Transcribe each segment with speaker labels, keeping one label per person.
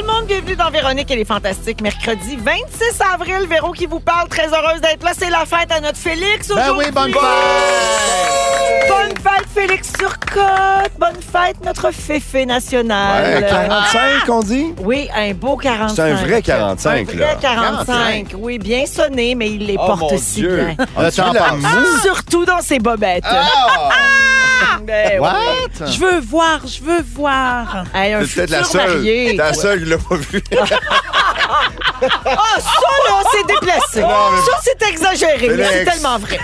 Speaker 1: le monde, bienvenue dans Véronique et les Fantastiques. Mercredi 26 avril, Véro qui vous parle, très heureuse d'être là. C'est la fête à notre Félix
Speaker 2: Ben
Speaker 1: aujourd'hui.
Speaker 2: oui, bonne fête!
Speaker 1: Bonne fête Félix Turcotte, bonne fête notre féfé national. Euh,
Speaker 3: Ouais, 45, on dit?
Speaker 1: Oui, un beau 45.
Speaker 3: C'est un vrai 45,
Speaker 1: Un
Speaker 3: là. Oh
Speaker 1: vrai 45, oui, bien sonné, mais il les porte si bien.
Speaker 3: Ah, tu veux la mou?
Speaker 1: Surtout dans ses bobettes.
Speaker 3: Ah!
Speaker 1: Ben oui.
Speaker 2: What?
Speaker 1: Je veux voir, je veux voir. Hey, un
Speaker 3: C'est peut-être
Speaker 1: futur
Speaker 3: la seule.
Speaker 1: marié.
Speaker 3: T'es la seule qui l'a pas vu.
Speaker 1: Ah, ça, là, c'est déplacé.
Speaker 3: Non, mais-
Speaker 1: Ça, c'est exagéré, mais c'est
Speaker 3: Félix.
Speaker 1: tellement vrai.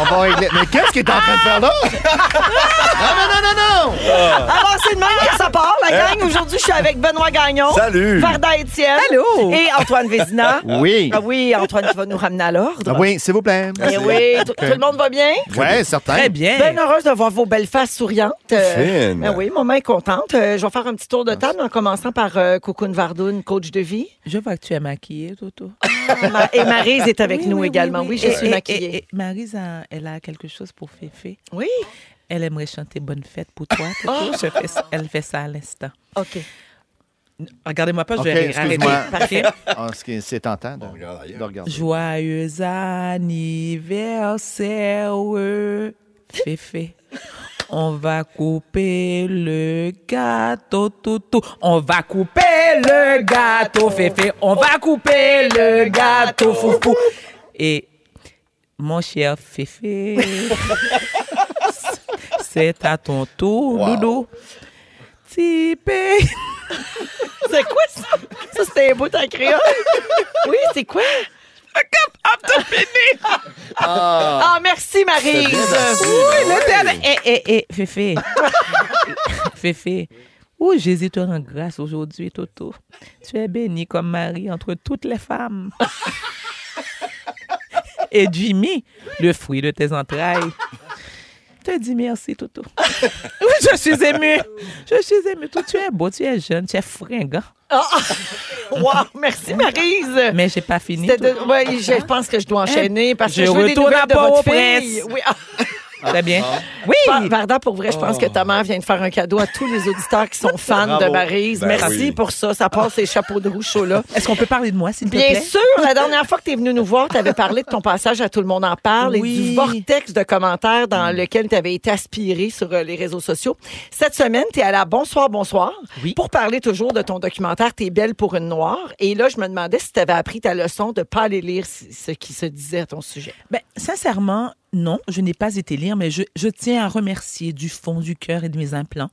Speaker 2: On va régler. Mais qu'est-ce qu'il est en train de faire là? Non, non, non, non, non!
Speaker 1: Alors, c'est de même que ça part, la gang. Aujourd'hui, je suis avec Benoît Gagnon.
Speaker 3: Salut!
Speaker 1: Varda Étienne.
Speaker 4: Allô.
Speaker 1: Et Antoine Vézina.
Speaker 2: Oui.
Speaker 1: Ah oui, Antoine qui va nous ramener à
Speaker 2: Ah
Speaker 1: l'ordre.
Speaker 2: oui, s'il vous plaît.
Speaker 1: Eh oui, tout tout le monde va bien?
Speaker 2: Ouais, certain.
Speaker 4: Très bien.
Speaker 1: Bien heureuse de voir vos belles faces souriantes. Euh,
Speaker 3: Fine.
Speaker 1: ben oui, maman est contente. Euh, je vais faire un petit tour de table en commençant par euh, Cocoon Vardoun, coach de vie.
Speaker 4: Je vois que tu es maquillée, Toto.
Speaker 1: Ma- Et Marise est avec nous également. Oui, je
Speaker 4: Et-
Speaker 1: suis
Speaker 4: et-
Speaker 1: maquillée.
Speaker 4: et- et Maryse a- elle a quelque chose pour Féfé.
Speaker 1: Oui?
Speaker 4: Elle aimerait chanter Bonne fête pour toi,
Speaker 1: Oh.
Speaker 4: Toto. Je fais ça- elle fait ça à l'instant.
Speaker 1: OK.
Speaker 4: Regardez-moi pas, je
Speaker 2: Ok,
Speaker 4: vais rire.
Speaker 2: excuse-moi.
Speaker 4: Arrêtez. Ok.
Speaker 2: Ah, ce qui est- c'est tentant de,
Speaker 3: regarde ailleurs.
Speaker 2: de regarder.
Speaker 4: Joyeux anniversaire, Féfé. On va couper le gâteau, Toto. On va couper le gâteau, Féfé. On va couper le gâteau, Foufou. Et mon cher Féfé, c'est à ton tour,
Speaker 3: Wow.
Speaker 4: Doudou. Tipé.
Speaker 1: C'est quoi ça? Ça, c'était un bout en créole. Oui, c'est quoi? Ah, merci, Marie.
Speaker 4: Oui, le dernier. Eh, eh, eh, Féfé. Féfé. Oh, Jésus te rend grâce aujourd'hui, Toto. Tu es béni comme Marie entre toutes les femmes. Et Jimmy, le fruit de tes entrailles, te dit merci, Toto. Oui, je suis émue. Je suis émue. Toto, tu es beau, tu es jeune, tu es fringant.
Speaker 1: eh, Wow, merci, Marise.
Speaker 4: Mais j'ai pas fini.
Speaker 1: C'était
Speaker 4: Toto.
Speaker 1: de- ouais, je pense que je dois enchaîner parce que
Speaker 4: Je
Speaker 1: je, veux des
Speaker 4: retourne
Speaker 1: nouvelles
Speaker 4: à
Speaker 1: de votre
Speaker 4: Port-au-Prince.
Speaker 1: fille. Oui. ah,
Speaker 4: Très bien.
Speaker 1: Var-
Speaker 4: Oui. Oh.
Speaker 1: Varda, pour vrai, je pense que ta mère vient de faire un cadeau à tous les auditeurs qui sont fans de
Speaker 2: Bravo.
Speaker 1: Marise.
Speaker 3: Ben
Speaker 1: merci
Speaker 3: oui.
Speaker 1: pour ça. Ça passe ces chapeaux de roue chauds là.
Speaker 4: Est-ce qu'on peut parler de moi, s'il te plaît?
Speaker 1: Bien sûr, la dernière fois que tu es venu nous voir, tu avais parlé de ton passage à Tout le monde en parle et
Speaker 4: Oui. Mm.
Speaker 1: du vortex de commentaires dans lequel tu avais été aspiré sur euh, les réseaux sociaux. Cette semaine, tu es allé à Bonsoir, Bonsoir
Speaker 4: Oui.
Speaker 1: pour parler toujours de ton documentaire T'es belle pour une noire. Et là, je me demandais si tu avais appris ta leçon de pas aller lire c- ce qui se disait à ton sujet.
Speaker 4: Ben, sincèrement, non, je n'ai pas été lire, mais je, je tiens à remercier du fond du cœur et de mes implants.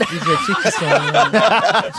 Speaker 4: Les dossiers qui sont, euh,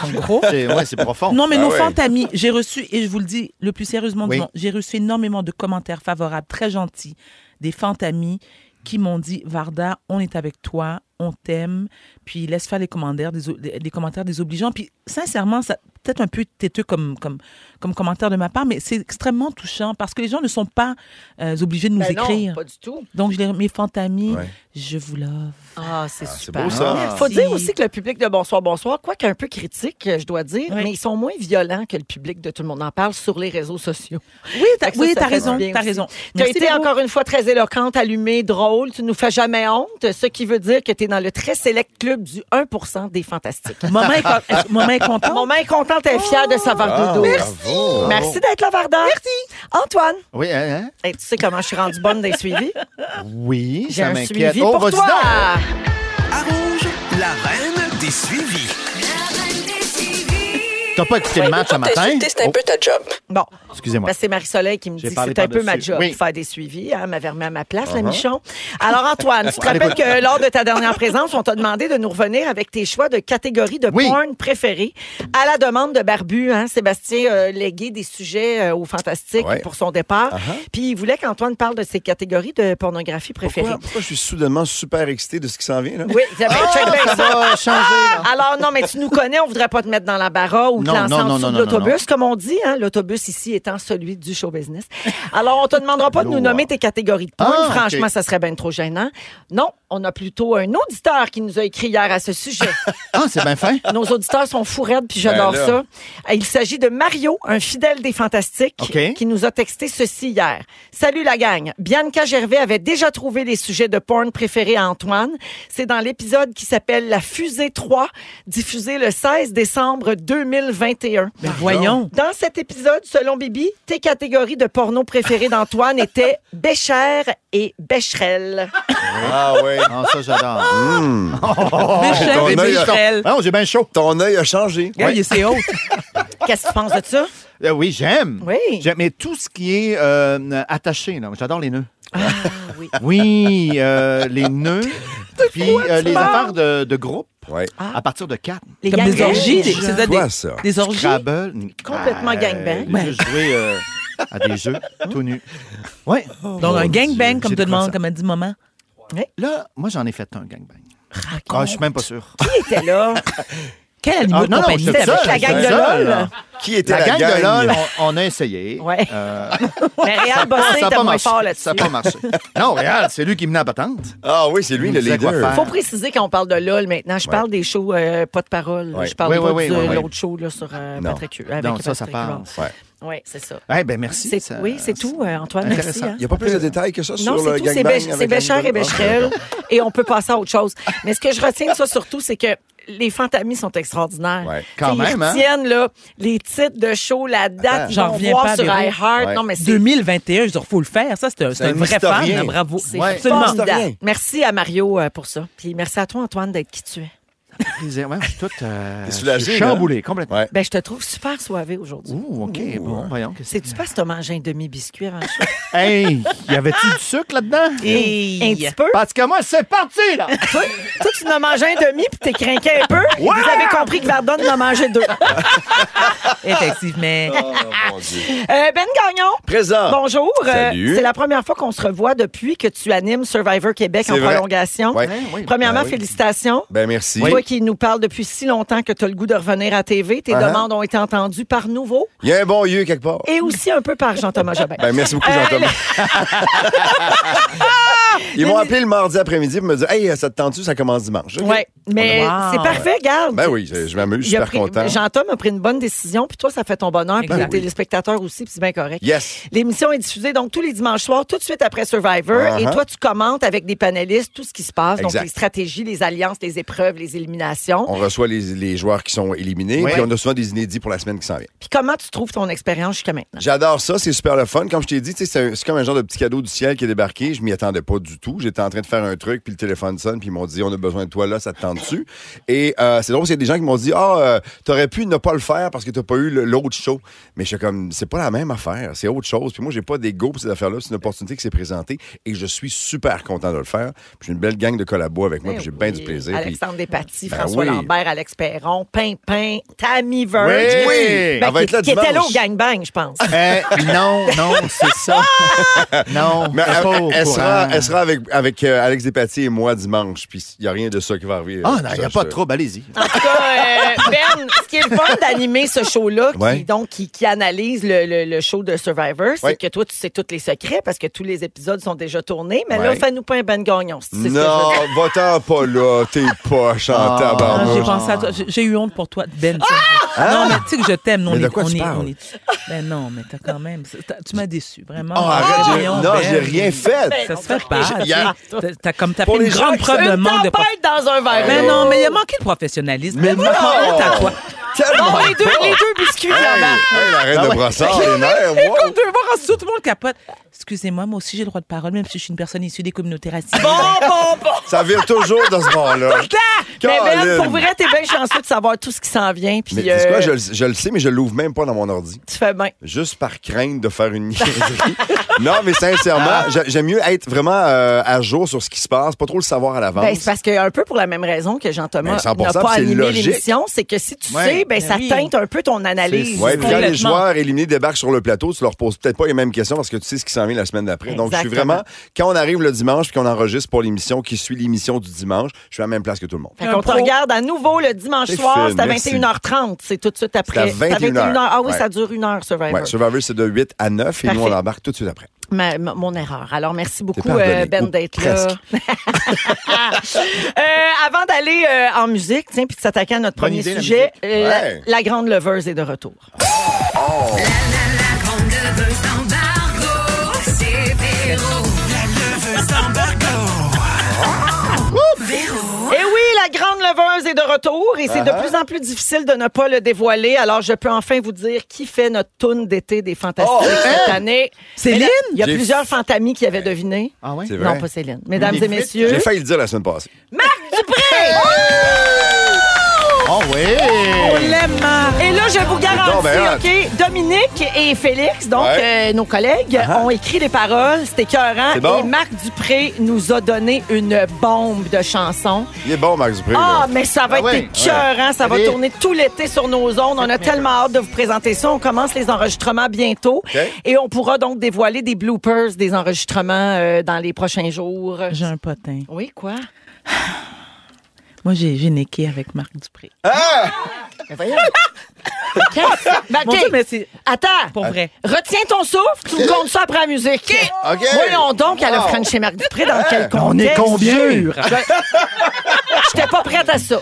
Speaker 4: sont gros.
Speaker 2: C'est- ouais, c'est profond.
Speaker 4: Non, mais
Speaker 3: Ah
Speaker 4: nos
Speaker 3: ouais.
Speaker 4: fantamis, j'ai reçu, et je vous le dis le plus sérieusement
Speaker 2: Oui.
Speaker 4: du monde, j'ai reçu énormément de commentaires favorables, très gentils, des fantamis qui m'ont dit Varda, on est avec toi, on t'aime, puis laisse faire les commentaires, des, des- des commentaires désobligeants. Puis sincèrement, ça peut-être un peu têteux comme, comme, comme commentaire de ma part, mais c'est extrêmement touchant parce que les gens ne sont pas euh, obligés de nous
Speaker 1: Ben non,
Speaker 4: écrire.
Speaker 1: pas du tout.
Speaker 4: Donc, je les- mes fantamis,
Speaker 3: Ouais.
Speaker 4: je vous love.
Speaker 1: Ah, c'est super.
Speaker 3: beau, ça.
Speaker 1: Faut
Speaker 4: Merci.
Speaker 1: dire aussi que le public de Bonsoir, Bonsoir, quoique un peu critique, euh, je dois dire,
Speaker 4: Oui.
Speaker 1: mais ils sont moins violents que le public de Tout le monde en parle sur les réseaux sociaux.
Speaker 4: Oui, t'as
Speaker 1: Fait que ça,
Speaker 4: oui,
Speaker 1: ça
Speaker 4: t'as
Speaker 1: fait
Speaker 4: raison,
Speaker 1: du bien
Speaker 4: t'as
Speaker 1: aussi.
Speaker 4: raison.
Speaker 1: Tu as
Speaker 4: Merci,
Speaker 1: été
Speaker 4: Véro.
Speaker 1: encore une fois très éloquente, allumée, drôle. Tu nous fais jamais honte, ce qui veut dire que tu es dans le très sélect club du 1 des fantastiques.
Speaker 4: Maman est, con- est-ce que maman est contente.
Speaker 1: Mon main contente est fière de sa
Speaker 3: Ah,
Speaker 1: Vardoudou.
Speaker 3: bravo.
Speaker 1: Merci d'être là, Varda. Merci. Antoine,
Speaker 2: Oui, hein,
Speaker 1: hey, tu sais comment je suis rendue bonne des suivis?
Speaker 2: hein? Oui,
Speaker 1: J'ai
Speaker 2: ça
Speaker 1: un
Speaker 2: m'inquiète. Oh,
Speaker 1: suivi pour
Speaker 2: vas-y
Speaker 1: toi.
Speaker 2: donc.
Speaker 5: À Rouge, la reine des suivis.
Speaker 2: T'as pas écouté le match ce matin? Oh,
Speaker 6: C'était un peu ta job.
Speaker 1: Bon,
Speaker 2: Excusez-moi.
Speaker 1: parce que c'est Marie-Soleil qui me dit
Speaker 2: J'ai
Speaker 1: que
Speaker 2: parlé
Speaker 1: c'est un peu
Speaker 2: par-dessus.
Speaker 1: ma job
Speaker 2: Oui. Uh-huh.
Speaker 1: de faire des suivis. Hein, elle m'avait remis à ma place, la Michon. Alors, Antoine, tu te rappelles que lors de ta dernière présence, on t'a demandé de nous revenir avec tes choix de catégories de
Speaker 2: Oui.
Speaker 1: porn préférées à la demande de Barbu, hein, Sébastien euh, légué des sujets euh, au Fantastique
Speaker 3: Ouais.
Speaker 1: pour son départ.
Speaker 2: Uh-huh.
Speaker 1: Puis il voulait qu'Antoine parle de ses catégories de pornographie préférées.
Speaker 3: Pourquoi, pourquoi je suis soudainement super excité de ce qui s'en vient, là?
Speaker 1: Oui, ben, check bien ça.
Speaker 2: Ça va changer. là.
Speaker 1: Alors non, mais tu nous connais, on voudrait pas te mettre dans la barra ou
Speaker 2: Non,
Speaker 1: placer
Speaker 2: non,
Speaker 1: en
Speaker 2: non,
Speaker 1: dessous
Speaker 2: non,
Speaker 1: de
Speaker 2: non, non,
Speaker 1: l'autobus, comme on dit. hein, l'autobus ici étant celui du show business. Alors, on te demandera pas de nous
Speaker 2: Lourd.
Speaker 1: nommer tes catégories de points.
Speaker 2: Ah, ok.
Speaker 1: Franchement, ça serait bien trop gênant. Non, on a plutôt un auditeur qui nous a écrit hier à ce sujet.
Speaker 2: Ah, c'est bien fin.
Speaker 1: Nos auditeurs sont fous raides, puis j'adore
Speaker 3: Ben là.
Speaker 1: ça. Il s'agit de Mario, un fidèle des Fantastiques,
Speaker 2: OK.
Speaker 1: qui nous a texté ceci hier. Salut la gang. Bianca Gervais avait déjà trouvé les sujets de porn préférés à Antoine. C'est dans l'épisode qui s'appelle La Fusée 3, diffusé le 16 décembre 2021.
Speaker 3: Ben,
Speaker 4: Mais Ben voyons.
Speaker 1: Dans cet épisode, selon Bibi, tes catégories de porno préférées d'Antoine étaient Béchère et Bécherel.
Speaker 3: Ah oui.
Speaker 2: Ah, ça, j'adore.
Speaker 4: Béchel
Speaker 3: Ah, ton
Speaker 4: et
Speaker 3: œil,
Speaker 4: Bécherel.
Speaker 2: Ah, j'ai bien chaud.
Speaker 3: Hmm. Ton œil a changé.
Speaker 4: Regarde, il- c'est haut.
Speaker 1: Qu'est-ce que tu penses de ça?
Speaker 2: Euh, oui, j'aime.
Speaker 1: Oui.
Speaker 2: J'aime, mais tout ce qui est euh, attaché, là. J'adore les nœuds.
Speaker 3: Ah,
Speaker 1: Ah, oui.
Speaker 2: Oui, euh, les nœuds. Puis euh, les affaires de, de groupe.
Speaker 3: Oui.
Speaker 1: Ah.
Speaker 2: À partir de 4.
Speaker 1: Les
Speaker 4: Comme des
Speaker 1: gangbangs?
Speaker 4: orgies. des- C'est
Speaker 3: Quoi,
Speaker 4: des,
Speaker 3: ça?
Speaker 4: des orgies.
Speaker 2: Scrabble.
Speaker 1: Complètement gangbang. Hein?
Speaker 2: Euh, juste jouer euh, à des jeux tout nus. Oui.
Speaker 1: Oh.
Speaker 4: Donc,
Speaker 3: Oh
Speaker 4: un gangbang,
Speaker 2: J'ai
Speaker 4: comme tout le
Speaker 2: découvert
Speaker 4: monde,
Speaker 2: ça.
Speaker 4: comme a dit maman.
Speaker 2: Là, moi, j'en ai fait un gangbang. Ah, je suis même pas sûr. Ah,
Speaker 1: Qui était là?
Speaker 3: Ah,
Speaker 4: Quel animal
Speaker 2: non,
Speaker 4: de
Speaker 2: non,
Speaker 4: compagnie
Speaker 2: j'étais
Speaker 4: t'avais?
Speaker 2: seul,
Speaker 1: la gang
Speaker 2: j'étais
Speaker 1: de
Speaker 2: seul,
Speaker 1: LOL.
Speaker 2: là.
Speaker 3: Qui était
Speaker 2: La
Speaker 3: la,
Speaker 2: gang de LOL, on, on a essayé.
Speaker 1: Ouais.
Speaker 2: Euh,
Speaker 1: Mais Réal Bossé
Speaker 2: ça a
Speaker 1: était
Speaker 2: pas
Speaker 1: moins
Speaker 2: marché.
Speaker 1: fort là-dessus.
Speaker 2: Ça a pas marché. Non, Réal, c'est lui qui menait la patente.
Speaker 3: Ah oui, c'est lui
Speaker 2: Il
Speaker 3: le
Speaker 2: nous disait quoi
Speaker 3: leader.
Speaker 2: faire.
Speaker 1: Faut préciser qu'on parle de LOL maintenant. Je parle des shows euh, pas de parole.
Speaker 3: Ouais.
Speaker 1: Je parle
Speaker 2: Oui,
Speaker 1: pas
Speaker 2: oui,
Speaker 1: de
Speaker 2: oui, oui,
Speaker 1: l'autre
Speaker 2: oui.
Speaker 1: show là, sur euh,
Speaker 3: Non.
Speaker 1: Patrick Hu- avec
Speaker 2: Non, ça, ça
Speaker 1: Patrick
Speaker 2: parle.
Speaker 1: Huard.
Speaker 3: Ouais.
Speaker 1: Ouais, c'est ça.
Speaker 2: Eh bien, merci.
Speaker 1: C'est-
Speaker 2: ça-
Speaker 1: oui, c'est tout, euh, Antoine. Merci.
Speaker 2: intéressant.
Speaker 1: hein.
Speaker 3: Il n'y a pas plus de détails que ça sur
Speaker 1: Non,
Speaker 3: le
Speaker 1: c'est tout. C'est
Speaker 3: gangbang
Speaker 1: Bé-
Speaker 3: avec
Speaker 1: c'est Béchère et
Speaker 3: Antoine?
Speaker 1: Bécherel.
Speaker 3: Ah,
Speaker 1: Et on peut passer à autre chose. Mais ce que je retiens de ça surtout, c'est que les fantamis sont extraordinaires.
Speaker 3: Ouais.
Speaker 2: Quand
Speaker 1: Tu sais,
Speaker 2: même, hein?
Speaker 1: Ils retiennent là, les titres de show, la date, ils
Speaker 4: J'en
Speaker 1: vont
Speaker 4: reviens
Speaker 1: voir
Speaker 4: pas,
Speaker 1: sur
Speaker 4: Véro.
Speaker 1: iHeart.
Speaker 3: Ouais.
Speaker 1: Non, mais c'est
Speaker 4: 2021, je dis, faut le faire. Ça, c'est un, c'est
Speaker 3: un
Speaker 4: un vrai fan.
Speaker 3: historien.
Speaker 4: là, Bravo.
Speaker 1: C'est
Speaker 2: Ouais.
Speaker 4: Absolument.
Speaker 1: formidable.
Speaker 3: Historien.
Speaker 1: Merci à Mario euh, pour ça. Puis merci à toi, Antoine, d'être qui tu es.
Speaker 2: Plaisir. Ouais, je suis tout euh,
Speaker 3: T'es soulagé,
Speaker 2: je suis
Speaker 3: là.
Speaker 2: chamboulé, complètement.
Speaker 3: Ouais.
Speaker 1: Ben, je te trouve super soivé aujourd'hui.
Speaker 2: Ouh, OK, bon, voyons. qu'est-ce que-
Speaker 1: Sais-tu pas si t'as mangé un demi-biscuit avant le show?
Speaker 2: Hey, y avait-tu du sucre là-dedans?
Speaker 1: Un petit peu.
Speaker 2: Parce que moi, c'est parti, là!
Speaker 1: Toi, toi, tu en as mangé un demi puis t'es craqué un peu. Vous avez compris que Verdun en a mangé deux. Euh,
Speaker 4: Effectivement.
Speaker 3: Oh, mon Dieu.
Speaker 1: Euh, ben Gagnon.
Speaker 3: Présent.
Speaker 1: Bonjour. Euh,
Speaker 3: Ah. Salut.
Speaker 1: C'est la première fois qu'on se revoit depuis que tu animes Survivor Québec en
Speaker 3: C'est vrai.
Speaker 1: prolongation.
Speaker 3: Ouais.
Speaker 2: oui.
Speaker 1: Premièrement,
Speaker 3: Ben oui.
Speaker 1: félicitations.
Speaker 3: Ben merci.
Speaker 1: Toi qui nous parles depuis si longtemps que tu as le goût de revenir à TV, tes
Speaker 3: Uh-huh.
Speaker 1: demandes ont été entendues par nouveau
Speaker 3: Il y a un bon lieu quelque part.
Speaker 1: et aussi un peu par Jean-Thomas Jobin.
Speaker 3: Ben, merci beaucoup, Jean-Thomas. Ils m'ont appelé le mardi après-midi pour me dire Hey, ça te tente-tu, ça commence dimanche. OK.
Speaker 1: Ouais, mais
Speaker 4: Wow.
Speaker 1: c'est parfait, garde.
Speaker 3: Ben oui, je je m'amuse, je suis
Speaker 1: Il a
Speaker 3: super
Speaker 1: pris-
Speaker 3: content.
Speaker 1: Jean-Tom a pris une bonne décision, puis toi, ça fait ton bonheur, puis
Speaker 4: Ben
Speaker 1: les
Speaker 4: oui.
Speaker 1: téléspectateurs aussi, puis c'est bien correct.
Speaker 3: Yes.
Speaker 1: L'émission est diffusée donc tous les dimanches soirs, tout de suite après Survivor.
Speaker 3: Uh-huh.
Speaker 1: Et toi, tu commentes avec des panélistes tout ce qui se passe, donc
Speaker 3: Exact.
Speaker 1: les stratégies, les alliances, les épreuves, les éliminations.
Speaker 3: On reçoit les, les joueurs qui sont éliminés,
Speaker 2: Ouais.
Speaker 3: puis on a souvent des inédits pour la semaine qui s'en vient.
Speaker 1: Puis comment tu trouves ton expérience jusqu'à maintenant?
Speaker 3: J'adore ça, c'est super le fun. Comme je t'ai dit, tu sais, c'est un- c'est comme un genre de petit cadeau du ciel qui est débarqué. Je m'y attendais pas du tout. J'étais en train de faire un truc, puis le téléphone sonne, puis ils m'ont dit on a besoin de toi là, ça te tente dessus. Et euh, c'est drôle, c'est des gens qui m'ont dit ah, euh, t'aurais pu ne pas le faire parce que t'as pas eu le- l'autre show. Mais je suis comme c'est pas la même affaire, c'est autre chose. Puis moi j'ai pas d'ego pour cette affaire-là, c'est une opportunité qui s'est présentée et je suis super content de le faire. Puis j'ai une belle gang de collabos avec moi, puis j'ai bien du plaisir. puis-
Speaker 1: Ben Alexandre Despatie,
Speaker 3: Ben
Speaker 1: François
Speaker 3: oui.
Speaker 1: Lambert, Alex Perron, Pimpin, Tammy Verge.
Speaker 2: Oui, oui.
Speaker 1: Ben,
Speaker 3: Elle va
Speaker 1: qui,
Speaker 3: être là
Speaker 1: qui était là au
Speaker 3: dimanche.
Speaker 1: gangbang, je pense.
Speaker 2: Eh, non, non, c'est ça. Non,
Speaker 3: Mais euh,
Speaker 2: t'es
Speaker 3: elle,
Speaker 2: pas au
Speaker 3: elle sera,
Speaker 2: courant.
Speaker 3: elle sera avec, avec euh, Alex Despatie et moi dimanche, puis il n'y a rien de ça qui va arriver.
Speaker 2: Ah
Speaker 3: euh,
Speaker 2: non,
Speaker 3: ça,
Speaker 2: il n'y a pas
Speaker 3: je-
Speaker 2: de trouble, allez-y.
Speaker 1: En tout cas, euh, Ben, ce qui est le fun d'animer ce show-là,
Speaker 3: Ouais.
Speaker 1: qui, donc, qui, qui analyse le, le- le show de Survivor, c'est
Speaker 3: Ouais.
Speaker 1: que toi, tu sais tous les secrets parce que tous les épisodes sont déjà tournés. Mais là,
Speaker 3: Ouais.
Speaker 1: fais-nous pas un Ben Gagnon. si tu sais ce que je veux
Speaker 3: Non,
Speaker 1: dire.
Speaker 3: va-t'en pas là, t'es poche en
Speaker 2: Ah.
Speaker 4: Ah,
Speaker 3: tabarnouche.
Speaker 4: j'ai pensé à toi. J'ai- J'ai eu honte pour toi, Ben. non, mais tu sais que je t'aime. non,
Speaker 3: Mais
Speaker 4: on
Speaker 3: de
Speaker 4: est-
Speaker 3: quoi
Speaker 4: on
Speaker 3: tu
Speaker 4: est-
Speaker 3: parles?
Speaker 4: on est- Ben non, mais t'as quand même. t'as- Tu m'as déçu, vraiment.
Speaker 3: Oh, arrête, j'ai-
Speaker 4: Voyons,
Speaker 3: non,
Speaker 4: Ben.
Speaker 3: j'ai rien fait.
Speaker 4: Ça se fait pas.
Speaker 3: J'ai-
Speaker 4: tu sais.
Speaker 3: hier-
Speaker 4: T'as- T'as comme t'as
Speaker 3: Pour
Speaker 4: fait une
Speaker 3: les gens qui-
Speaker 4: grande
Speaker 3: ben
Speaker 4: preuve de
Speaker 1: Une
Speaker 4: manque de. prof-
Speaker 1: tempête dans un verre.
Speaker 4: Mais
Speaker 1: d'eau.
Speaker 4: non, mais il a manqué de professionnalisme.
Speaker 3: Mais
Speaker 4: Ben, moi,
Speaker 3: non!
Speaker 4: honte à toi.
Speaker 3: Tellement
Speaker 1: Oh, les deux, les deux biscuits
Speaker 3: Hey,
Speaker 1: là-bas.
Speaker 3: hey, la reine de brossard, les nerfs, wow.
Speaker 4: Écoute, de voir en dessous, tout le monde capote. Excusez-moi, moi aussi j'ai le droit de parole, même si je suis une personne issue des communautés racistes.
Speaker 1: Bon, bon, bon.
Speaker 3: Ça vire toujours dans ce bord-là.
Speaker 1: Mais Ben,
Speaker 3: Colin.
Speaker 1: pour vrai, t'es bien chanceux de savoir tout ce qui s'en vient. Puis,
Speaker 3: Mais tu sais
Speaker 1: euh,
Speaker 3: quoi, je, le- je le sais, mais je l'ouvre même pas dans mon ordi.
Speaker 1: tu fais bien.
Speaker 3: Juste par crainte de faire une niaiserie. non, mais sincèrement, j'a- j'aime mieux être vraiment euh, à jour sur ce qui se passe, pas trop le savoir à l'avance.
Speaker 1: Ben, c'est parce que un peu pour la même raison que
Speaker 3: Ben,
Speaker 1: Jean-Thomas
Speaker 3: 100%,
Speaker 1: n'a pas
Speaker 3: c'est
Speaker 1: animé
Speaker 3: logique.
Speaker 1: l'émission, c'est que si tu
Speaker 2: Ouais.
Speaker 1: sais, ben,
Speaker 4: Ben
Speaker 1: ça
Speaker 4: oui.
Speaker 1: teinte un peu ton analyse.
Speaker 3: Ouais,
Speaker 1: C'est
Speaker 3: puis quand les
Speaker 4: Complètement.
Speaker 3: joueurs éliminés débarquent sur le plateau, tu leur poses peut-être pas les mêmes questions parce que tu sais ce qui s'en vient la semaine d'après. Donc, je suis
Speaker 1: Exactement.
Speaker 3: vraiment, quand on arrive le dimanche puis qu'on enregistre pour l'émission qui suit l'émission du dimanche, je suis à la même place que tout le monde.
Speaker 1: Fait qu'on
Speaker 4: Un
Speaker 1: te
Speaker 4: pro.
Speaker 1: regarde à nouveau le dimanche
Speaker 3: C'est
Speaker 1: soir,
Speaker 3: fine,
Speaker 1: c'est à
Speaker 3: merci.
Speaker 1: 21h30, c'est tout de suite après.
Speaker 3: C'est à 21h.
Speaker 1: Ah oui,
Speaker 3: Ouais.
Speaker 1: ça dure une heure, Survivor.
Speaker 3: Ouais, Survivor, c'est de 8 à 9 et nous, on
Speaker 1: Parfait.
Speaker 3: embarque tout de suite après.
Speaker 1: Ma- m- mon erreur. Alors, merci beaucoup,
Speaker 3: pardonné.
Speaker 1: euh, Ben,
Speaker 3: Ou
Speaker 1: d'être là.
Speaker 3: presque.
Speaker 1: Euh, avant d'aller euh, en musique, tiens, puis de s'attaquer à notre
Speaker 2: Bonne
Speaker 1: premier
Speaker 2: idée, la
Speaker 1: sujet, euh,
Speaker 3: musique.
Speaker 1: la,
Speaker 3: Ouais.
Speaker 1: la grande leveuse est de retour.
Speaker 5: La leveuse d'embargo.
Speaker 1: Et Eh oui, la grande leveuse est de retour et c'est de plus en plus difficile de ne pas le dévoiler. Alors, je peux enfin vous dire qui fait notre tourne d'été des Fantastiques cette année.
Speaker 4: Céline?
Speaker 1: Mais là, Il y
Speaker 3: Oh,
Speaker 1: a
Speaker 3: hein? J'ai-
Speaker 1: plusieurs fantamis qui avaient deviné.
Speaker 2: Ah ouais?
Speaker 3: C'est vrai.
Speaker 1: Non, pas Céline. Mesdames
Speaker 2: Une des
Speaker 1: et
Speaker 2: huit.
Speaker 1: messieurs,
Speaker 3: J'ai failli le dire la semaine passée.
Speaker 1: Marc Dupré!
Speaker 2: Oh
Speaker 4: On
Speaker 2: oui!
Speaker 4: l'aime, Marc.
Speaker 1: Et là, je vous
Speaker 3: Non, ben,
Speaker 1: garantis, OK, Dominique et Félix, donc
Speaker 3: Ouais. Ah
Speaker 1: euh, nos collègues, ont écrit les paroles. C'était écœurant.
Speaker 3: C'est bon.
Speaker 1: Et Marc Dupré nous a donné une bombe de chansons.
Speaker 3: Il est bon, Max Dupré.
Speaker 1: Ah,
Speaker 3: là.
Speaker 1: mais ça va
Speaker 2: Ah
Speaker 1: être
Speaker 2: ouais,
Speaker 1: écœurant. Ça va
Speaker 2: Allez.
Speaker 1: tourner tout l'été sur nos ondes. On a tellement hâte de vous présenter ça. On commence les enregistrements bientôt.
Speaker 3: OK.
Speaker 1: Et on pourra donc dévoiler des bloopers des enregistrements euh, dans les prochains jours.
Speaker 4: J'ai un potin.
Speaker 1: Oui, quoi?
Speaker 4: Moi, j'ai j'ai niqué avec Marc Dupré.
Speaker 1: Ben,
Speaker 4: Mon
Speaker 1: OK.
Speaker 4: Dieu, mais c'est
Speaker 1: Attends.
Speaker 4: pour vrai.
Speaker 1: Retiens ton souffle, tu me comptes ça après la musique.
Speaker 3: OK.
Speaker 1: Voyons donc à la French chez Marc Dupré dans quel contexte.
Speaker 2: combien?
Speaker 1: J'étais pas prête à ça.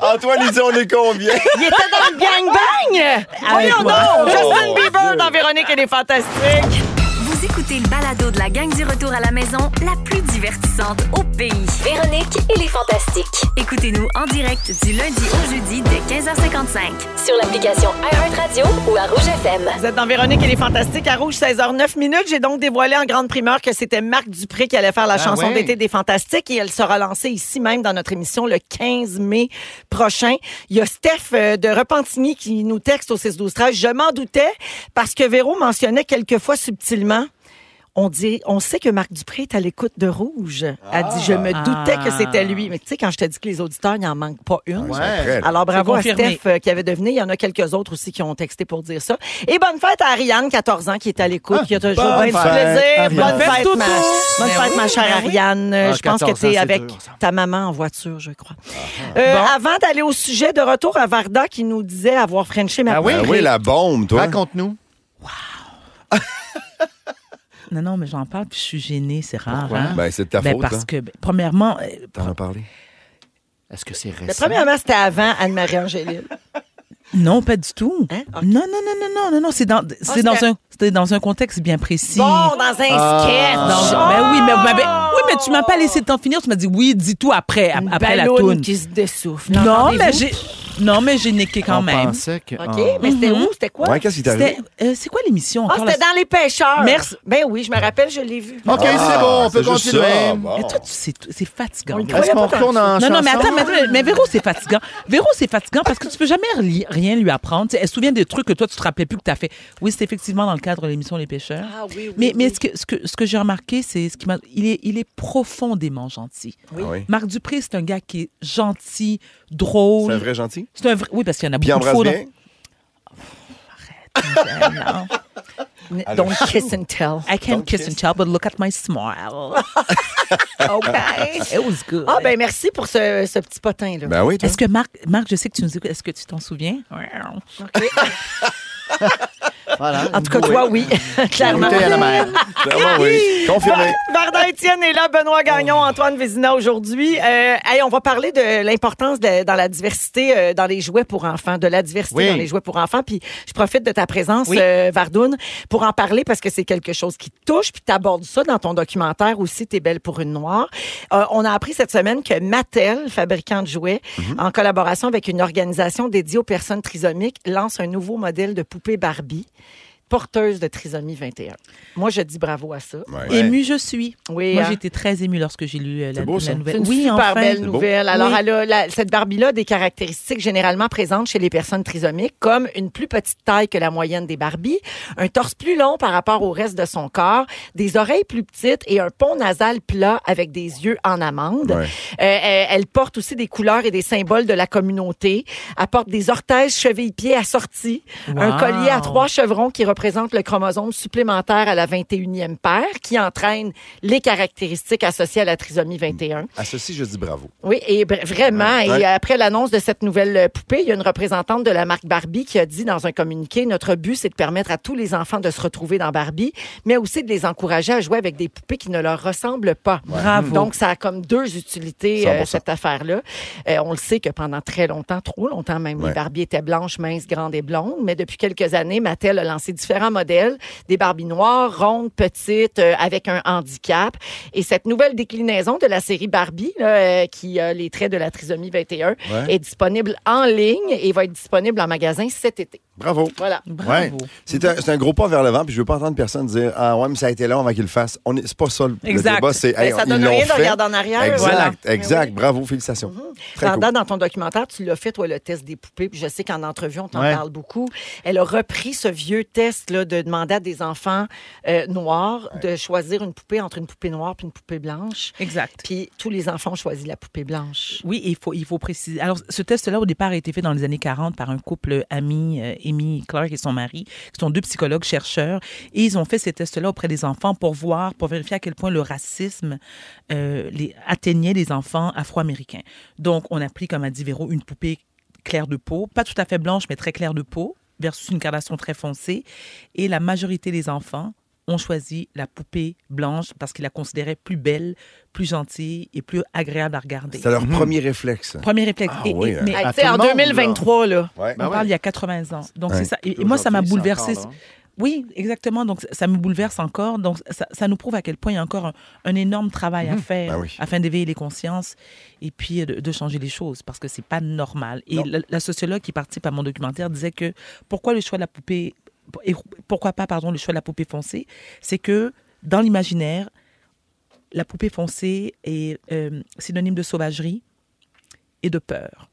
Speaker 3: Antoine, il dit on est combien?
Speaker 1: Il était dans le gangbang. Voyons donc. Justin Bieber dans Véronique et les Fantastiques.
Speaker 7: Vous écoutez le balado de la gang du retour à la maison, la plus divertissante au pays.
Speaker 8: Véronique et les Fantastiques.
Speaker 7: Écoutez-nous en direct du lundi au jeudi dès 15h55.
Speaker 8: Sur l'application iHeartRadio ou à Rouge FM.
Speaker 1: Vous êtes dans Véronique et les Fantastiques à Rouge, 16h09 minutes. J'ai donc dévoilé en grande primeur que c'était Marc Dupré qui allait faire la chanson
Speaker 2: ouais.
Speaker 1: d'été des Fantastiques et elle sera lancée ici même dans notre émission le 15 mai prochain. Il y a Steph euh, de Repentigny qui nous texte au 6-12-13. Je m'en doutais parce que Véro mentionnait quelquefois subtilement on dit, on sait que Marc Dupré est à l'écoute de Rouge. Elle dit, je me doutais que c'était lui. Mais tu sais, quand je te dis que les auditeurs, il n'en manque pas une.
Speaker 2: Ouais.
Speaker 1: Alors bravo à
Speaker 4: C'est confirmé.
Speaker 1: Steph euh, qui avait deviné. Il y en a quelques autres aussi qui ont texté pour dire ça. Et bonne fête à Ariane, 14 ans, qui est à l'écoute, qui a toujours
Speaker 2: bonne
Speaker 1: bien du
Speaker 2: fête,
Speaker 1: plaisir.
Speaker 2: Ariane.
Speaker 1: Bonne
Speaker 4: Bonne fête,
Speaker 1: fête, ma,
Speaker 4: Toto.
Speaker 1: bonne
Speaker 4: Ben
Speaker 1: fête,
Speaker 4: oui,
Speaker 1: ma chère
Speaker 4: ben oui.
Speaker 1: Ariane. Euh,
Speaker 2: Ah,
Speaker 1: je pense
Speaker 2: 14
Speaker 1: que tu es
Speaker 2: ans, c'est
Speaker 1: avec
Speaker 2: dur, ça.
Speaker 1: ta maman en voiture, je crois. Euh, Avant d'aller au sujet de retour à Varda qui nous disait avoir Frenché ma
Speaker 2: Ah oui?
Speaker 3: Ah oui, la bombe, toi.
Speaker 2: Raconte-nous.
Speaker 4: Non, non, mais j'en parle, puis je suis gênée, c'est rare.
Speaker 2: Pourquoi?
Speaker 4: hein?
Speaker 3: Ben, c'est de ta
Speaker 4: Ben,
Speaker 3: faute,
Speaker 4: Parce
Speaker 3: hein.
Speaker 4: que, ben, premièrement, euh,
Speaker 3: T'en as parlé.
Speaker 2: Est-ce que c'est
Speaker 1: Mais
Speaker 2: récent?
Speaker 1: premièrement, c'était avant Anne-Marie Angélil.
Speaker 4: non, pas du tout.
Speaker 1: Hein? Ok.
Speaker 4: Non, non, non, non, non, non, non, c'est dans, c'est dans,
Speaker 1: c'était-
Speaker 4: un, c'était dans un contexte bien précis.
Speaker 1: Bon, dans un sketch.
Speaker 4: Dans- ben oui, mais vous m'avez- oui, mais tu m'as pas laissé le temps de finir. Tu m'as dit oui, dis tout après, ap-
Speaker 1: Une
Speaker 4: après la
Speaker 1: balloune
Speaker 4: toune.
Speaker 1: qui se dessouffle.
Speaker 4: Non, mais
Speaker 1: Entendez-vous?
Speaker 4: j'ai, non, mais j'ai niqué quand
Speaker 2: On
Speaker 4: même.
Speaker 2: pensait que...
Speaker 1: OK,
Speaker 2: oh.
Speaker 1: mais c'était où? C'était quoi?
Speaker 3: Ouais, qu'est-ce qui t'est
Speaker 4: C'était,
Speaker 3: arrivé?
Speaker 4: euh, c'est quoi l'émission
Speaker 1: Ah,
Speaker 4: encore?
Speaker 1: c'était
Speaker 4: là?
Speaker 1: dans Les Pêcheurs.
Speaker 4: Merci. Oh,
Speaker 1: Ben oui, je me rappelle, je l'ai vu.
Speaker 2: OK, c'est bon, on peut
Speaker 3: Ah, C'est juste
Speaker 2: continuer.
Speaker 3: ça, bon. Ah
Speaker 4: Mais toi, tu sais tout- c'est fatigant.
Speaker 1: On le
Speaker 2: Est-ce
Speaker 1: Ouais,
Speaker 2: qu'on
Speaker 1: pas
Speaker 2: retourne en
Speaker 4: Non,
Speaker 2: chanson?
Speaker 4: non, mais attends, mais, attends, mais Véro, c'est fatigant. Véro, c'est fatigant parce que tu peux jamais li- rien lui apprendre. Tu sais, elle se souvient des trucs que toi, tu te rappelais plus que tu as fait. Oui, c'est effectivement dans le cadre de l'émission Les Pêcheurs.
Speaker 1: Ah oui, oui,
Speaker 4: mais, mais
Speaker 1: oui.
Speaker 4: ce que, ce que, ce que j'ai remarqué, c'est ce qui m'a. Il est, il est profondément gentil.
Speaker 3: Oui. Ah oui.
Speaker 4: Marc Dupré, c'est un gars qui est gentil,
Speaker 3: C'est
Speaker 4: drôle.
Speaker 3: un vrai gentil?
Speaker 4: C'est un vrai- Oui, parce qu'il y en a
Speaker 3: Puis il
Speaker 4: beaucoup
Speaker 3: embrasse
Speaker 4: trop.
Speaker 3: bien?
Speaker 4: dans-
Speaker 1: Don't kiss and tell.
Speaker 4: I can't kiss and tell, but look at my smile.
Speaker 1: OK.
Speaker 4: It was good.
Speaker 1: Ah, ben merci pour ce, ce petit potin-là.
Speaker 3: Ben oui, toi.
Speaker 4: Est-ce que Marc, Marc, je sais que tu nous écoutes, est-ce que tu t'en souviens?
Speaker 2: Voilà.
Speaker 1: en tout cas, toi, oui, clairement.
Speaker 2: Bouteille à la mer.
Speaker 3: Clairement, Ah oui. Confirmé.
Speaker 1: Varda Étienne est là, Benoît Gagnon, Antoine Vézina aujourd'hui. Euh, hey, on va parler de l'importance de- dans la diversité euh, dans les jouets pour enfants, de la diversité
Speaker 2: Oui.
Speaker 1: dans les jouets pour enfants. Puis je profite de ta présence,
Speaker 4: Oui.
Speaker 1: euh, Vardoune, pour en parler parce que c'est quelque chose qui te touche. Puis tu abordes ça dans ton documentaire aussi, T'es belle pour une noire. Euh, on a appris cette semaine que Mattel, fabricant de jouets, en collaboration avec une organisation dédiée aux personnes trisomiques, lance un nouveau modèle de poupée Barbie porteuse de trisomie 21. Moi, je dis bravo à ça.
Speaker 3: Ouais.
Speaker 2: Ouais.
Speaker 4: Émue, je suis.
Speaker 1: Oui,
Speaker 4: Moi,
Speaker 1: hein.
Speaker 4: j'ai été très émue lorsque j'ai lu euh, la,
Speaker 3: C'est beau,
Speaker 4: la
Speaker 3: ça.
Speaker 1: C'est
Speaker 4: nouvelle.
Speaker 1: une
Speaker 4: Oui,
Speaker 1: super
Speaker 4: enfin.
Speaker 1: belle
Speaker 3: beau.
Speaker 1: nouvelle. Alors,
Speaker 4: Oui.
Speaker 1: elle a la- cette Barbie-là a des caractéristiques généralement présentes chez les personnes trisomiques, comme une plus petite taille que la moyenne des Barbies, un torse plus long par rapport au reste de son corps, des oreilles plus petites et un pont nasal plat avec des yeux en amande.
Speaker 3: Ouais.
Speaker 1: Euh, elle, elle porte aussi des couleurs et des symboles de la communauté. Elle porte des orthèses cheville-pied assortis, un
Speaker 4: Wow.
Speaker 1: collier à trois chevrons qui représente le chromosome supplémentaire à la 21e paire, qui entraîne les caractéristiques associées à la trisomie 21.
Speaker 3: À ceci, je dis bravo.
Speaker 1: Oui, et br- vraiment,
Speaker 3: Ouais.
Speaker 1: et après l'annonce de cette nouvelle euh, poupée, il y a une représentante de la marque Barbie qui a dit dans un communiqué, notre but, c'est de permettre à tous les enfants de se retrouver dans Barbie, mais aussi de les encourager à jouer avec des poupées qui ne leur ressemblent pas.
Speaker 4: Bravo.
Speaker 1: Donc, ça a comme deux utilités, euh,
Speaker 3: 100%.
Speaker 1: cette affaire-là. Euh, on le sait que pendant très longtemps, trop longtemps même,
Speaker 3: Ouais.
Speaker 1: les Barbies étaient blanches, minces, grandes et blondes, mais depuis quelques années, Mattel a lancé différents modèles, des Barbies noires, rondes, petites, euh, avec un handicap. Et cette nouvelle déclinaison de la série Barbie, là, euh, qui a les traits de la trisomie 21, est disponible en ligne et va être disponible en magasin cet été.
Speaker 3: Bravo.
Speaker 1: Voilà.
Speaker 2: Ouais.
Speaker 4: Bravo.
Speaker 3: C'est un, c'est un gros pas vers l'avant, puis je veux pas entendre personne dire Ah ouais, mais ça a été long avant qu'il le fasse. On est- C'est pas ça le, le
Speaker 4: Exact.
Speaker 3: débat, c'est
Speaker 1: Ben,
Speaker 3: hey,
Speaker 1: ça
Speaker 3: ils
Speaker 1: donne
Speaker 3: l'ont
Speaker 1: rien de
Speaker 3: fait.
Speaker 1: regarder en arrière.
Speaker 3: Exact,
Speaker 1: voilà. Ben Mhm.
Speaker 3: exact. Bravo, félicitations. Très
Speaker 1: Vanda,
Speaker 3: cool.
Speaker 1: dans ton documentaire, tu l'as fait, toi, le test des poupées. Puis je sais qu'en entrevue, on t'en
Speaker 2: Ouais.
Speaker 1: parle beaucoup. Elle a repris ce vieux test là, de demander à des enfants euh, noirs de choisir une poupée entre une poupée noire puis une poupée blanche.
Speaker 4: Exact.
Speaker 1: Puis tous les enfants ont choisi la poupée blanche.
Speaker 4: Oui, il faut, il faut préciser. Alors, ce test-là, au départ, a été fait dans les années 40 par un couple ami, euh, Amy Clark et son mari, qui sont deux psychologues chercheurs. Et ils ont fait ces tests-là auprès des enfants pour voir, pour vérifier à quel point le racisme euh, les, atteignait les enfants afro-américains. Donc, on a pris, comme a dit Véro, une poupée claire de peau, pas tout à fait blanche, mais très claire de peau, versus une Kardashian très foncée. Et la majorité des enfants ont choisi la poupée blanche parce qu'ils la considéraient plus belle, plus gentille et plus agréable à regarder.
Speaker 3: C'était leur premier réflexe.
Speaker 4: Premier réflexe.
Speaker 3: Ah
Speaker 4: Et- et-
Speaker 3: oui, hein.
Speaker 4: mais
Speaker 1: Hey,
Speaker 2: à
Speaker 1: tu sais,
Speaker 2: tout
Speaker 1: en
Speaker 2: le monde,
Speaker 1: 2023, là.
Speaker 3: Ouais.
Speaker 4: on parle il y a 80 ans. Donc,
Speaker 3: Ouais.
Speaker 4: c'est ça. Et, et moi, ça m'a
Speaker 2: Aujourd'hui, c'est
Speaker 4: bouleversé.
Speaker 3: hein.
Speaker 2: encore, là.
Speaker 4: Oui, exactement. Donc, ça me bouleverse encore. Donc, ça, ça nous prouve à quel point il y a encore un, un énorme travail à faire
Speaker 3: Ben oui.
Speaker 4: afin d'éveiller les consciences et puis euh, de, de changer les choses parce que c'est pas normal. Et
Speaker 3: Non.
Speaker 4: la, la sociologue qui participe à mon documentaire disait que pourquoi le choix de la poupée, et pourquoi pas, pardon, le choix de la poupée foncée, c'est que dans l'imaginaire, la poupée foncée est euh, synonyme de sauvagerie et de peur.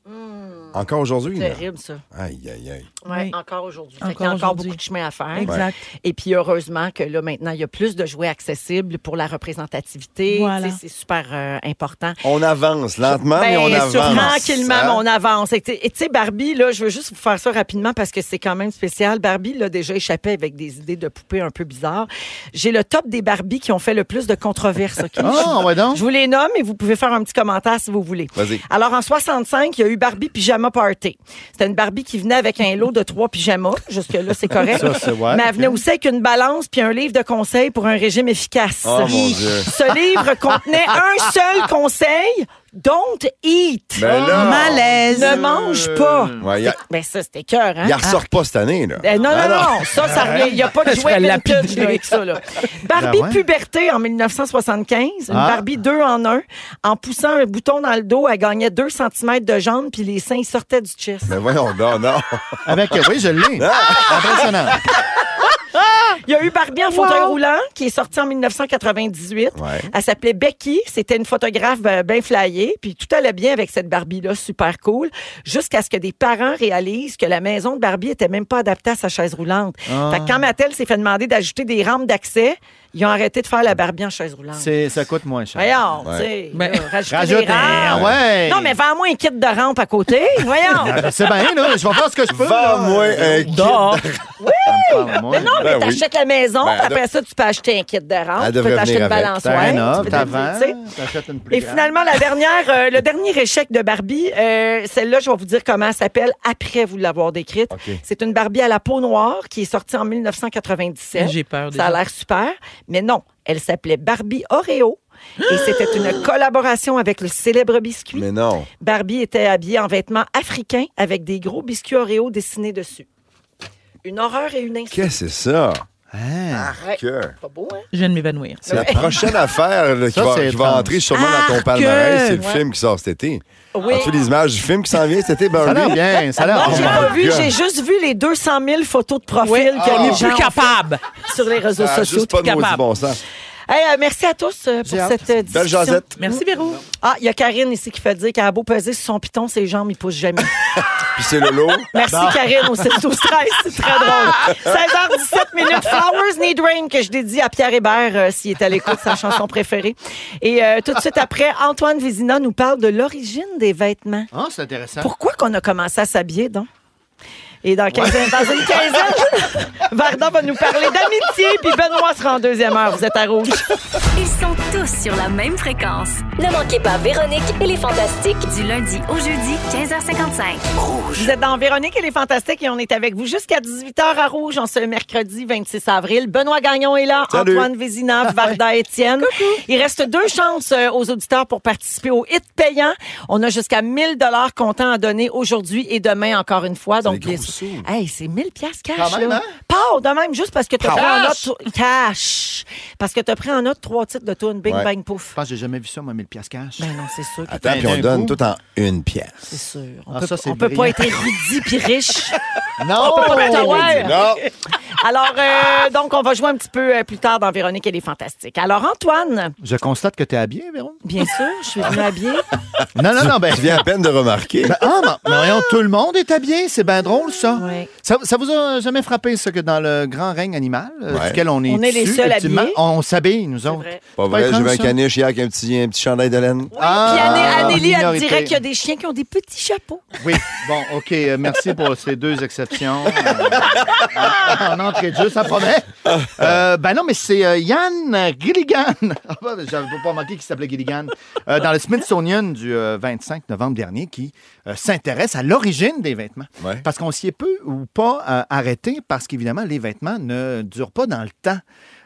Speaker 3: Encore aujourd'hui. là.
Speaker 1: Terrible, ça.
Speaker 3: Aïe, aïe, aïe.
Speaker 1: Ouais,
Speaker 4: Oui.
Speaker 1: Encore aujourd'hui. Fait qu'il y a
Speaker 4: Encore
Speaker 1: encore
Speaker 4: aujourd'hui.
Speaker 1: beaucoup de chemin à faire.
Speaker 4: Exact.
Speaker 1: Et puis heureusement que là maintenant il y a plus de jouets accessibles pour la représentativité.
Speaker 4: Voilà.
Speaker 1: Tu sais, C'est super euh, important.
Speaker 3: On avance lentement, mais
Speaker 1: Ben,
Speaker 3: on avance.
Speaker 1: sur- Tranquillement,
Speaker 3: Hein?
Speaker 1: mais on avance. Et tu sais- et tu sais, Barbie, là, je veux juste vous faire ça rapidement parce que c'est quand même spécial. Barbie l'a déjà échappé avec des idées de poupées un peu bizarres. J'ai le top des Barbies qui ont fait le plus de controverses. OK?
Speaker 2: Ah, ouais, donc.
Speaker 1: Je vous les nomme et vous pouvez faire un petit commentaire si vous voulez.
Speaker 3: Vas-y.
Speaker 1: Alors, en 65, il y a eu Barbie Pyjama Party. C'était une Barbie qui venait avec un lot de trois pyjamas. Jusque-là, c'est correct.
Speaker 2: Ça, c'est- ouais,
Speaker 1: Mais elle
Speaker 2: ok.
Speaker 1: venait aussi avec une balance puis un livre de conseils pour un régime efficace.
Speaker 3: Oh, mon Dieu.
Speaker 1: Ce livre contenait un seul conseil. Don't eat.
Speaker 3: Ben là.
Speaker 4: Malaise.
Speaker 1: Ne mange pas.
Speaker 3: Ouais, il a-
Speaker 1: Mais ça, c'était cœur, hein?
Speaker 3: il en ressort pas cette année, là.
Speaker 1: Eh, non, non, non, ça, ça revient. Il n'y a pas de
Speaker 4: Je
Speaker 1: jouet
Speaker 4: serais
Speaker 1: vintage
Speaker 4: lapidée.
Speaker 1: là, avec ça. Là. Barbie
Speaker 2: Ben ouais.
Speaker 1: puberté en 1975, une
Speaker 2: Ah.
Speaker 1: Barbie 2 en 1. En poussant un bouton dans le dos, elle gagnait 2 cm de jambes, puis les seins ils sortaient du chest.
Speaker 3: Mais Ben, voyons, non, non.
Speaker 1: Ah,
Speaker 2: Avec, euh, oui, je l'ai. Impressionnant.
Speaker 1: Il y a eu Barbie en fauteuil roulant, qui est sortie en 1998.
Speaker 3: Ouais.
Speaker 1: Elle s'appelait Becky. C'était une photographe euh, bien flyée. Puis tout allait bien avec cette Barbie-là, super cool. Jusqu'à ce que des parents réalisent que la maison de Barbie était même pas adaptée à sa chaise roulante.
Speaker 2: Ah.
Speaker 1: Fait que quand Mattel s'est fait demander d'ajouter des rampes d'accès, ils ont arrêté de faire la Barbie en chaise roulante.
Speaker 2: C'est- Ça coûte moins cher.
Speaker 1: Voyons,
Speaker 3: Ouais.
Speaker 1: tu sais,
Speaker 4: Ben,
Speaker 1: là, rajouter
Speaker 2: Rajoute
Speaker 1: des rampes.
Speaker 2: un. Ouais. Ah, ben,
Speaker 1: Non, mais vends-moi un kit de rampe à côté. Voyons.
Speaker 2: C'est bien, là. Je vais faire ce que je peux. là.
Speaker 3: Vends-moi un kit.
Speaker 4: Dehors.
Speaker 2: Ça me prend moins.
Speaker 1: euh, Mais non, mais
Speaker 3: Ben oui.
Speaker 1: t'achètes la maison,
Speaker 3: Ben,
Speaker 1: puis
Speaker 3: elle
Speaker 1: après ça, tu peux acheter un kit de rampe,
Speaker 3: Elle
Speaker 1: tu peux
Speaker 3: devrait
Speaker 1: t'acheter
Speaker 3: venir
Speaker 1: une
Speaker 3: avec.
Speaker 1: balançoire.
Speaker 2: T'en as,
Speaker 1: tu peux
Speaker 2: t'avants,
Speaker 1: t'acheter-
Speaker 2: t'achètes une plus
Speaker 1: Et
Speaker 2: grande.
Speaker 1: finalement, la dernière, euh, le dernier échec de Barbie, euh, celle-là, je vais vous dire comment elle s'appelle après vous l'avoir décrite.
Speaker 3: OK.
Speaker 1: C'est une Barbie à la peau noire qui est sortie en 1997.
Speaker 4: J'ai peur
Speaker 1: Ça a
Speaker 4: déjà.
Speaker 1: l'air super, mais non, elle s'appelait Barbie Oreo. Et c'était une collaboration avec le célèbre biscuit.
Speaker 3: Mais non.
Speaker 1: Barbie était habillée en vêtements africains avec des gros biscuits Oreo dessinés dessus. Une horreur et une insulte.
Speaker 3: Qu'est-ce que c'est ça?
Speaker 2: Hein?
Speaker 1: Arrête.
Speaker 3: Que-
Speaker 1: Pas beau, hein?
Speaker 4: Je viens de m'évanouir.
Speaker 3: La prochaine affaire là, qui,
Speaker 2: Ça,
Speaker 3: va,
Speaker 2: c'est
Speaker 3: qui va
Speaker 2: étrange.
Speaker 3: entrer sûrement dans ton
Speaker 4: Ah,
Speaker 3: palmarès,
Speaker 4: que-
Speaker 3: c'est le
Speaker 1: Ouais.
Speaker 3: film qui sort cet été.
Speaker 1: Oui.
Speaker 3: As-tu les images du film qui s'en vient cet été? Ben
Speaker 2: Ça a l'air
Speaker 3: oui.
Speaker 2: bien, ça a l'air
Speaker 1: Moi, j'ai
Speaker 2: bien.
Speaker 1: pas vu,
Speaker 3: God.
Speaker 1: j'ai juste vu les 200 000 photos de profil
Speaker 4: Oui.
Speaker 1: que
Speaker 2: Ah,
Speaker 4: On
Speaker 1: les
Speaker 4: est
Speaker 1: gens
Speaker 4: plus
Speaker 1: ont
Speaker 4: capable.
Speaker 1: fait sur les réseaux
Speaker 3: Ah,
Speaker 1: sociaux.
Speaker 3: juste pas de
Speaker 4: capable.
Speaker 3: maudit bon sens.
Speaker 1: Hey, euh, merci à tous euh, pour
Speaker 2: J'ai hâte.
Speaker 1: cette euh, discussion.
Speaker 3: Belle jasette.
Speaker 4: Merci, Véro.
Speaker 1: Ah, il y a Karine ici qui fait dire qu'elle a beau peser sur son piton, ses jambes, il pousse jamais.
Speaker 3: Puis c'est le lot.
Speaker 1: Merci Karine au 7 12 13 c'est très drôle. 16h17 minutes, Flowers Need Rain que je dédie à Pierre Hébert euh, s'il est à l'écoute, sa chanson préférée. Et euh, tout de suite après, Antoine Vézina nous parle de l'origine des vêtements.
Speaker 2: Ah, c'est intéressant.
Speaker 1: Pourquoi qu'on a commencé à s'habiller, donc? Et dans, 15 dans une quinzaine, Varda va nous parler d'amitié, puis Benoît sera en deuxième heure. Vous êtes à rouge.
Speaker 7: Ils sont tous sur la même fréquence.
Speaker 8: Ne manquez pas Véronique et les Fantastiques.
Speaker 7: Du lundi au jeudi, 15h55.
Speaker 1: Vous êtes dans Véronique et les Fantastiques et on est avec vous jusqu'à 18h à Rouge en ce mercredi 26 avril. Benoît Gagnon est là,
Speaker 3: Salut.
Speaker 1: Antoine Vézina, Varda Étienne. Il reste deux chances euh, aux auditeurs pour participer au hit payant. On a jusqu'à 1000 dollars comptant à donner aujourd'hui et demain encore une fois. Donc
Speaker 3: des gros
Speaker 1: bien sûr-
Speaker 3: sous.
Speaker 1: Hey, c'est 1000 pièces cash
Speaker 2: Quand même,
Speaker 1: là.
Speaker 2: hein?
Speaker 1: Pas de même juste parce que tu as
Speaker 2: Pow.
Speaker 1: pris en
Speaker 2: Cash.
Speaker 1: note cash parce que tu as pris en note trois titres de tune Bing
Speaker 3: Ouais.
Speaker 1: Bang
Speaker 2: Je
Speaker 1: Pouf.
Speaker 2: pense que j'ai jamais vu ça, moi, 1000 piastres cash.
Speaker 1: Ben non, c'est sûr. que
Speaker 3: Attends,
Speaker 2: Ben,
Speaker 3: puis on
Speaker 2: d'un
Speaker 3: donne
Speaker 2: coup.
Speaker 3: tout en une pièce.
Speaker 1: C'est sûr. On
Speaker 2: Ah,
Speaker 1: peut,
Speaker 2: ça, c'est
Speaker 1: on peut pas
Speaker 2: brillant.
Speaker 1: être érudit puis riche. Oh,
Speaker 2: Non!
Speaker 1: On peut pas tout avoir.
Speaker 3: Non,
Speaker 1: Alors, euh, donc, on va jouer un petit peu euh, plus tard dans Véronique, elle est fantastique. Alors, Antoine,
Speaker 2: Je constate que t'es habillé, Véron.
Speaker 1: bien sûr, je suis venue habillée.
Speaker 2: Non, non, non, ben...
Speaker 3: je viens à peine de remarquer.
Speaker 2: ben, ah, ben, ben, voyons, tout le monde est habillé, c'est bien drôle, ça.
Speaker 1: Ouais.
Speaker 2: ça. ça vous a jamais frappé, ça, que dans le grand règne animal, euh,
Speaker 3: Ouais.
Speaker 2: duquel on est
Speaker 1: On est les
Speaker 2: issu,
Speaker 1: seuls
Speaker 2: effectivement,
Speaker 1: habillés.
Speaker 2: on s'habille, nous autres.
Speaker 1: vrai.
Speaker 3: Pas
Speaker 2: C'est
Speaker 3: vrai, j'ai
Speaker 2: étrange,
Speaker 3: vu un
Speaker 2: ça.
Speaker 3: caniche hier avec un petit, un petit chandail de laine.
Speaker 2: Ah,
Speaker 1: Puis Anné- Annélie, elle
Speaker 2: minorité.
Speaker 1: dirait qu'il y a des chiens qui ont des petits chapeaux.
Speaker 2: Oui, bon, OK, euh, merci pour ces deux exceptions. Euh, en entrée de jeu, ça promet. Euh, ben non, mais c'est euh, Yann Gilligan. Ah, ben, J'avais pas remarqué qu'il s'appelait Gilligan. Euh, dans le Smithsonian du euh, 25 novembre dernier, qui euh, s'intéresse à l'origine des vêtements.
Speaker 3: Ouais.
Speaker 2: Parce qu'on s'y est peu ou pas euh, arrêté, parce qu'évidemment, les vêtements ne durent pas dans le temps.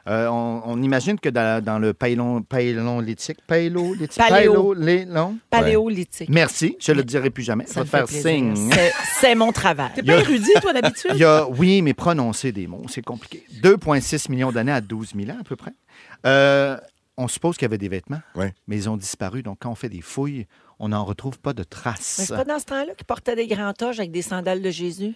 Speaker 2: Euh, on, on imagine que dans, dans le paélon- paélolithique, paélolithique,
Speaker 1: Paléo.
Speaker 2: paélolélon-
Speaker 1: Paléolithique.
Speaker 2: Merci, je le dirai plus jamais.
Speaker 1: Ça
Speaker 2: Ça
Speaker 1: me
Speaker 2: va te faire
Speaker 1: fait plaisir.
Speaker 2: signe.
Speaker 1: C'est- C'est mon travail.
Speaker 4: T'es pas érudit, toi, d'habitude?
Speaker 2: Il y a, oui, mais prononcer des mots, c'est compliqué. 2,6 millions d'années à 12 000 ans, à peu près. Euh, on suppose qu'il y avait des vêtements,
Speaker 3: Ouais.
Speaker 2: mais ils ont disparu. Donc, quand on fait des fouilles, on n'en retrouve pas de
Speaker 1: Mais
Speaker 2: traces.
Speaker 1: c'est pas dans ce temps-là qu'ils portaient des grands toges avec des sandales de Jésus.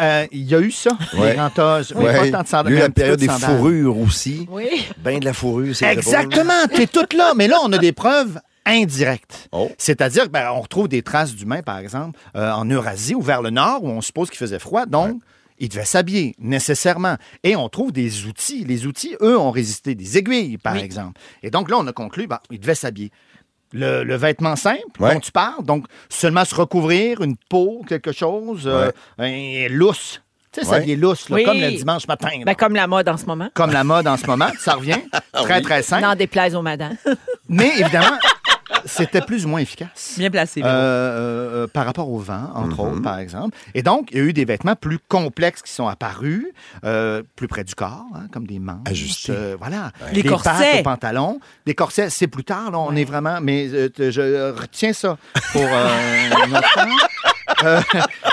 Speaker 2: Euh, Il y a eu ça,
Speaker 3: Ouais.
Speaker 2: les rantages. mais
Speaker 3: Ouais.
Speaker 2: pas tant de sandales,
Speaker 3: Lui,
Speaker 2: mais un
Speaker 3: la
Speaker 2: petit peu
Speaker 3: période
Speaker 2: de
Speaker 3: des
Speaker 2: sandales.
Speaker 3: fourrures aussi.
Speaker 1: Oui.
Speaker 3: Ben de la fourrure, c'est
Speaker 2: Exactement, t'es toute là. Mais là, on a des preuves indirectes.
Speaker 3: Oh.
Speaker 2: C'est-à-dire qu'on retrouve des traces d'humains, par exemple, euh, en Eurasie ou vers le nord, où on suppose qu'il faisait froid. Donc, ils devaient s'habiller, nécessairement. Et on trouve des outils. Les outils, eux, ont résisté. Des aiguilles, par exemple. Et donc, là, on a conclu, ben, ils devaient s'habiller. Le, le vêtement simple
Speaker 3: Ouais.
Speaker 2: dont tu parles, donc seulement se recouvrir, une peau, quelque chose, euh, un lousse. Tu sais,
Speaker 3: Ouais.
Speaker 2: s'habiller lousse, là,
Speaker 1: Oui.
Speaker 2: comme le dimanche matin. là.
Speaker 1: Ben, comme la mode en ce moment.
Speaker 2: Comme la mode en ce moment, ça revient. Très, très simple.
Speaker 1: N'en déplaise aux madames.
Speaker 2: Mais évidemment, c'était plus ou moins efficace.
Speaker 4: Bien placé,
Speaker 2: Euh,
Speaker 4: Véro.
Speaker 2: euh, euh, par rapport au vent, entre autres, par exemple. Et donc, il y a eu des vêtements plus complexes qui sont apparus, euh, plus près du corps, hein, comme des manches.
Speaker 3: Ajustés.
Speaker 2: euh, voilà.
Speaker 4: Les
Speaker 2: Des
Speaker 4: corsets.
Speaker 2: pattes aux pantalons. Des corsets, c'est plus tard, là, on est vraiment... Mais euh, te- je retiens ça pour euh, notre temps. Euh,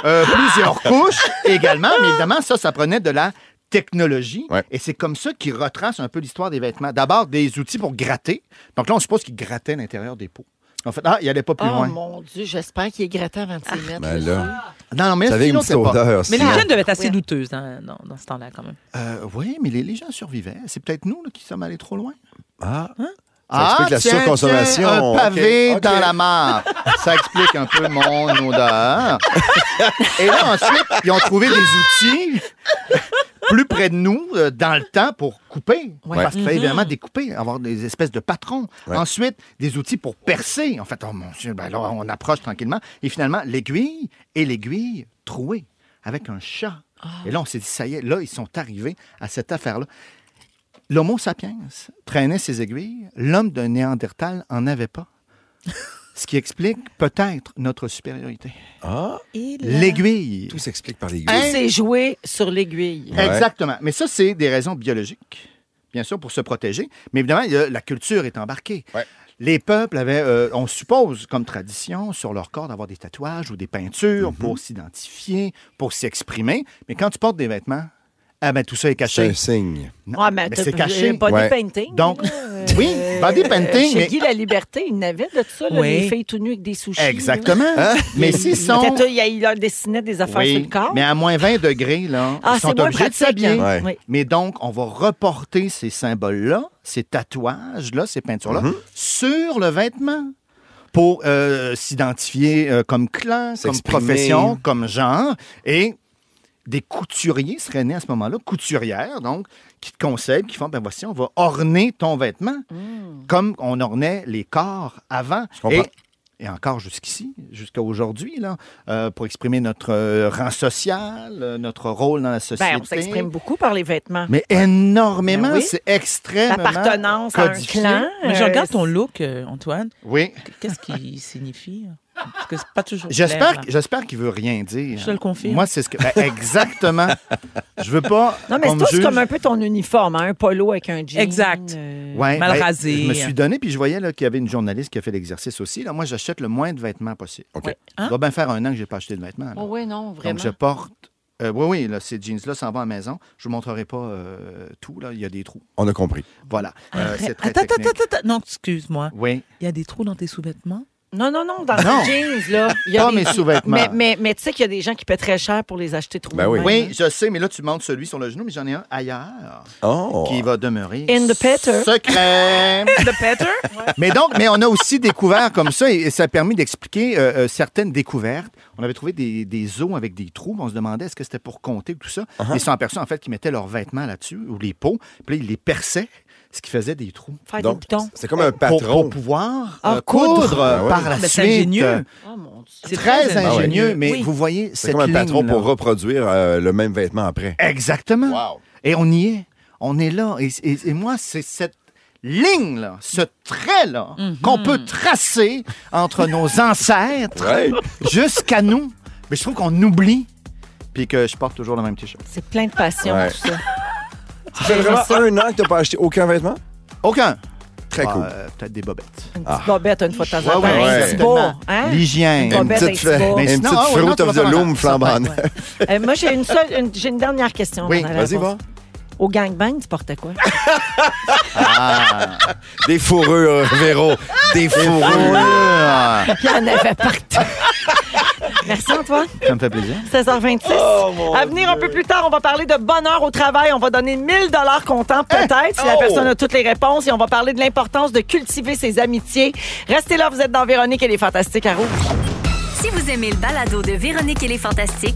Speaker 2: euh, plusieurs couches également, mais évidemment, ça, ça prenait de la technologie.
Speaker 3: Ouais.
Speaker 2: Et c'est comme ça qu'ils retracent un peu l'histoire des vêtements. D'abord, des outils pour gratter. Donc là, on suppose qu'ils grattaient l'intérieur des peaux. En fait, ah, il n'allait pas
Speaker 1: Oh
Speaker 2: plus loin.
Speaker 1: mon Dieu, j'espère qu'il est gratté avant de s'y mettre.
Speaker 3: Ben
Speaker 1: Ah,
Speaker 3: là,
Speaker 2: Non, non, mais
Speaker 3: ça avait une
Speaker 2: sinon,
Speaker 3: petite
Speaker 2: c'est pas.
Speaker 3: odeur.
Speaker 4: Mais les
Speaker 3: sinon.
Speaker 4: jeunes devaient être assez
Speaker 1: Oui.
Speaker 4: douteuses dans, dans- dans ce temps-là, quand même.
Speaker 2: Euh, oui, mais les, les gens survivaient. C'est peut-être nous là, qui sommes allés trop loin.
Speaker 3: Ah,
Speaker 2: ah,
Speaker 3: explique la
Speaker 2: tiens,
Speaker 3: surconsommation.
Speaker 2: tiens, un pavé
Speaker 3: Ok, ok.
Speaker 2: dans la mare. Ça explique un peu mon odeur. Et là, ensuite, ils ont trouvé des outils plus près de nous, euh, dans le temps, pour couper.
Speaker 1: Ouais.
Speaker 2: Parce qu'il fallait évidemment découper, avoir des espèces de patrons.
Speaker 3: Ouais.
Speaker 2: Ensuite, des outils pour percer. En fait, oh mon Dieu, ben là, on approche tranquillement. Et finalement, l'aiguille et l'aiguille trouée avec un chat. Et là, on s'est dit, ça y est, là, ils sont arrivés à cette affaire-là. L'homo sapiens traînait ses aiguilles. L'homme de Néandertal en avait pas. Ce qui explique peut-être notre supériorité.
Speaker 3: Ah,
Speaker 2: L'aiguille.
Speaker 3: tout s'explique par les
Speaker 1: Tout
Speaker 2: Hein?
Speaker 3: gars.
Speaker 1: s'est joué sur l'aiguille.
Speaker 3: Ouais.
Speaker 2: Exactement. Mais ça, c'est des raisons biologiques, bien sûr, pour se protéger. Mais évidemment, il y a- la culture est embarquée.
Speaker 3: Ouais.
Speaker 2: Les peuples avaient, euh, on suppose, comme tradition sur leur corps d'avoir des
Speaker 3: Mhm.
Speaker 2: tatouages ou des peintures pour s'identifier, pour s'exprimer. Mais quand tu portes des vêtements Ah ben tout ça est
Speaker 3: C'est
Speaker 2: caché.
Speaker 3: un signe.
Speaker 2: Non,
Speaker 1: Ouais, Ah, mais
Speaker 2: mais
Speaker 1: ben, t'as-
Speaker 2: c'est caché.
Speaker 1: Body
Speaker 3: Ouais.
Speaker 1: painting.
Speaker 2: Donc,
Speaker 1: là, Euh,
Speaker 2: oui, body painting,
Speaker 1: Chez
Speaker 2: mais-
Speaker 1: Guy La Liberté, il n'avait de ça, là,
Speaker 4: Oui.
Speaker 1: les filles tout nues avec des sushis. là.
Speaker 2: Exactement.
Speaker 1: hein?
Speaker 2: Mais s'ils sont...
Speaker 1: Peut-être, Il, il leur dessinait des affaires
Speaker 2: Oui,
Speaker 1: sur le corps.
Speaker 2: mais à moins 20 degrés, là,
Speaker 1: Ah,
Speaker 2: ils
Speaker 1: c'est
Speaker 2: sont
Speaker 1: moins
Speaker 2: obligés de
Speaker 1: pratique,
Speaker 2: s'habiller.
Speaker 1: hein.
Speaker 3: Ouais.
Speaker 1: Oui.
Speaker 2: Mais donc, on va reporter ces symboles-là, ces tatouages-là, ces peintures-là,
Speaker 3: Mhm.
Speaker 2: sur le vêtement pour euh, s'identifier euh, comme clan, comme
Speaker 3: S'exprimer.
Speaker 2: profession, comme genre. Et des couturiers seraient nés à ce moment-là, couturières, donc, qui te conseillent, qui font, ben voici, on va orner ton vêtement
Speaker 1: Mm.
Speaker 2: comme on ornait les corps avant.
Speaker 3: comprends.
Speaker 2: Et, et encore jusqu'ici, jusqu'à aujourd'hui, là, euh, pour exprimer notre euh, rang social, euh, notre rôle dans la société.
Speaker 1: Ben, on s'exprime beaucoup par les vêtements.
Speaker 2: Mais énormément,
Speaker 1: Ben oui.
Speaker 2: c'est extrêmement
Speaker 1: L'appartenance à un
Speaker 2: codifié.
Speaker 1: clan.
Speaker 4: Mais je
Speaker 1: Euh,
Speaker 4: regarde ton look, euh, Antoine.
Speaker 2: Oui.
Speaker 4: Qu'est-ce qui signifie? Parce que c'est pas toujours.
Speaker 2: J'espère,
Speaker 4: clair, là.
Speaker 2: j'espère qu'il veut rien dire.
Speaker 4: Je te le confirme.
Speaker 2: Moi, c'est ce que. ben, exactement. je veux pas.
Speaker 1: Non, mais
Speaker 2: qu'on
Speaker 1: c'est
Speaker 2: me
Speaker 1: toi, c'est
Speaker 2: juge.
Speaker 1: comme un peu ton uniforme, hein, un polo avec un jean.
Speaker 4: Exact.
Speaker 1: euh,
Speaker 2: Ouais,
Speaker 4: mal
Speaker 2: ben,
Speaker 4: rasé.
Speaker 2: Je me suis donné, puis je voyais là, qu'il y avait une journaliste qui a fait l'exercice aussi. Là, moi, j'achète le moins de vêtements possible.
Speaker 3: OK.
Speaker 2: Ça doit bien faire un an que j'ai pas acheté de vêtements. là.
Speaker 1: Hein? Oh oui, non, vraiment.
Speaker 2: Donc, je porte. euh, oui, oui, là, ces jeans-là s'en vont à la maison. Je ne vous montrerai pas euh, tout, là. Il y a des trous.
Speaker 3: On a compris.
Speaker 2: Voilà. Euh, c'est très
Speaker 4: Attends,
Speaker 2: technique.
Speaker 4: attends, attends, attends. Non, excuse-moi.
Speaker 2: Oui.
Speaker 4: Il y a des trous dans tes sous-vêtements?
Speaker 1: Non, non, non, dans
Speaker 2: Non.
Speaker 1: les jeans, là. il y a
Speaker 2: Pas
Speaker 1: des-
Speaker 2: mes sous-vêtements.
Speaker 1: Mais, mais, mais tu sais qu'il y a des gens qui paient très cher pour les acheter trop
Speaker 3: Ben oui.
Speaker 2: Oui, je sais, mais là, tu montes celui sur le genou, mais j'en ai un ailleurs
Speaker 3: Oh.
Speaker 2: qui va demeurer.
Speaker 1: In the petter.
Speaker 2: Secret.
Speaker 1: hein.
Speaker 4: Le Peter?
Speaker 2: mais donc, mais on a aussi découvert comme ça, et, et ça a permis d'expliquer euh, euh, certaines découvertes. On avait trouvé des, des os avec des trous, mais on se demandait est-ce que c'était pour compter ou tout ça.
Speaker 3: Uh-huh.
Speaker 2: Ils sont aperçus, en fait, qu'ils mettaient leurs vêtements là-dessus, ou les pots, puis là, ils les perçaient, ce qui faisait des trous.
Speaker 1: Faire
Speaker 3: Donc,
Speaker 1: des boutons.
Speaker 3: c'est comme un
Speaker 2: Pour,
Speaker 3: patron.
Speaker 2: pour pouvoir
Speaker 1: Ah,
Speaker 2: euh, coudre,
Speaker 1: coudre.
Speaker 2: euh,
Speaker 3: Ah ouais.
Speaker 2: par la
Speaker 4: Ben,
Speaker 2: suite. euh,
Speaker 4: c'est ingénieux.
Speaker 1: Oh mon Dieu.
Speaker 4: C'est
Speaker 2: Très ingénieux, mais
Speaker 1: Oui.
Speaker 2: vous voyez
Speaker 3: C'est
Speaker 2: cette
Speaker 3: comme un patron
Speaker 2: ligne-là.
Speaker 3: pour reproduire euh, le même vêtement après.
Speaker 2: Exactement.
Speaker 3: Wow.
Speaker 2: Et on y est. On est là. Et, et- et moi, c'est cette ligne-là, ce trait-là, qu'on peut tracer entre nos ancêtres
Speaker 3: Ouais.
Speaker 2: jusqu'à nous. Mais je trouve qu'on oublie. Puis que je porte toujours le même t-shirt.
Speaker 1: C'est plein de passion,
Speaker 3: Ouais.
Speaker 1: tout ça.
Speaker 3: Ça fait vraiment un an que t'as pas acheté aucun vêtement?
Speaker 2: Aucun.
Speaker 3: Très
Speaker 2: Ah,
Speaker 3: cool.
Speaker 2: euh, Peut-être des bobettes.
Speaker 1: Une petite bobette une fois de temps en temps.
Speaker 3: ouais,
Speaker 1: un petit
Speaker 2: certainement.
Speaker 1: bas, hein?
Speaker 2: L'hygiène.
Speaker 1: Une bobette,
Speaker 3: petite,
Speaker 1: un petit bas.
Speaker 3: une
Speaker 2: Mais
Speaker 3: petite
Speaker 2: sinon- ah ouais, non,
Speaker 3: fruit
Speaker 2: tu
Speaker 3: of
Speaker 2: vas
Speaker 3: the
Speaker 2: pas
Speaker 3: loom
Speaker 2: faire ça.
Speaker 3: flambant.
Speaker 1: Euh, moi, j'ai une seule, une- j'ai une dernière question.
Speaker 2: Oui.
Speaker 1: avant la
Speaker 3: Vas-y,
Speaker 1: réponse.
Speaker 3: va.
Speaker 1: Au gangbang, tu portais quoi?
Speaker 3: Des fourrures, euh, Véro. Des fourrures.
Speaker 2: Ah,
Speaker 1: Il y en avait partout. Merci, Antoine.
Speaker 2: ça me fait plaisir.
Speaker 1: 16h26. à venir un peu plus tard, on va parler de bonheur au travail. On va donner 1000 dollars comptant peut-être si la
Speaker 3: Oh!
Speaker 1: personne a toutes les réponses et on va parler de l'importance de cultiver ses amitiés. Restez là, vous êtes dans Véronique et les Fantastiques à Rouge.
Speaker 7: Si vous aimez le balado de Véronique et les Fantastiques,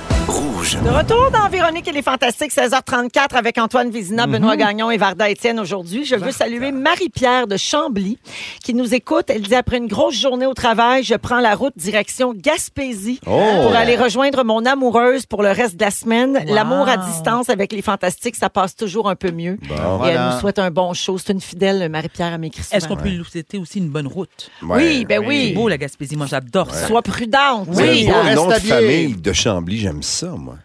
Speaker 5: Rouge.
Speaker 1: De retour dans Véronique et les Fantastiques, 16h34 avec Antoine Vézina, Benoît Gagnon et Varda Étienne aujourd'hui. Je veux saluer Marie-Pierre de Chambly qui nous écoute. Elle dit après une grosse journée au travail, je prends la route direction Gaspésie
Speaker 3: Oh.
Speaker 1: pour aller rejoindre mon amoureuse pour le reste de la semaine.
Speaker 4: Wow.
Speaker 1: L'amour à distance avec les Fantastiques, ça passe toujours un peu mieux. Et
Speaker 2: Voilà.
Speaker 1: elle nous souhaite un bon show. C'est une fidèle, Marie-Pierre, à mes souvent.
Speaker 4: Est-ce qu'on peut lui souhaiter aussi une bonne route?
Speaker 1: Oui, ben
Speaker 4: C'est
Speaker 1: oui.
Speaker 4: beau, la Gaspésie. Moi, j'adore ça.
Speaker 1: Sois prudente.
Speaker 3: C'est
Speaker 1: Oui.
Speaker 2: beau.
Speaker 3: un beau
Speaker 2: reste
Speaker 3: nom de
Speaker 2: habillé.
Speaker 3: famille de Chambly, j'aime ça, moi.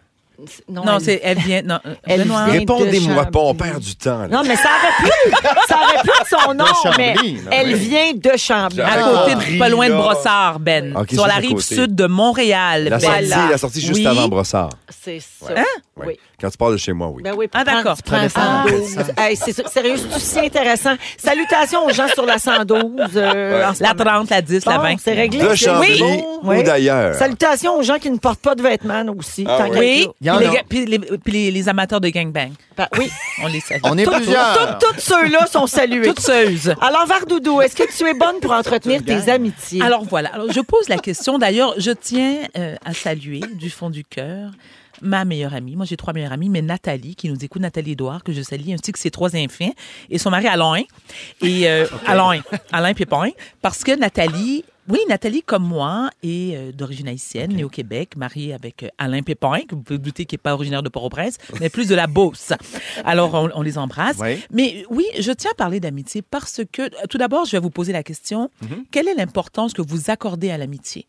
Speaker 4: Non,
Speaker 1: elle-
Speaker 4: c'est elle vient. Non, euh,
Speaker 1: Elle
Speaker 4: Benoît.
Speaker 1: vient-
Speaker 3: Répondez-moi
Speaker 1: de
Speaker 3: pas, on
Speaker 1: Chambly.
Speaker 3: perd du temps. là.
Speaker 1: Non, mais ça aurait pu. ça aurait pu être son nom, mais
Speaker 2: Chambly, là,
Speaker 1: elle
Speaker 2: oui.
Speaker 1: vient de Chambly.
Speaker 4: À
Speaker 3: Ah,
Speaker 4: côté, de-
Speaker 3: Paris,
Speaker 4: pas loin de
Speaker 3: là.
Speaker 4: Brossard, Ben.
Speaker 3: Ok,
Speaker 4: sur
Speaker 3: ça,
Speaker 4: la
Speaker 3: c'est à
Speaker 4: rive
Speaker 3: côté.
Speaker 4: sud de Montréal.
Speaker 3: La
Speaker 4: Ben.
Speaker 3: sortie, euh, la sortie juste
Speaker 4: Oui.
Speaker 3: avant Brossard.
Speaker 1: Ah, C'est ça. Hein?
Speaker 3: Ouais.
Speaker 1: Oui.
Speaker 3: Quand tu parles de chez moi, oui.
Speaker 1: Ben oui,
Speaker 4: Ah, d'accord.
Speaker 1: tu prends- tu prends
Speaker 2: Ah.
Speaker 1: le 112. Hey, c'est ça. sérieux, c'est aussi intéressant. Salutations aux gens sur la 112. euh, en ce
Speaker 4: La
Speaker 1: moment.
Speaker 4: 30, la 10, la
Speaker 1: Bon,
Speaker 4: 20.
Speaker 1: c'est réglé.
Speaker 3: De
Speaker 1: C'est-
Speaker 3: Chambly
Speaker 1: Oui.
Speaker 3: ou
Speaker 1: Oui.
Speaker 3: d'ailleurs.
Speaker 1: Salutations aux gens qui ne portent pas de vêtements nous aussi.
Speaker 3: Euh. Ah
Speaker 1: tant
Speaker 3: oui.
Speaker 1: qu'à
Speaker 4: Oui,
Speaker 1: être
Speaker 2: Il y en
Speaker 4: puis les
Speaker 2: a.
Speaker 4: gars- puis les, puis les- les amateurs de gangbang.
Speaker 1: là. Ben oui.
Speaker 4: On les salue.
Speaker 2: On est
Speaker 1: Tout-
Speaker 2: plusieurs.
Speaker 1: tout- Tous ceux-là sont salués.
Speaker 4: Toutes seuses.
Speaker 1: Alors, Vardoudou, est-ce que tu es bonne pour entretenir tes amitiés?
Speaker 4: Alors voilà, Alors, je pose la question. D'ailleurs, je tiens euh, à saluer du fond du cœur ma meilleure amie. Moi, j'ai trois meilleures amies, mais Nathalie, qui nous écoute, Nathalie Édouard, que je salue, ainsi que ses trois enfants, et son mari Alain, et euh, Alain, Alain Pépin, parce que Nathalie... Oui, Nathalie, comme moi, est euh, d'origine haïtienne, née au Québec, mariée avec euh, Alain Pépin, que vous pouvez douter qui n'est pas originaire de Port-au-Prince, mais plus de la Beauce. Alors, on, on les embrasse.
Speaker 2: Oui.
Speaker 4: Mais oui, je tiens à parler d'amitié parce
Speaker 3: Mhm.
Speaker 4: que, tout d'abord, je vais vous poser la question, quelle est l'importance que vous accordez à l'amitié?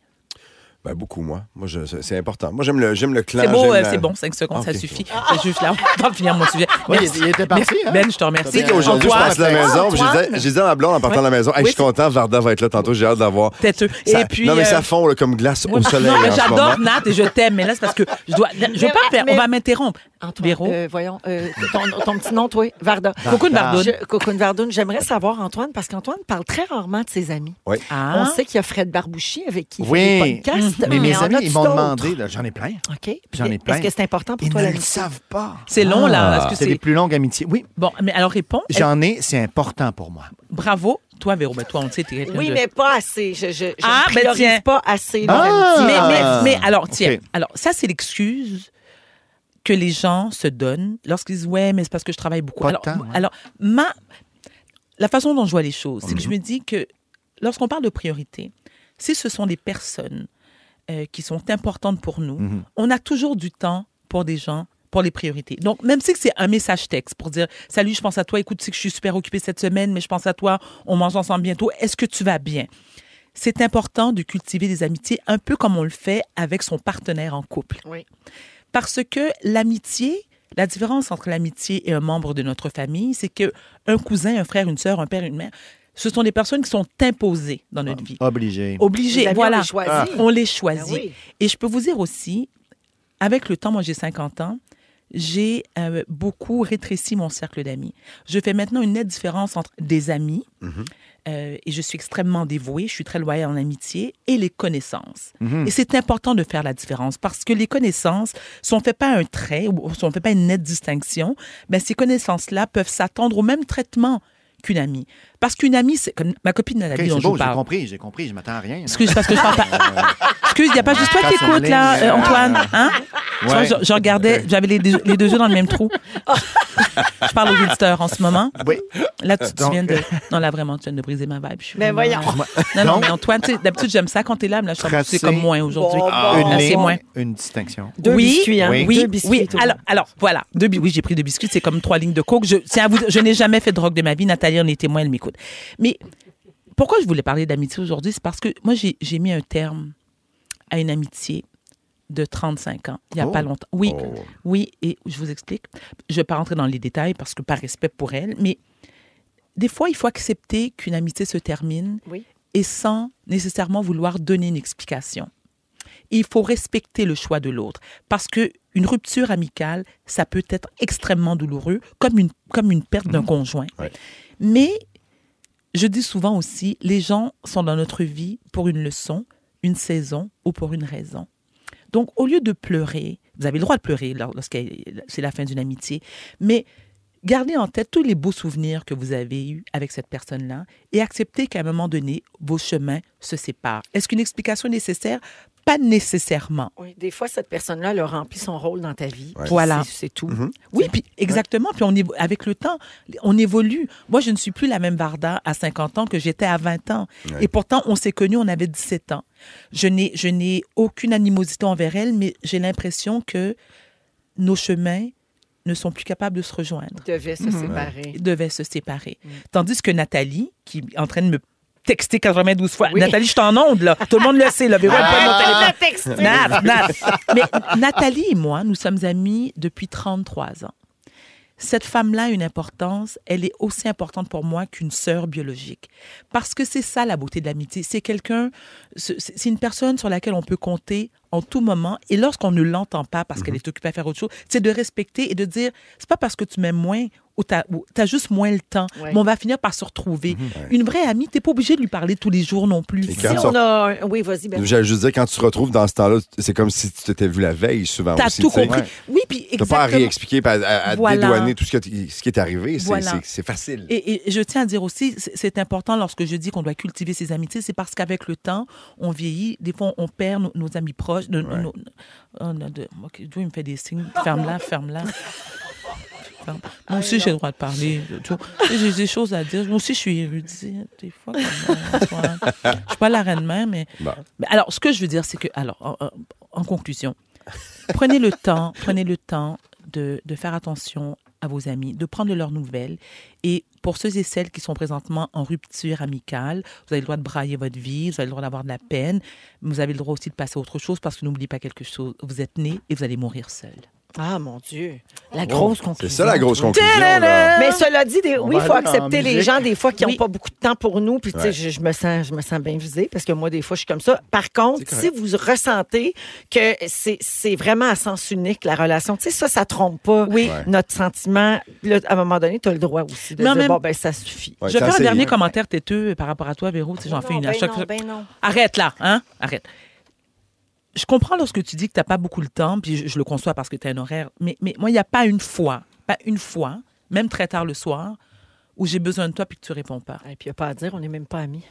Speaker 3: Ben, beaucoup, moi. Moi, je- c'est c'est important. Moi, j'aime le, j'aime le clan.
Speaker 4: C'est beau,
Speaker 3: j'aime
Speaker 4: euh,
Speaker 3: Ben, la- Ah,
Speaker 4: c'est bon, 5 secondes,
Speaker 3: Ok.
Speaker 4: ça suffit. Ben, Je vais juste là, on va finir mon sujet.
Speaker 2: Ouais, il-
Speaker 4: Merci.
Speaker 2: il était parti,
Speaker 4: Merci.
Speaker 2: hein?
Speaker 4: Ben, je te remercie.
Speaker 3: Tu sais qu'aujourd'hui, je
Speaker 4: Antoine,
Speaker 3: passe de la maison. puis
Speaker 4: Antoine, euh,
Speaker 3: J'ai dit- j'ai dit à ma blonde en partant de la maison, Hey, je suis
Speaker 4: Oui.
Speaker 3: content, Varda va être là tantôt, j'ai hâte d'avoir.
Speaker 4: Têteux. Et puis,
Speaker 3: non, mais
Speaker 4: euh,
Speaker 3: ça fond là, comme glace
Speaker 4: Ouais,
Speaker 3: au soleil.
Speaker 4: non, mais
Speaker 3: en ce moment.
Speaker 4: j'adore Nat et je t'aime, mais là, c'est parce que je dois. Je veux
Speaker 1: Mais-
Speaker 4: pas faire.
Speaker 1: mais-
Speaker 4: On va m'interrompre.
Speaker 1: Antoine,
Speaker 4: Véro.
Speaker 1: euh, voyons, euh, ton, ton petit nom, toi, Varda.
Speaker 4: Cocoon Vardoune.
Speaker 1: Je- Cocoon Vardoune, j'aimerais savoir, Antoine, parce qu'Antoine parle très rarement de ses amis.
Speaker 3: Oui.
Speaker 4: Ah.
Speaker 1: On sait qu'il y a Fred Barbouchi avec qui il
Speaker 2: Oui.
Speaker 1: fait des podcasts.
Speaker 2: Mais mes
Speaker 1: en
Speaker 2: amis,
Speaker 1: as-tu
Speaker 2: ils m'ont
Speaker 1: d'autres?
Speaker 2: demandé, là, j'en ai plein.
Speaker 1: OK.
Speaker 2: J'en ai plein.
Speaker 1: Est-ce que c'est important pour
Speaker 2: Ils
Speaker 1: toi,
Speaker 2: ne
Speaker 1: la
Speaker 2: le savent pas.
Speaker 4: C'est long, là. Est-ce que
Speaker 2: Ah. C'est les
Speaker 4: c'est.
Speaker 2: plus longues amitiés. Oui,
Speaker 4: Bon, mais alors réponds. Eh,
Speaker 2: j'en ai, c'est important pour moi.
Speaker 4: Bravo. Toi, Véro, ben, toi, on le sait, t'es quelqu'un
Speaker 1: Oui,
Speaker 4: de-
Speaker 1: mais pas assez. Je, je, je
Speaker 4: Ah,
Speaker 1: ne
Speaker 4: ben
Speaker 1: priorise
Speaker 4: tiens.
Speaker 1: pas assez.
Speaker 2: Ah.
Speaker 1: l'amitié.
Speaker 4: Mais, mais,
Speaker 2: Ah.
Speaker 4: mais alors, tiens,
Speaker 2: Ok.
Speaker 4: alors ça, c'est l'excuse que les gens se donnent lorsqu'ils disent Ouais, mais c'est parce que je travaille beaucoup.
Speaker 2: Pas
Speaker 4: alors,
Speaker 2: tant, ouais.
Speaker 4: alors, ma. La façon dont je vois les choses,
Speaker 2: Mhm.
Speaker 4: c'est que je me dis que lorsqu'on parle de priorité, si ce sont des personnes euh, qui sont importantes pour nous, on a toujours du temps pour des gens pour les priorités. Donc, même si c'est un message texte pour dire « Salut, je pense à toi. Écoute, tu sais que je suis super occupée cette semaine, mais je pense à toi. On mange ensemble bientôt. Est-ce que tu vas bien? » C'est important de cultiver des amitiés un peu comme on le fait avec son partenaire en couple.
Speaker 1: Oui.
Speaker 4: Parce que l'amitié, la différence entre l'amitié et un membre de notre famille, c'est que un cousin, un frère, une sœur, un père, une mère, ce sont des personnes qui sont imposées dans notre vie.
Speaker 2: Obligé.
Speaker 1: Les
Speaker 4: Obligées,
Speaker 1: amis, on
Speaker 4: voilà.
Speaker 1: les choisit.
Speaker 4: On les choisit.
Speaker 1: Ben oui.
Speaker 4: Et je peux vous dire aussi, avec le temps, moi j'ai 50 ans, j'ai euh, beaucoup rétréci mon cercle d'amis. Je fais maintenant une nette différence entre des amis,
Speaker 2: Mhm.
Speaker 4: euh, et je suis extrêmement dévouée, je suis très loyale en amitié, et les connaissances.
Speaker 2: Mhm.
Speaker 4: Et c'est important de faire la différence parce que les connaissances, si on ne fait pas un trait, ou si on ne fait pas une nette distinction, ben, ces connaissances-là peuvent s'attendre au même traitement qu'une amie. Parce qu'une amie, c'est comme ma copine de la
Speaker 2: Ok,
Speaker 4: vie dont
Speaker 2: c'est
Speaker 4: je vous
Speaker 2: beau, j'ai
Speaker 4: parle.
Speaker 2: compris, j'ai compris, je m'attends à rien.
Speaker 4: Excuse, parce que je parle pas. Excuse, il n'y a pas juste toi qui
Speaker 2: Casse une
Speaker 4: écoutes, là,
Speaker 2: ligne,
Speaker 4: euh,
Speaker 2: euh,
Speaker 4: Antoine. Hein? Tu vois,
Speaker 2: Ouais.
Speaker 4: je, je regardais, j'avais les, deux- les deux yeux dans le même trou. je parle aux auditeurs en ce moment.
Speaker 2: Oui.
Speaker 4: Là, tu, tu
Speaker 2: Donc- euh,
Speaker 4: viens de. Non, là, vraiment, tu viens de briser ma vibe. Je suis
Speaker 1: Mais
Speaker 4: vraiment-
Speaker 1: Ben voyons.
Speaker 4: Non, non,
Speaker 2: Donc-
Speaker 4: mais Antoine, tu sais, d'habitude, j'ime ça quand t'es là, mais là, je sens que
Speaker 2: Tracer.
Speaker 4: c'est comme moins aujourd'hui.
Speaker 1: Bon,
Speaker 4: Là,
Speaker 1: bon.
Speaker 2: Une
Speaker 1: Ah,
Speaker 4: c'est
Speaker 2: ligne,
Speaker 4: moins.
Speaker 2: une distinction.
Speaker 1: Deux
Speaker 4: oui,
Speaker 1: biscuits, hein?
Speaker 4: oui,
Speaker 1: Deux
Speaker 4: oui,
Speaker 1: biscuits,
Speaker 4: oui.
Speaker 1: toi.
Speaker 4: Alors, alors, voilà, deux bi- oui, j'ai pris deux biscuits, c'est comme trois lignes de coke. Je tiens à vous dire, je n'ai jamais fait de drogue de ma vie. Nathalie en est témoin, elle m'écoute. Mais pourquoi je voulais parler d'amitié aujourd'hui, c'est parce que moi, j'ai j'ai mis un terme à une amitié de 35 ans, il n'y a
Speaker 2: Oh.
Speaker 4: pas longtemps. Oui,
Speaker 3: Oh.
Speaker 4: oui, et je vous explique. Je ne vais pas rentrer dans les détails parce que par respect pour elle, mais des fois, il faut accepter qu'une amitié se termine
Speaker 1: Oui.
Speaker 4: et sans nécessairement vouloir donner une explication. Il faut respecter le choix de l'autre parce que une rupture amicale, ça peut être extrêmement douloureux, comme une, comme une perte d'un conjoint.
Speaker 3: Mmh. Ouais.
Speaker 4: Mais je dis souvent aussi, les gens sont dans notre vie pour une leçon, une saison ou pour une raison. Donc, au lieu de pleurer, vous avez le droit de pleurer lors- lorsque c'est la fin d'une amitié, mais gardez en tête tous les beaux souvenirs que vous avez eus avec cette personne-là et acceptez qu'à un moment donné, vos chemins se séparent. Est-ce qu'une explication est nécessaire? Pas nécessairement.
Speaker 1: Oui, des fois, cette personne-là, elle a rempli son rôle dans ta vie.
Speaker 3: Ouais.
Speaker 4: Voilà.
Speaker 1: C'est c'est tout.
Speaker 4: Oui, puis exactement. Puis on évo- avec le temps, on évolue. Moi, je ne suis plus la même Varda à 50 ans que j'étais à 20 ans. Et pourtant, on s'est connus, on avait 17 ans. Je n'ai, je n'ai aucune animosité envers elle, mais j'ai l'impression que nos chemins ne sont plus capables de se rejoindre.
Speaker 1: Ils devaient se séparer.
Speaker 4: Ils devaient se séparer. Tandis que Nathalie, qui est en train de me texter 92 fois,
Speaker 1: Oui. Ah,
Speaker 4: Nathalie, je t'en onde, là. Tout le monde le sait, là. Véro, elle prend mon téléphone. Nat, Nat. Mais Nathalie et moi, nous sommes amies depuis 33 ans. Cette femme-là a une importance, elle est aussi importante pour moi qu'une sœur biologique. Parce que c'est ça la beauté de l'amitié. C'est quelqu'un, c'est c'est une personne sur laquelle on peut compter en tout moment. Et lorsqu'on ne l'entend pas parce
Speaker 3: Mhm.
Speaker 4: qu'elle est occupée à faire autre chose, c'est de respecter et de dire c'est pas parce que tu m'aimes moins ou t'as ou t'as juste moins le temps,
Speaker 1: Ouais.
Speaker 4: mais on va finir par se retrouver.
Speaker 3: Mhm.
Speaker 4: Une vraie amie, t'es pas obligé de lui parler tous les jours non plus.
Speaker 3: Et
Speaker 1: Si
Speaker 3: Quand
Speaker 1: on
Speaker 3: sort-
Speaker 1: a un- Oui, vas-y,
Speaker 4: Ah,
Speaker 1: ben,
Speaker 3: J'allais juste dire, quand tu te retrouves dans ce temps-là, c'est comme si tu t'étais vu la veille souvent
Speaker 4: T'as
Speaker 3: aussi.
Speaker 4: tout
Speaker 3: tu sais.
Speaker 4: compris. Oui, puis
Speaker 3: T'as pas à
Speaker 4: exactement.
Speaker 3: réexpliquer, puis à, à- à
Speaker 4: Voilà.
Speaker 3: dédouaner tout ce, que- ce qui est arrivé. C'est
Speaker 4: Voilà.
Speaker 3: c'est- c'est facile.
Speaker 4: Et, et je tiens à dire aussi, c'est- c'est important lorsque je dis qu'on doit cultiver ses amitiés, c'est parce qu'avec le temps, on vieillit, des fois on perd nos, nos amis proches. de- nos- oh, non, de- ok, Joe, il me fait des signes. Ferme-la, ferme-la. Ferme. Moi aussi, j'ai le droit de parler. Joe. J'ai des choses à dire. Moi aussi, je suis érudite, des fois. quand même, Antoine. Je suis pas la reine mère, mais...
Speaker 3: Bon.
Speaker 4: mais Alors, ce que je veux dire, c'est que... Alors, en- en- en conclusion, prenez le temps, prenez le temps de, de faire attention à vos amis, de prendre de leurs nouvelles. Et pour ceux et celles qui sont présentement en rupture amicale, vous avez le droit de brailler votre vie, vous avez le droit d'avoir de la peine, mais vous avez le droit aussi de passer à autre chose parce que n'oubliez pas quelque chose, vous êtes né et vous allez mourir seul.
Speaker 1: Ah, mon Dieu. La
Speaker 4: Grosse
Speaker 3: Oh, C'est
Speaker 4: conclusion.
Speaker 3: ça la grosse conclusion. là.
Speaker 1: Mais cela dit, des- oui,
Speaker 2: va
Speaker 1: il faut
Speaker 2: aller en
Speaker 1: accepter les
Speaker 2: musique.
Speaker 1: gens des fois qui n'ont
Speaker 4: Euh, Oui.
Speaker 1: pas beaucoup de temps pour nous. Puis tu sais,
Speaker 3: Ouais.
Speaker 1: je, je me sens, je me sens bien visée parce que moi des fois je suis comme ça. Par contre, si vous ressentez que c'est c'est vraiment à sens unique la relation, tu sais ça, ça trompe pas.
Speaker 4: Oui.
Speaker 3: Ouais.
Speaker 1: Notre sentiment, Là, à un moment donné, tu as le droit aussi de
Speaker 4: Mais en
Speaker 1: dire
Speaker 4: même-
Speaker 1: bon ben ça suffit. ben
Speaker 3: Ouais,
Speaker 4: je vais
Speaker 3: t'as
Speaker 4: faire un
Speaker 3: essayé.
Speaker 4: dernier commentaire têteux par rapport à toi, Véro. Tu sais, J'en fais une à chaque fois. Arrête là, hein? Arrête. Je comprends lorsque tu dis que tu n'as pas beaucoup le temps, puis je, je le conçois parce que tu as un horaire, mais, mais moi, il n'y a pas une fois, pas une fois, même très tard le soir, où j'ai besoin de toi puis que tu réponds pas.
Speaker 1: Et puis il a pas à dire, on n'est même pas amis.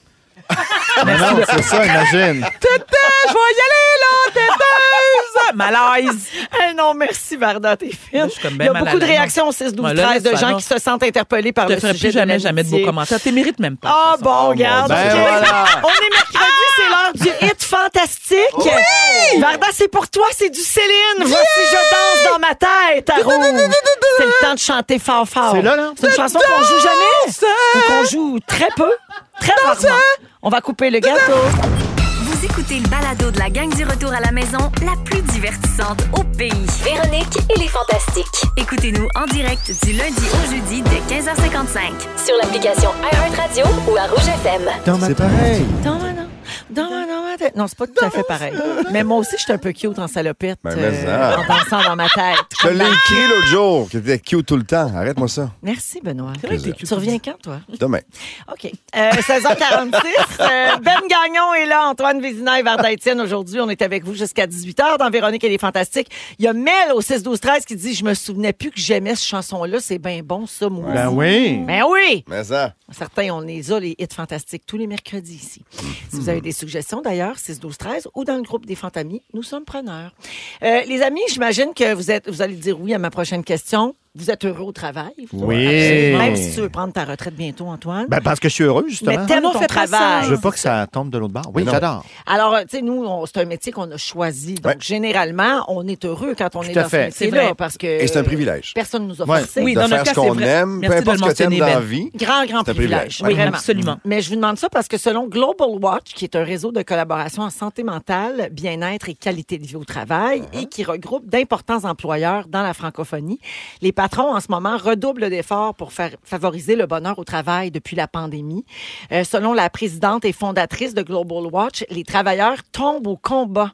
Speaker 2: Mais non, c'est ça, imagine.
Speaker 4: Têteuse, je vais y aller là, têteuse! Malaise!
Speaker 1: Hey, Eh non, merci Varda, t'es fine.
Speaker 4: Là, je suis comme
Speaker 1: il y
Speaker 4: ben
Speaker 1: a
Speaker 4: mal à
Speaker 1: beaucoup de
Speaker 4: l'aise.
Speaker 1: réactions au 6 12
Speaker 4: Ouais, là,
Speaker 1: 13 de
Speaker 4: laisse faire,
Speaker 1: gens
Speaker 4: non.
Speaker 1: qui se sentent interpellés par
Speaker 4: Je
Speaker 1: le
Speaker 4: te ferai
Speaker 1: sujet
Speaker 4: plus
Speaker 1: de
Speaker 4: jamais, jamais de beaux
Speaker 1: l'amitié.
Speaker 4: commentaires. Tu mérites même pas.
Speaker 1: Ah bon, regarde.
Speaker 2: Ben
Speaker 1: OK.
Speaker 2: voilà.
Speaker 1: On est mercredi, c'est l'heure du hit fantastique. Varda, c'est pour toi, c'est du Céline. Voici Je danse dans ma tête à rouge. C'est le temps de chanter fort fort.
Speaker 2: C'est là, là.
Speaker 1: C'est une chanson qu'on joue jamais ou qu'on joue très peu, très rarement. On va couper le gâteau.
Speaker 7: Vous écoutez le balado de la gang du retour à la maison, la plus divertissante au pays.
Speaker 8: Véronique et les Fantastiques.
Speaker 7: Écoutez-nous en direct du lundi au jeudi dès 15h55.
Speaker 8: Sur l'application iHeartRadio ou à Rouge FM.
Speaker 3: C'est pareil.
Speaker 1: Dans ma- dans- dans ma- dans ma tête. Non, c'est pas tout à fait pareil. Mais moi aussi, je suis un peu cute en salopette.
Speaker 3: Ben, mais
Speaker 1: euh,
Speaker 3: ça.
Speaker 1: en dansant dans ma tête.
Speaker 3: Je
Speaker 4: Ah!
Speaker 3: l'ai écrit l'autre jour, que t'étais cute tout le temps. Arrête-moi ça.
Speaker 1: Merci, Benoît.
Speaker 4: C'est vrai que t'es cute.
Speaker 1: Tu reviens quand, toi?
Speaker 3: Demain.
Speaker 1: OK. Euh, 16h46. euh, ben Gagnon est là, Antoine Vézina et Varda Étienne. Aujourd'hui, on est avec vous jusqu'à 18h dans Véronique et les Fantastiques. Il y a Mel au 6-12-13 qui dit « Je me souvenais plus que j'aimais cette chanson-là. C'est bien bon, ça, moi.
Speaker 2: Ben oui.
Speaker 1: Ben oui!
Speaker 3: Mais ça.
Speaker 1: Certains, on les a, les hits fantastiques, tous les mercredis ici. Si vous avez des suggestions, d'ailleurs, 6, 12, 13 ou dans le groupe des Fantamis, nous sommes preneurs. Euh, les amis, j'imagine que vous, êtes, vous allez dire oui à ma prochaine question. Vous êtes heureux au travail. vous?
Speaker 2: Oui.
Speaker 1: Absolument. Même si tu veux prendre ta retraite bientôt, Antoine.
Speaker 2: Ben parce que je suis heureux,
Speaker 1: mais
Speaker 2: justement.
Speaker 1: t'aimes
Speaker 4: Non,
Speaker 1: ton
Speaker 4: fais pas
Speaker 1: travail.
Speaker 4: ça.
Speaker 2: Je veux pas que ça tombe de l'autre bord. Oui,
Speaker 3: Mais non.
Speaker 2: j'adore.
Speaker 1: Alors, euh, tu sais, nous, on- c'est un métier qu'on a choisi. Donc,
Speaker 3: Ouais.
Speaker 1: généralement, on est heureux quand on est
Speaker 2: à
Speaker 1: dans ce
Speaker 2: fait.
Speaker 4: C'est
Speaker 1: métier-là
Speaker 4: vrai.
Speaker 1: parce que
Speaker 3: Et c'est un privilège.
Speaker 1: personne nous a
Speaker 2: Ouais.
Speaker 1: forcé.
Speaker 4: Oui,
Speaker 3: de
Speaker 4: dans notre
Speaker 3: faire ce
Speaker 4: cas,
Speaker 3: qu'on
Speaker 4: c'est vrai.
Speaker 3: aime,
Speaker 4: Merci
Speaker 3: peu
Speaker 4: de
Speaker 3: importe
Speaker 4: le
Speaker 3: ce que t'aimes
Speaker 4: mentionner,
Speaker 3: dans la
Speaker 4: Ben.
Speaker 3: vie.
Speaker 1: Grand, grand
Speaker 3: C'est un
Speaker 1: privilège.
Speaker 3: privilège. Mm-hmm.
Speaker 4: Oui,
Speaker 1: vraiment.
Speaker 4: absolument.
Speaker 1: Mais je vous demande ça parce que selon Global Watch, qui est un réseau de collaboration en santé mentale, bien-être et qualité de vie au travail,
Speaker 3: Mm-hmm.
Speaker 1: et qui regroupe d'importants employeurs dans la francophonie, les patrons en ce moment redoublent d'efforts pour faire favoriser le bonheur au travail depuis la pandémie. Euh, selon la présidente et fondatrice de Global Watch, les travailleurs tombent au combat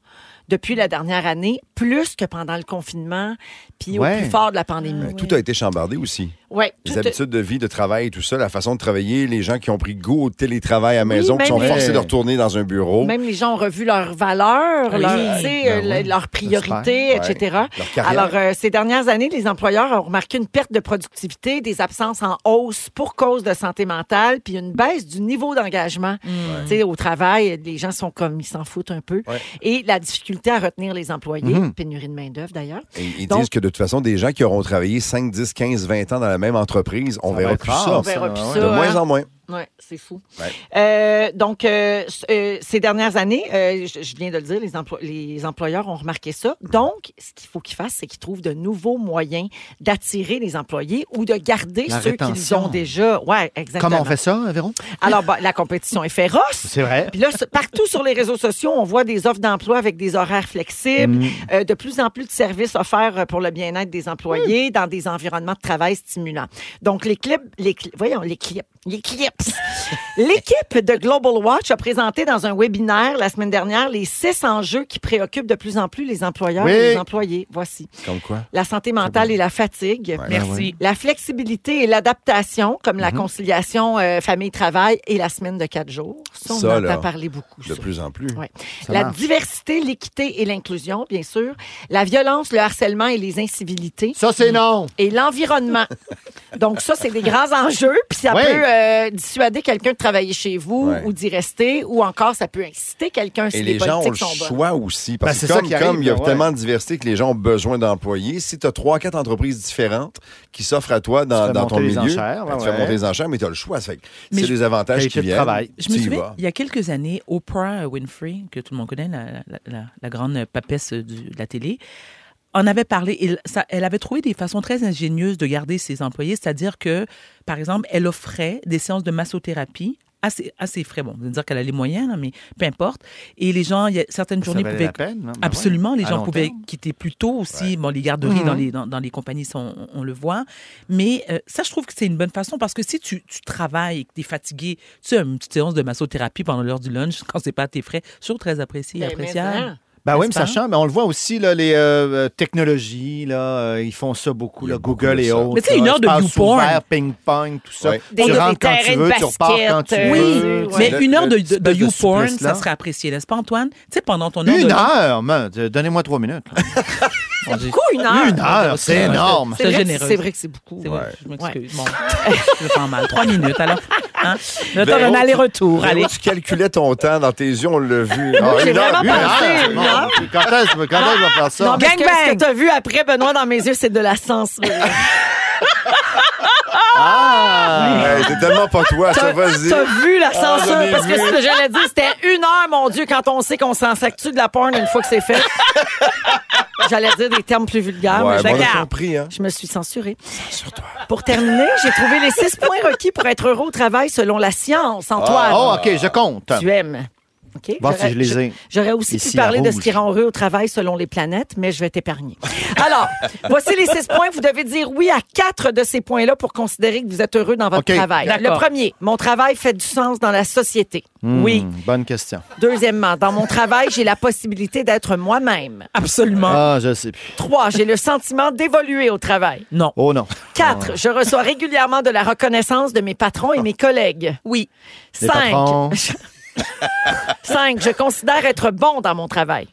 Speaker 1: depuis la dernière année, plus que pendant le confinement, puis au
Speaker 2: Ouais.
Speaker 1: plus fort de la pandémie.
Speaker 3: Tout a été chambardé aussi.
Speaker 1: Ouais,
Speaker 3: Les
Speaker 1: tout-
Speaker 3: habitudes de vie, de travail, tout ça, la façon de travailler, les gens qui ont pris goût au télétravail à maison, qui
Speaker 1: même
Speaker 3: sont
Speaker 1: les-
Speaker 3: forcés de retourner dans un bureau.
Speaker 1: Même les gens ont revu leurs valeurs,
Speaker 4: Oui.
Speaker 1: leurs, tu sais,
Speaker 2: Ben
Speaker 1: euh,
Speaker 2: oui,
Speaker 1: le- leurs priorités,
Speaker 3: j'espère.
Speaker 1: etc.
Speaker 3: Ouais, leur carrière.
Speaker 1: Alors, euh, ces dernières années, les employeurs ont remarqué une perte de productivité, des absences en hausse pour cause de santé mentale, puis une baisse du niveau d'engagement.
Speaker 3: Hmm.
Speaker 1: Tu sais, Au travail, les gens sont comme, ils s'en foutent un peu.
Speaker 3: Ouais. Mhm.
Speaker 1: Et la difficulté à retenir les employés, pénurie de main-d'œuvre d'ailleurs.
Speaker 3: Et ils
Speaker 1: Donc-
Speaker 3: disent que de toute façon, des gens qui auront travaillé 5, 10, 15, 20 ans dans la même entreprise, on
Speaker 2: Ça va
Speaker 3: verra
Speaker 2: être
Speaker 3: plus
Speaker 2: rare,
Speaker 3: ça.
Speaker 1: On verra plus ça.
Speaker 3: De
Speaker 1: hein.
Speaker 3: moins en moins.
Speaker 1: Ouais, c'est fou.
Speaker 3: Ouais.
Speaker 1: Euh, donc, euh, c- euh, ces dernières années, euh, je, je viens de le dire, les, emplo- les employeurs ont remarqué ça. Donc, ce qu'il faut qu'ils fassent, c'est qu'ils trouvent de nouveaux moyens d'attirer les employés ou de garder
Speaker 2: La
Speaker 1: ceux qu'ils
Speaker 2: rétention.
Speaker 1: ont déjà. Ouais, exactement.
Speaker 2: Comment on fait ça, Véron?
Speaker 1: Alors, bah, la compétition est féroce.
Speaker 2: C'est vrai.
Speaker 1: Puis là, ce- partout sur les réseaux sociaux, on voit des offres d'emploi avec des horaires flexibles, euh, de plus en plus de services offerts euh, pour le bien-être des employés dans des environnements de travail stimulants. Donc, les clips, les cli- voyons, les clips, les clips. L'équipe de Global Watch a présenté dans un webinaire la semaine dernière les six enjeux qui préoccupent de plus en plus les employeurs
Speaker 2: Oui.
Speaker 1: et les employés. Voici.
Speaker 3: Comme quoi?
Speaker 1: La santé mentale et la fatigue.
Speaker 3: Ouais.
Speaker 4: Merci.
Speaker 1: La flexibilité et l'adaptation, comme
Speaker 3: Mhm.
Speaker 1: la conciliation euh, famille-travail et la semaine de quatre jours. Ça, on
Speaker 3: Ça,
Speaker 1: en
Speaker 3: là,
Speaker 1: entend parler beaucoup.
Speaker 3: De
Speaker 1: ça.
Speaker 3: plus en plus.
Speaker 1: Ouais.
Speaker 2: Ça
Speaker 1: La
Speaker 2: marche.
Speaker 1: diversité, l'équité et l'inclusion, bien sûr. La violence, le harcèlement et les incivilités.
Speaker 2: Ça, c'est non.
Speaker 1: Et l'environnement. Donc, ça, c'est des grands enjeux. Puis ça
Speaker 2: Oui.
Speaker 1: peut euh, dissuader quelqu'un de travailler chez vous
Speaker 3: Ouais.
Speaker 1: ou d'y rester. Ou encore, ça peut inciter quelqu'un si
Speaker 3: Et les gens ont le
Speaker 1: politiques sont bonnes.
Speaker 3: choix aussi.
Speaker 2: Ben,
Speaker 3: Parce
Speaker 2: c'est
Speaker 3: que
Speaker 2: ça
Speaker 3: comme,
Speaker 2: qui arrive,
Speaker 3: comme il y a
Speaker 2: là, ouais.
Speaker 3: tellement de diversité que les gens ont besoin d'employés, si tu as trois, quatre entreprises différentes qui s'offrent à toi
Speaker 2: Tu
Speaker 3: dans,
Speaker 2: fais
Speaker 3: dans ton
Speaker 2: monter les
Speaker 3: milieu,
Speaker 2: enchères,
Speaker 3: ben, tu
Speaker 2: ouais,
Speaker 3: fais
Speaker 2: ouais.
Speaker 3: monter les enchères, mais tu as le choix. Ça fait que
Speaker 4: Mais
Speaker 3: C'est
Speaker 4: je-
Speaker 3: les avantages
Speaker 2: Qualité
Speaker 3: qui
Speaker 2: de
Speaker 3: viennent.
Speaker 2: travail.
Speaker 4: Je me
Speaker 3: Tu y
Speaker 4: souviens,
Speaker 3: vas.
Speaker 4: il y a quelques années, Oprah Winfrey, que tout le monde connaît, la, la- la- la grande papesse du- de la télé, en avait parlé. Et ça- elle avait trouvé des façons très ingénieuses de garder ses employés, c'est-à-dire que, par exemple, elle offrait des séances de massothérapie à ses, à ses frais. Bon, vous allez me dire qu'elle a les moyens, là, mais peu importe. Et les gens, il y a- certaines journées
Speaker 2: valait
Speaker 4: pouvaient
Speaker 2: la peine, non? Ben
Speaker 4: absolument,
Speaker 2: ouais,
Speaker 4: les
Speaker 2: à
Speaker 4: gens
Speaker 2: long
Speaker 4: pouvaient
Speaker 2: terme.
Speaker 4: quitter plus tôt aussi. Bon, les garderies
Speaker 2: Mhm.
Speaker 4: dans, les, dans, dans les compagnies, ça, on, on le voit. Mais euh, ça, je trouve que c'est une bonne façon parce que si tu, tu travailles et que tu es fatigué, tu sais, une petite séance de massothérapie pendant l'heure du lunch, quand c'est pas à tes frais, c'est toujours très apprécié et
Speaker 1: Ben, mais
Speaker 4: appréciable.
Speaker 1: hein.
Speaker 2: Ben oui, mais
Speaker 4: N'est-ce pas?
Speaker 2: sachant, mais on le voit aussi, là, les euh, euh, technologies, là, euh, ils font ça beaucoup,
Speaker 3: Il y a
Speaker 2: là,
Speaker 3: beaucoup
Speaker 2: Google
Speaker 3: de
Speaker 2: et
Speaker 3: ça.
Speaker 2: autres.
Speaker 4: Mais tu sais,
Speaker 2: là,
Speaker 4: une heure de
Speaker 2: espace
Speaker 4: YouPorn.
Speaker 2: ouvert, ping-pong, tout ça.
Speaker 3: Ouais.
Speaker 1: Des-
Speaker 2: tu
Speaker 1: des
Speaker 2: rentres quand
Speaker 1: terrains
Speaker 2: tu
Speaker 1: de
Speaker 2: veux, tu repars
Speaker 1: basket,
Speaker 2: quand tu
Speaker 1: euh,
Speaker 2: veux.
Speaker 4: Oui,
Speaker 1: Euh,
Speaker 4: mais
Speaker 3: ouais.
Speaker 4: une heure de, de,
Speaker 2: Espèce de
Speaker 4: YouPorn,
Speaker 2: souplesse-là.
Speaker 4: ça serait apprécié, n'est-ce pas, Antoine? Tu sais, pendant ton heure
Speaker 2: Une
Speaker 4: de-
Speaker 2: heure, man, euh, donnez-moi trois minutes. là. Mon Dieu.
Speaker 1: Beaucoup, une heure.
Speaker 2: Une heure, c'est énorme.
Speaker 1: C'est vrai que-
Speaker 4: généreux.
Speaker 1: C'est vrai que c'est beaucoup.
Speaker 4: C'est vrai,
Speaker 3: Ouais.
Speaker 4: je m'excuse. Bon, je prends mal. Trois minutes, alors. Hein?
Speaker 2: Ben,
Speaker 4: Le temps
Speaker 3: Véro,
Speaker 4: d'un
Speaker 3: tu-
Speaker 4: aller-retour.
Speaker 3: Véro,
Speaker 4: Allez.
Speaker 3: Tu calculais ton temps dans tes yeux, on l'a vu. Ah,
Speaker 1: j'ai
Speaker 3: une heure,
Speaker 1: vraiment
Speaker 3: une
Speaker 2: Une
Speaker 3: heure.
Speaker 2: heure.
Speaker 1: une
Speaker 2: Bon,
Speaker 1: heure.
Speaker 2: Quand est-ce quand est-ce qu'on va faire ça?
Speaker 1: Non, mais ce que-
Speaker 4: Gangbang.
Speaker 1: ce que t'as vu après, Benoît, dans mes yeux, c'est de la censure.
Speaker 2: Ah!
Speaker 3: Hey, T'es tellement pas toi, ça,
Speaker 1: T'as
Speaker 3: vas-y. Ah,
Speaker 1: t'as vu la censure?
Speaker 3: j'en ai
Speaker 1: parce que
Speaker 3: vu.
Speaker 1: ce que j'allais dire, c'était une heure, mon Dieu, quand on sait qu'on s'en sactue de la porn une fois que c'est fait. j'allais dire des termes plus vulgaires,
Speaker 3: Ouais,
Speaker 1: mais Ah, je
Speaker 3: bon, on a
Speaker 1: regarde.
Speaker 3: compris, hein.
Speaker 1: Je me suis censurée. Pour terminer, j'ai trouvé les six points requis pour être heureux au travail selon la science, Antoine.
Speaker 3: Ah,
Speaker 2: Oh, OK, je compte.
Speaker 1: tu aimes. OK?
Speaker 2: Bon, si
Speaker 1: J'aurais-
Speaker 2: je les ai.
Speaker 1: J'aurais aussi
Speaker 2: Ici,
Speaker 1: pu parler
Speaker 2: à
Speaker 1: de
Speaker 2: rouge.
Speaker 1: ce qui rend heureux au travail selon les planètes, mais je vais t'épargner. Alors, voici les six points. Vous devez dire oui à quatre de ces points-là pour considérer que vous êtes heureux dans votre
Speaker 2: OK.
Speaker 1: travail. Le
Speaker 4: D'accord.
Speaker 1: premier, mon travail fait du sens dans la société. Oui.
Speaker 2: Hmm, Bonne question.
Speaker 1: Deuxièmement, dans mon travail, j'ai la possibilité d'être moi-même.
Speaker 4: Absolument.
Speaker 2: Ah, je sais plus.
Speaker 1: Trois, j'ai le sentiment d'évoluer au travail.
Speaker 4: Non.
Speaker 2: Oh non.
Speaker 1: Quatre, je reçois régulièrement de la reconnaissance de mes patrons et mes collègues.
Speaker 4: Oui.
Speaker 2: Les patrons.
Speaker 1: Cinq. Cinq, je considère être bon dans mon travail.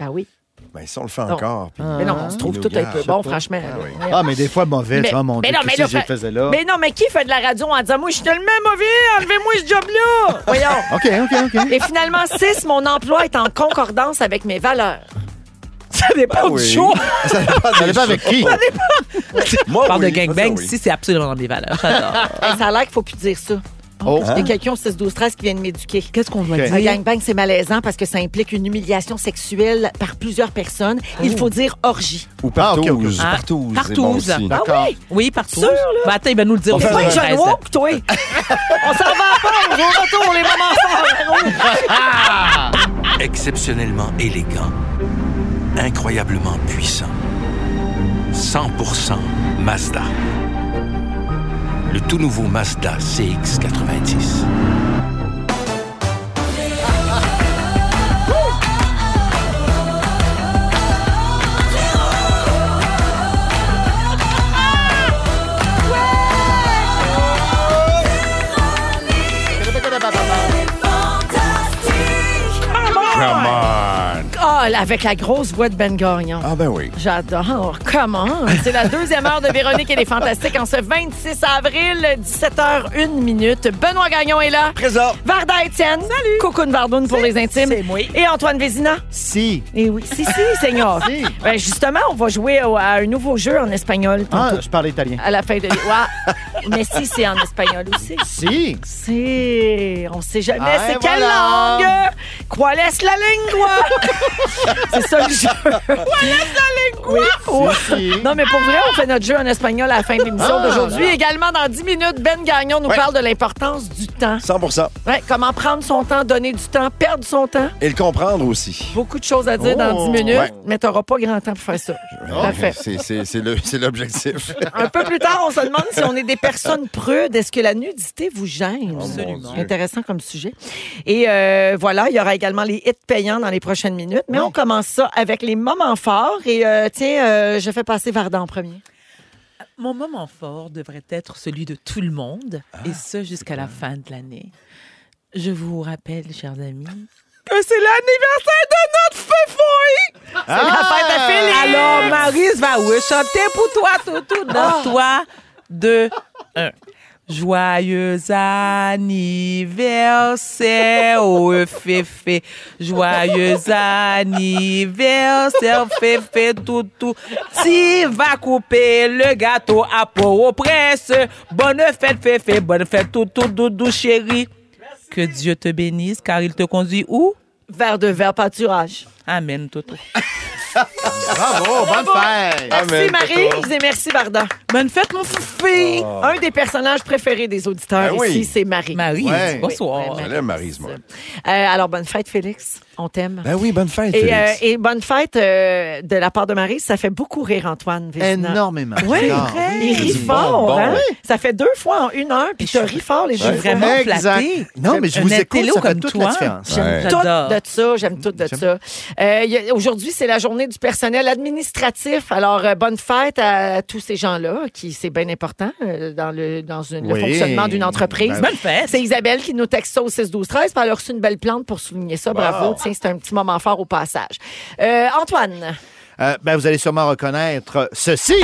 Speaker 1: Ah. Ben oui.
Speaker 3: Ben, ça, on le fait encore. puis-
Speaker 1: Mais non, on se trouve tout un peu
Speaker 3: Inoubliable.
Speaker 1: bon, franchement.
Speaker 2: Ah, mais des fois, mauvais.
Speaker 1: Mais-
Speaker 2: tu vois, mon
Speaker 1: mais
Speaker 2: Dieu,
Speaker 1: non, mais
Speaker 2: qu'est-ce que
Speaker 1: là,
Speaker 2: je
Speaker 1: fait-
Speaker 2: faisais là?
Speaker 1: Ah. Mais non, mais qui fait de la radio en disant Moi, je suis tellement mauvais, enlevez-moi ce job-là Voyons.
Speaker 2: OK, OK, OK.
Speaker 1: Et finalement, six, mon emploi est en concordance avec mes valeurs.
Speaker 4: Ça
Speaker 2: Ben
Speaker 4: dépend
Speaker 3: oui.
Speaker 4: du show.
Speaker 3: Ça dépend des
Speaker 2: Ça dépend avec qui?
Speaker 3: Moi,
Speaker 4: On parle
Speaker 3: oui,
Speaker 4: de gangbang,
Speaker 3: ça, oui.
Speaker 4: si c'est absolument dans mes valeurs. J'adore.
Speaker 1: Hey, ça a l'air qu'il faut plus dire ça.
Speaker 2: Oh,
Speaker 1: Il y a quelqu'un au 6 12 13 qui vient de m'éduquer.
Speaker 4: Qu'est-ce qu'on doit
Speaker 2: Ok.
Speaker 1: Un
Speaker 4: dire?
Speaker 1: gangbang, c'est malaisant parce que ça implique une humiliation sexuelle par plusieurs personnes.
Speaker 3: Ah.
Speaker 1: Il faut dire orgie.
Speaker 3: Ou partout.
Speaker 2: Ah, ok, ok. Ah
Speaker 4: Ah,
Speaker 3: Partout.
Speaker 4: partouze.
Speaker 2: d'accord.
Speaker 4: Oui, partout.
Speaker 1: Sûr, là?
Speaker 4: Ben, attends, il va nous le dire.
Speaker 3: On
Speaker 4: au
Speaker 3: fait
Speaker 1: C'est pas
Speaker 3: Ouais,
Speaker 1: une
Speaker 4: 16,
Speaker 1: jeune
Speaker 4: là.
Speaker 1: woke, toi! On s'en va pas! On retourne les moments forts! Véro.
Speaker 5: Exceptionnellement élégant. Incroyablement puissant. 100% Mazda. Le tout nouveau Mazda CX90.
Speaker 3: Come on.
Speaker 1: Ah, là, avec la grosse voix de Ben Gagnon.
Speaker 3: Ah, ben oui.
Speaker 1: J'adore. Comment? C'est la deuxième heure de Véronique et les Fantastiques en ce 26 avril, 17h01 minute. Benoît Gagnon est là.
Speaker 3: Présent.
Speaker 1: Varda Étienne. Salut. Cocoon Vardoune pour les intimes.
Speaker 4: c'est moi.
Speaker 1: Et Antoine Vézina.
Speaker 2: Si.
Speaker 1: Et Eh oui, si, si, Seigneur.
Speaker 2: Si.
Speaker 1: Ben, justement, on va jouer au- à un nouveau jeu en espagnol
Speaker 2: Ah,
Speaker 1: tantôt.
Speaker 2: je parle italien.
Speaker 1: À la fin de. Ouais. Mais si, c'est en espagnol aussi.
Speaker 2: Si.
Speaker 1: C'est. On sait jamais
Speaker 2: Ah,
Speaker 1: c'est
Speaker 2: et
Speaker 1: quelle
Speaker 2: voilà.
Speaker 1: langue. Quoi laisse la lingua? c'est ça le jeu. Quoi laisse la lingua?
Speaker 2: Si, si.
Speaker 1: Non, mais pour vrai, on fait notre jeu en espagnol à la fin de l'émission d'aujourd'hui. Également, dans 10 minutes, Ben Gagnon nous
Speaker 3: Ouais.
Speaker 1: parle de l'importance du temps.
Speaker 3: 100
Speaker 1: Ouais, comment prendre son temps, donner du temps, perdre son temps.
Speaker 3: Et le comprendre aussi.
Speaker 1: Beaucoup de choses à dire
Speaker 2: Oh.
Speaker 1: dans 10 minutes,
Speaker 3: Ouais.
Speaker 1: mais t'auras pas grand temps pour faire ça. Parfait.
Speaker 3: C'est- c'est- C'est le- c'est l'objectif.
Speaker 1: Un peu plus tard, on se demande si on est des personnes prudes. Est-ce que la nudité vous gêne?
Speaker 3: Absolument. Oh, mon Dieu.
Speaker 1: Intéressant comme sujet. Et euh, voilà, il y aura également les hits payants dans les prochaines minutes. Mais on commence ça avec les moments forts. Et euh, tiens, euh, je fais passer Varda en premier.
Speaker 4: Mon moment fort devrait être celui de tout le monde,
Speaker 3: Ah,
Speaker 4: et ce jusqu'à la fin de l'année. Je vous rappelle, chers amis, que c'est l'anniversaire de notre feuille.
Speaker 2: Ah!
Speaker 4: Alors, Marise va oui, chanter pour toi, Toutou, dans toi, deux, un. Joyeux anniversaire, oh Féfé. Joyeux anniversaire, Féfé Toutou. Tu vas couper le gâteau à peau aux presse. Bonne fête, Féfé. Bonne fête, Toutou, Doudou, chérie. Que Dieu te bénisse, car il te conduit où?
Speaker 1: Verre de verre pâturage.
Speaker 4: Amen, Toutou.
Speaker 2: Bravo, Oh, bonne fête!
Speaker 1: Merci
Speaker 3: Amen,
Speaker 1: Marie et merci Varda.
Speaker 4: Bonne fête, mon foufé!
Speaker 1: Un des personnages préférés des auditeurs
Speaker 3: Ah. Ben oui.
Speaker 1: ici, c'est Marie.
Speaker 4: Marie,
Speaker 2: Ouais.
Speaker 4: dis bonsoir.
Speaker 1: Oui,
Speaker 3: Je l'aime, Maryse, moi.
Speaker 1: Euh, alors, bonne fête, Félix. On t'aime.
Speaker 3: Ben oui, bonne fête.
Speaker 1: Et,
Speaker 3: Félix.
Speaker 1: euh, et bonne fête euh, de la part de Marie. Ça fait beaucoup rire Antoine
Speaker 4: Eh
Speaker 1: Vézina.
Speaker 2: Énormément.
Speaker 1: Oui,
Speaker 2: J'adore.
Speaker 1: il rit
Speaker 3: du
Speaker 1: fort.
Speaker 3: bon, bon.
Speaker 1: hein?
Speaker 3: Oui.
Speaker 1: Ça fait deux fois en une heure, puis tu ris fort les
Speaker 4: Je suis
Speaker 1: deux fois.
Speaker 4: vraiment
Speaker 2: Exact.
Speaker 4: flattée.
Speaker 2: Non, mais je vous
Speaker 4: Un
Speaker 2: écoute,
Speaker 4: intello
Speaker 2: ça fait
Speaker 4: comme
Speaker 2: toute
Speaker 4: toi.
Speaker 2: la différence.
Speaker 1: J'aime
Speaker 3: Ouais.
Speaker 1: tout
Speaker 4: J'adore.
Speaker 1: de ça, j'aime tout de ça. Euh, il y a- Aujourd'hui, c'est la journée du personnel administratif. Alors, euh, bonne fête à tous ces gens-là, qui c'est bien important euh, dans le, dans une- le
Speaker 2: Oui.
Speaker 1: fonctionnement d'une entreprise.
Speaker 2: Ben
Speaker 4: Bonne fête.
Speaker 1: C'est Isabelle qui nous texte ça au 6-12-13. puis Elle a reçu une belle plante pour souligner ça. Bravo. Tiens, c'est un petit moment fort au passage. Euh, Antoine,
Speaker 2: Euh, ben, vous allez sûrement reconnaître ceci.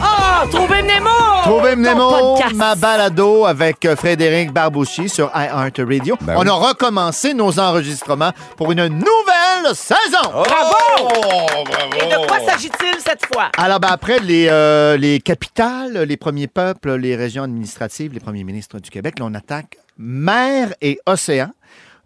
Speaker 1: Ah, trouver Nemo!
Speaker 2: Trouvez
Speaker 1: Ton
Speaker 2: Mnemo,
Speaker 1: podcast.
Speaker 2: ma balado avec euh, Frédéric Barbouchi sur iHeartRadio.
Speaker 3: Ben
Speaker 2: On
Speaker 3: oui.
Speaker 2: a recommencé nos enregistrements pour une nouvelle saison.
Speaker 3: Oh, Bravo! Bravo!
Speaker 1: Et de
Speaker 2: Oh.
Speaker 1: quoi s'agit-il cette fois?
Speaker 2: Alors, ben, après les, euh, les capitales, les premiers peuples, les régions administratives, les premiers ministres du Québec, là, on attaque mer et océan.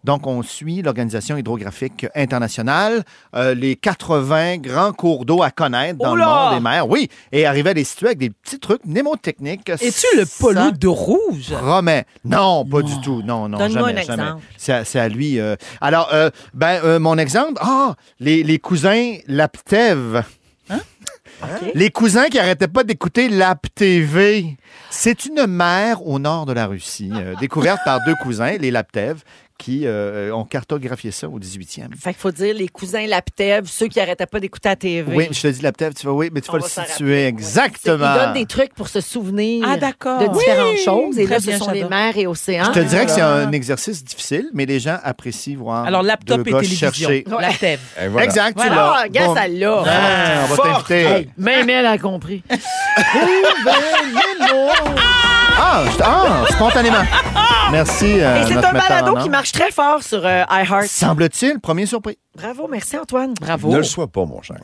Speaker 2: Donc, on suit l'Organisation hydrographique internationale, euh, les 80 grands cours d'eau à connaître dans
Speaker 1: Oula!
Speaker 2: le monde des mers. Oui, et arriver à les situer avec des petits trucs mnémotechniques.
Speaker 4: Es-tu le polo
Speaker 2: Ça
Speaker 4: de rouge?
Speaker 2: Promet. Non, pas du tout. Non, non,
Speaker 1: Donne-moi
Speaker 2: jamais,
Speaker 1: un exemple.
Speaker 2: jamais. C'est à, c'est à lui. euh. Alors, euh, ben, euh, mon exemple, ah, les, les cousins Laptève.
Speaker 1: Hein?
Speaker 2: Les cousins qui arrêtaient pas d'écouter Lap TV. C'est une mer au nord de la Russie, euh, découverte par deux cousins, les Laptev, qui euh, ont cartographié ça au 18e.
Speaker 1: Fait qu'il faut dire les cousins Laptev, ceux qui n'arrêtaient pas d'écouter la TV.
Speaker 2: Oui, je te dis Laptev, tu vas, oui, mais tu
Speaker 1: On
Speaker 2: vas le
Speaker 1: va s'en
Speaker 2: situer
Speaker 1: rappeler, oui.
Speaker 2: exactement.
Speaker 1: Ils donnent des trucs pour se souvenir
Speaker 4: Ah, d'accord.
Speaker 1: de différentes
Speaker 4: Oui.
Speaker 1: choses. Et là,
Speaker 4: Très
Speaker 1: ce
Speaker 4: bien,
Speaker 1: sont les
Speaker 4: j'adore.
Speaker 1: mers et océans.
Speaker 2: Je te dirais que c'est
Speaker 1: Ah.
Speaker 2: un exercice difficile, mais les gens apprécient voir
Speaker 4: Alors, laptop
Speaker 2: deux
Speaker 4: et
Speaker 2: gars
Speaker 4: télévision.
Speaker 2: chercher.
Speaker 4: La tève.
Speaker 3: Et voilà.
Speaker 2: Exact, tu l'as.
Speaker 1: Ah, regarde,
Speaker 2: Bon. Ben,
Speaker 1: ça l'a.
Speaker 2: Ah, on va t'inviter.
Speaker 1: Hey, même elle a compris.
Speaker 2: Ah, je- ah, spontanément. Merci. euh,
Speaker 1: Et c'est
Speaker 2: notre
Speaker 1: un
Speaker 2: metteur
Speaker 1: balado
Speaker 2: en
Speaker 1: qui
Speaker 2: ondes.
Speaker 1: marche très fort sur euh, iHeart.
Speaker 2: Semble-t-il, premier surpris.
Speaker 1: Bravo, merci Antoine.
Speaker 4: Bravo.
Speaker 3: Ne le sois pas, mon cher.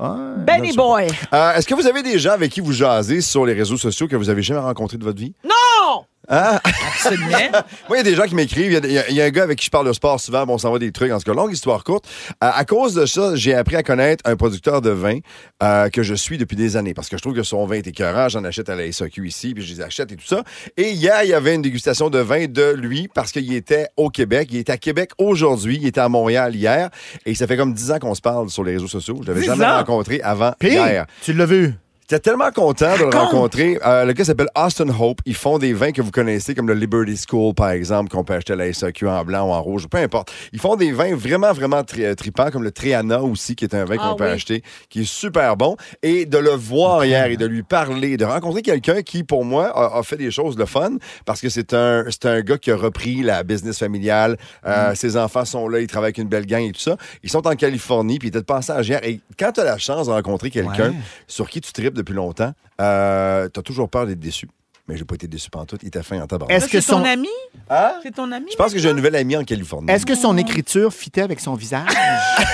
Speaker 1: Benny Boy.
Speaker 3: Euh, Est-ce que vous avez des gens avec qui vous jasez sur les réseaux sociaux que vous avez jamais rencontrés de votre vie? Hein?
Speaker 1: Non!
Speaker 4: Absolument.
Speaker 3: Moi, il y a des gens qui m'écrivent. Il y a- il y, a- il y a un gars avec qui je parle de sport souvent. Bon, on s'envoie des trucs. En tout cas, longue histoire courte. Euh, à cause de ça, j'ai appris à connaître un producteur de vin euh, que je suis depuis des années parce que je trouve que son vin est écœurant. J'en achète à la SAQ ici, puis je les achète et tout ça. Et hier, il y avait une dégustation de vin de lui parce qu'il était au Québec. Il est à Québec aujourd'hui. Il était à Montréal hier. Et ça fait comme 10 ans qu'on se parle sur les réseaux sociaux. Je l'avais
Speaker 4: 10
Speaker 3: jamais
Speaker 4: ans?
Speaker 3: rencontré avant
Speaker 2: Puis,
Speaker 3: hier.
Speaker 2: tu l'as vu.
Speaker 3: J'étais tellement content de le rencontrer. Euh, le gars s'appelle Austin Hope. Ils font des vins que vous connaissez, comme le Liberty School, par exemple, qu'on peut acheter à la SAQ en blanc ou en rouge, peu importe. Ils font des vins vraiment, vraiment tri- euh, tripants, comme le Triana aussi, qui est un vin
Speaker 1: Ah
Speaker 3: qu'on peut
Speaker 1: oui.
Speaker 3: acheter, qui est super bon. Et de le voir hier et de lui parler, de rencontrer quelqu'un qui, pour moi, a, a fait des choses de fun, parce que c'est un, c'est un gars qui a repris la business familiale.
Speaker 2: Mm.
Speaker 3: Euh, Ses enfants sont là, ils travaillent avec une belle gang et tout ça. Ils sont en Californie, puis ils étaient de passage hier. Et quand tu as la chance de rencontrer quelqu'un,
Speaker 2: Ouais.
Speaker 3: sur qui tu tripes depuis longtemps, euh, t'as toujours peur d'être déçu. Mais j'ai pas été déçu pantoute. Il était fin en tabarnak.
Speaker 2: Est-ce
Speaker 4: Est-ce
Speaker 2: que
Speaker 4: que
Speaker 2: son-
Speaker 4: ton ami?
Speaker 3: Hein?
Speaker 4: C'est ton ami?
Speaker 3: Je pense que j'ai un nouvel ami en Californie.
Speaker 2: Est-ce que son écriture fitait avec son visage?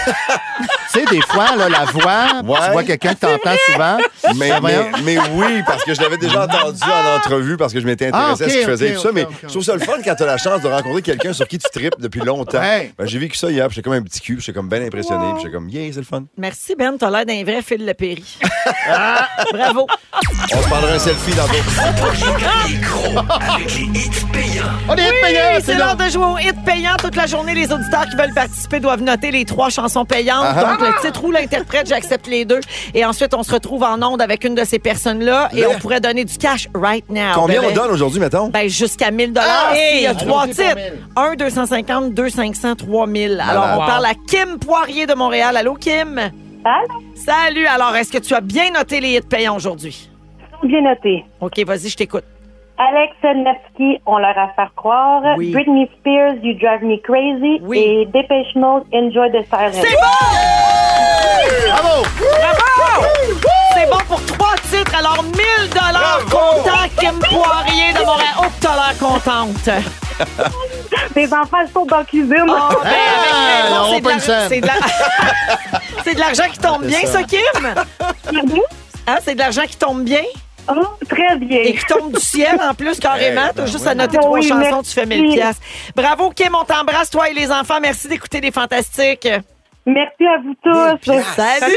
Speaker 2: tu sais, des fois, là, la voix, tu
Speaker 3: Ouais.
Speaker 2: vois quelqu'un
Speaker 1: Ah,
Speaker 2: que t'entends souvent.
Speaker 3: mais,
Speaker 2: Ah, voyons.
Speaker 3: mais, mais oui, parce que je l'avais déjà entendu en entrevue, parce que je m'étais intéressé
Speaker 2: Ah, ok,
Speaker 3: à ce qu'il faisait
Speaker 2: ok,
Speaker 3: et tout ça.
Speaker 2: ok,
Speaker 3: mais
Speaker 2: ok,
Speaker 3: je trouve ça le fun quand t'as la chance de rencontrer quelqu'un sur qui tu tripes depuis longtemps.
Speaker 2: Ouais.
Speaker 3: Ben, j'ai vécu ça hier, puis j'étais comme un petit cul, puis j'étais comme bien impressionné, puis j'étais comme, yeah, c'est le fun.
Speaker 1: Merci Ben, t'as l'air d'un vrai Phil Lepéry. Ah, Bravo.
Speaker 3: On se prendra un selfie dans
Speaker 5: Les gros avec les hits payants.
Speaker 2: On est
Speaker 1: Oui,
Speaker 2: payés,
Speaker 1: c'est l'heure de jouer au hit payant toute la journée. Les auditeurs qui veulent participer doivent noter les trois chansons payantes. Donc, le titre ou l'interprète, j'accepte les deux. Et ensuite, on se retrouve en onde avec une de ces personnes-là et
Speaker 3: Là.
Speaker 1: on pourrait donner du cash right now.
Speaker 3: Combien
Speaker 1: Bébé.
Speaker 3: on donne aujourd'hui, mettons?
Speaker 1: Ben, jusqu'à 1000
Speaker 2: Ah,
Speaker 1: dollars. Il y a
Speaker 2: hey!
Speaker 1: trois
Speaker 2: Allons-y pour
Speaker 1: titres. 1, 250, 2, 500, 3000. Alors, on
Speaker 4: Wow.
Speaker 1: parle à Kim Poirier de Montréal. Allô, Kim? Salut. Alors, est-ce que tu as bien noté les hits payants aujourd'hui?
Speaker 6: Bien noté.
Speaker 1: OK, vas-y, je t'écoute.
Speaker 6: Alex Nevsky, on leur a fait croire.
Speaker 1: Oui.
Speaker 6: Britney Spears, You Drive Me Crazy.
Speaker 1: Oui.
Speaker 6: Et Dépêche Mode, Enjoy the Silence.
Speaker 1: C'est bon!
Speaker 2: Bravo!
Speaker 1: Bravo! C'est bon pour trois titres, alors 1000 dollars comptant Kim Poirier de Montréal. Oh, que t'as l'air contente.
Speaker 6: Tes enfants sont dans la cuisine.
Speaker 1: Oh, Ah, ben, avec raison,
Speaker 2: on
Speaker 1: c'est de
Speaker 2: rompt
Speaker 1: la-
Speaker 2: une chaîne.
Speaker 1: c'est de la- C'est de l'argent qui tombe bien, ça, Kim?
Speaker 6: Pardon?
Speaker 1: Hein, c'est de l'argent qui tombe bien
Speaker 6: Oh, très bien.
Speaker 1: et qui tombe du ciel en plus, carrément. T'as juste à noter
Speaker 6: Ah
Speaker 1: trois
Speaker 6: oui,
Speaker 1: chansons,
Speaker 6: merci.
Speaker 1: tu fais 1000 piastres. Bravo, Kim, on t'embrasse, toi et les enfants. Merci d'écouter les fantastiques.
Speaker 6: Merci à vous tous.
Speaker 1: Salut!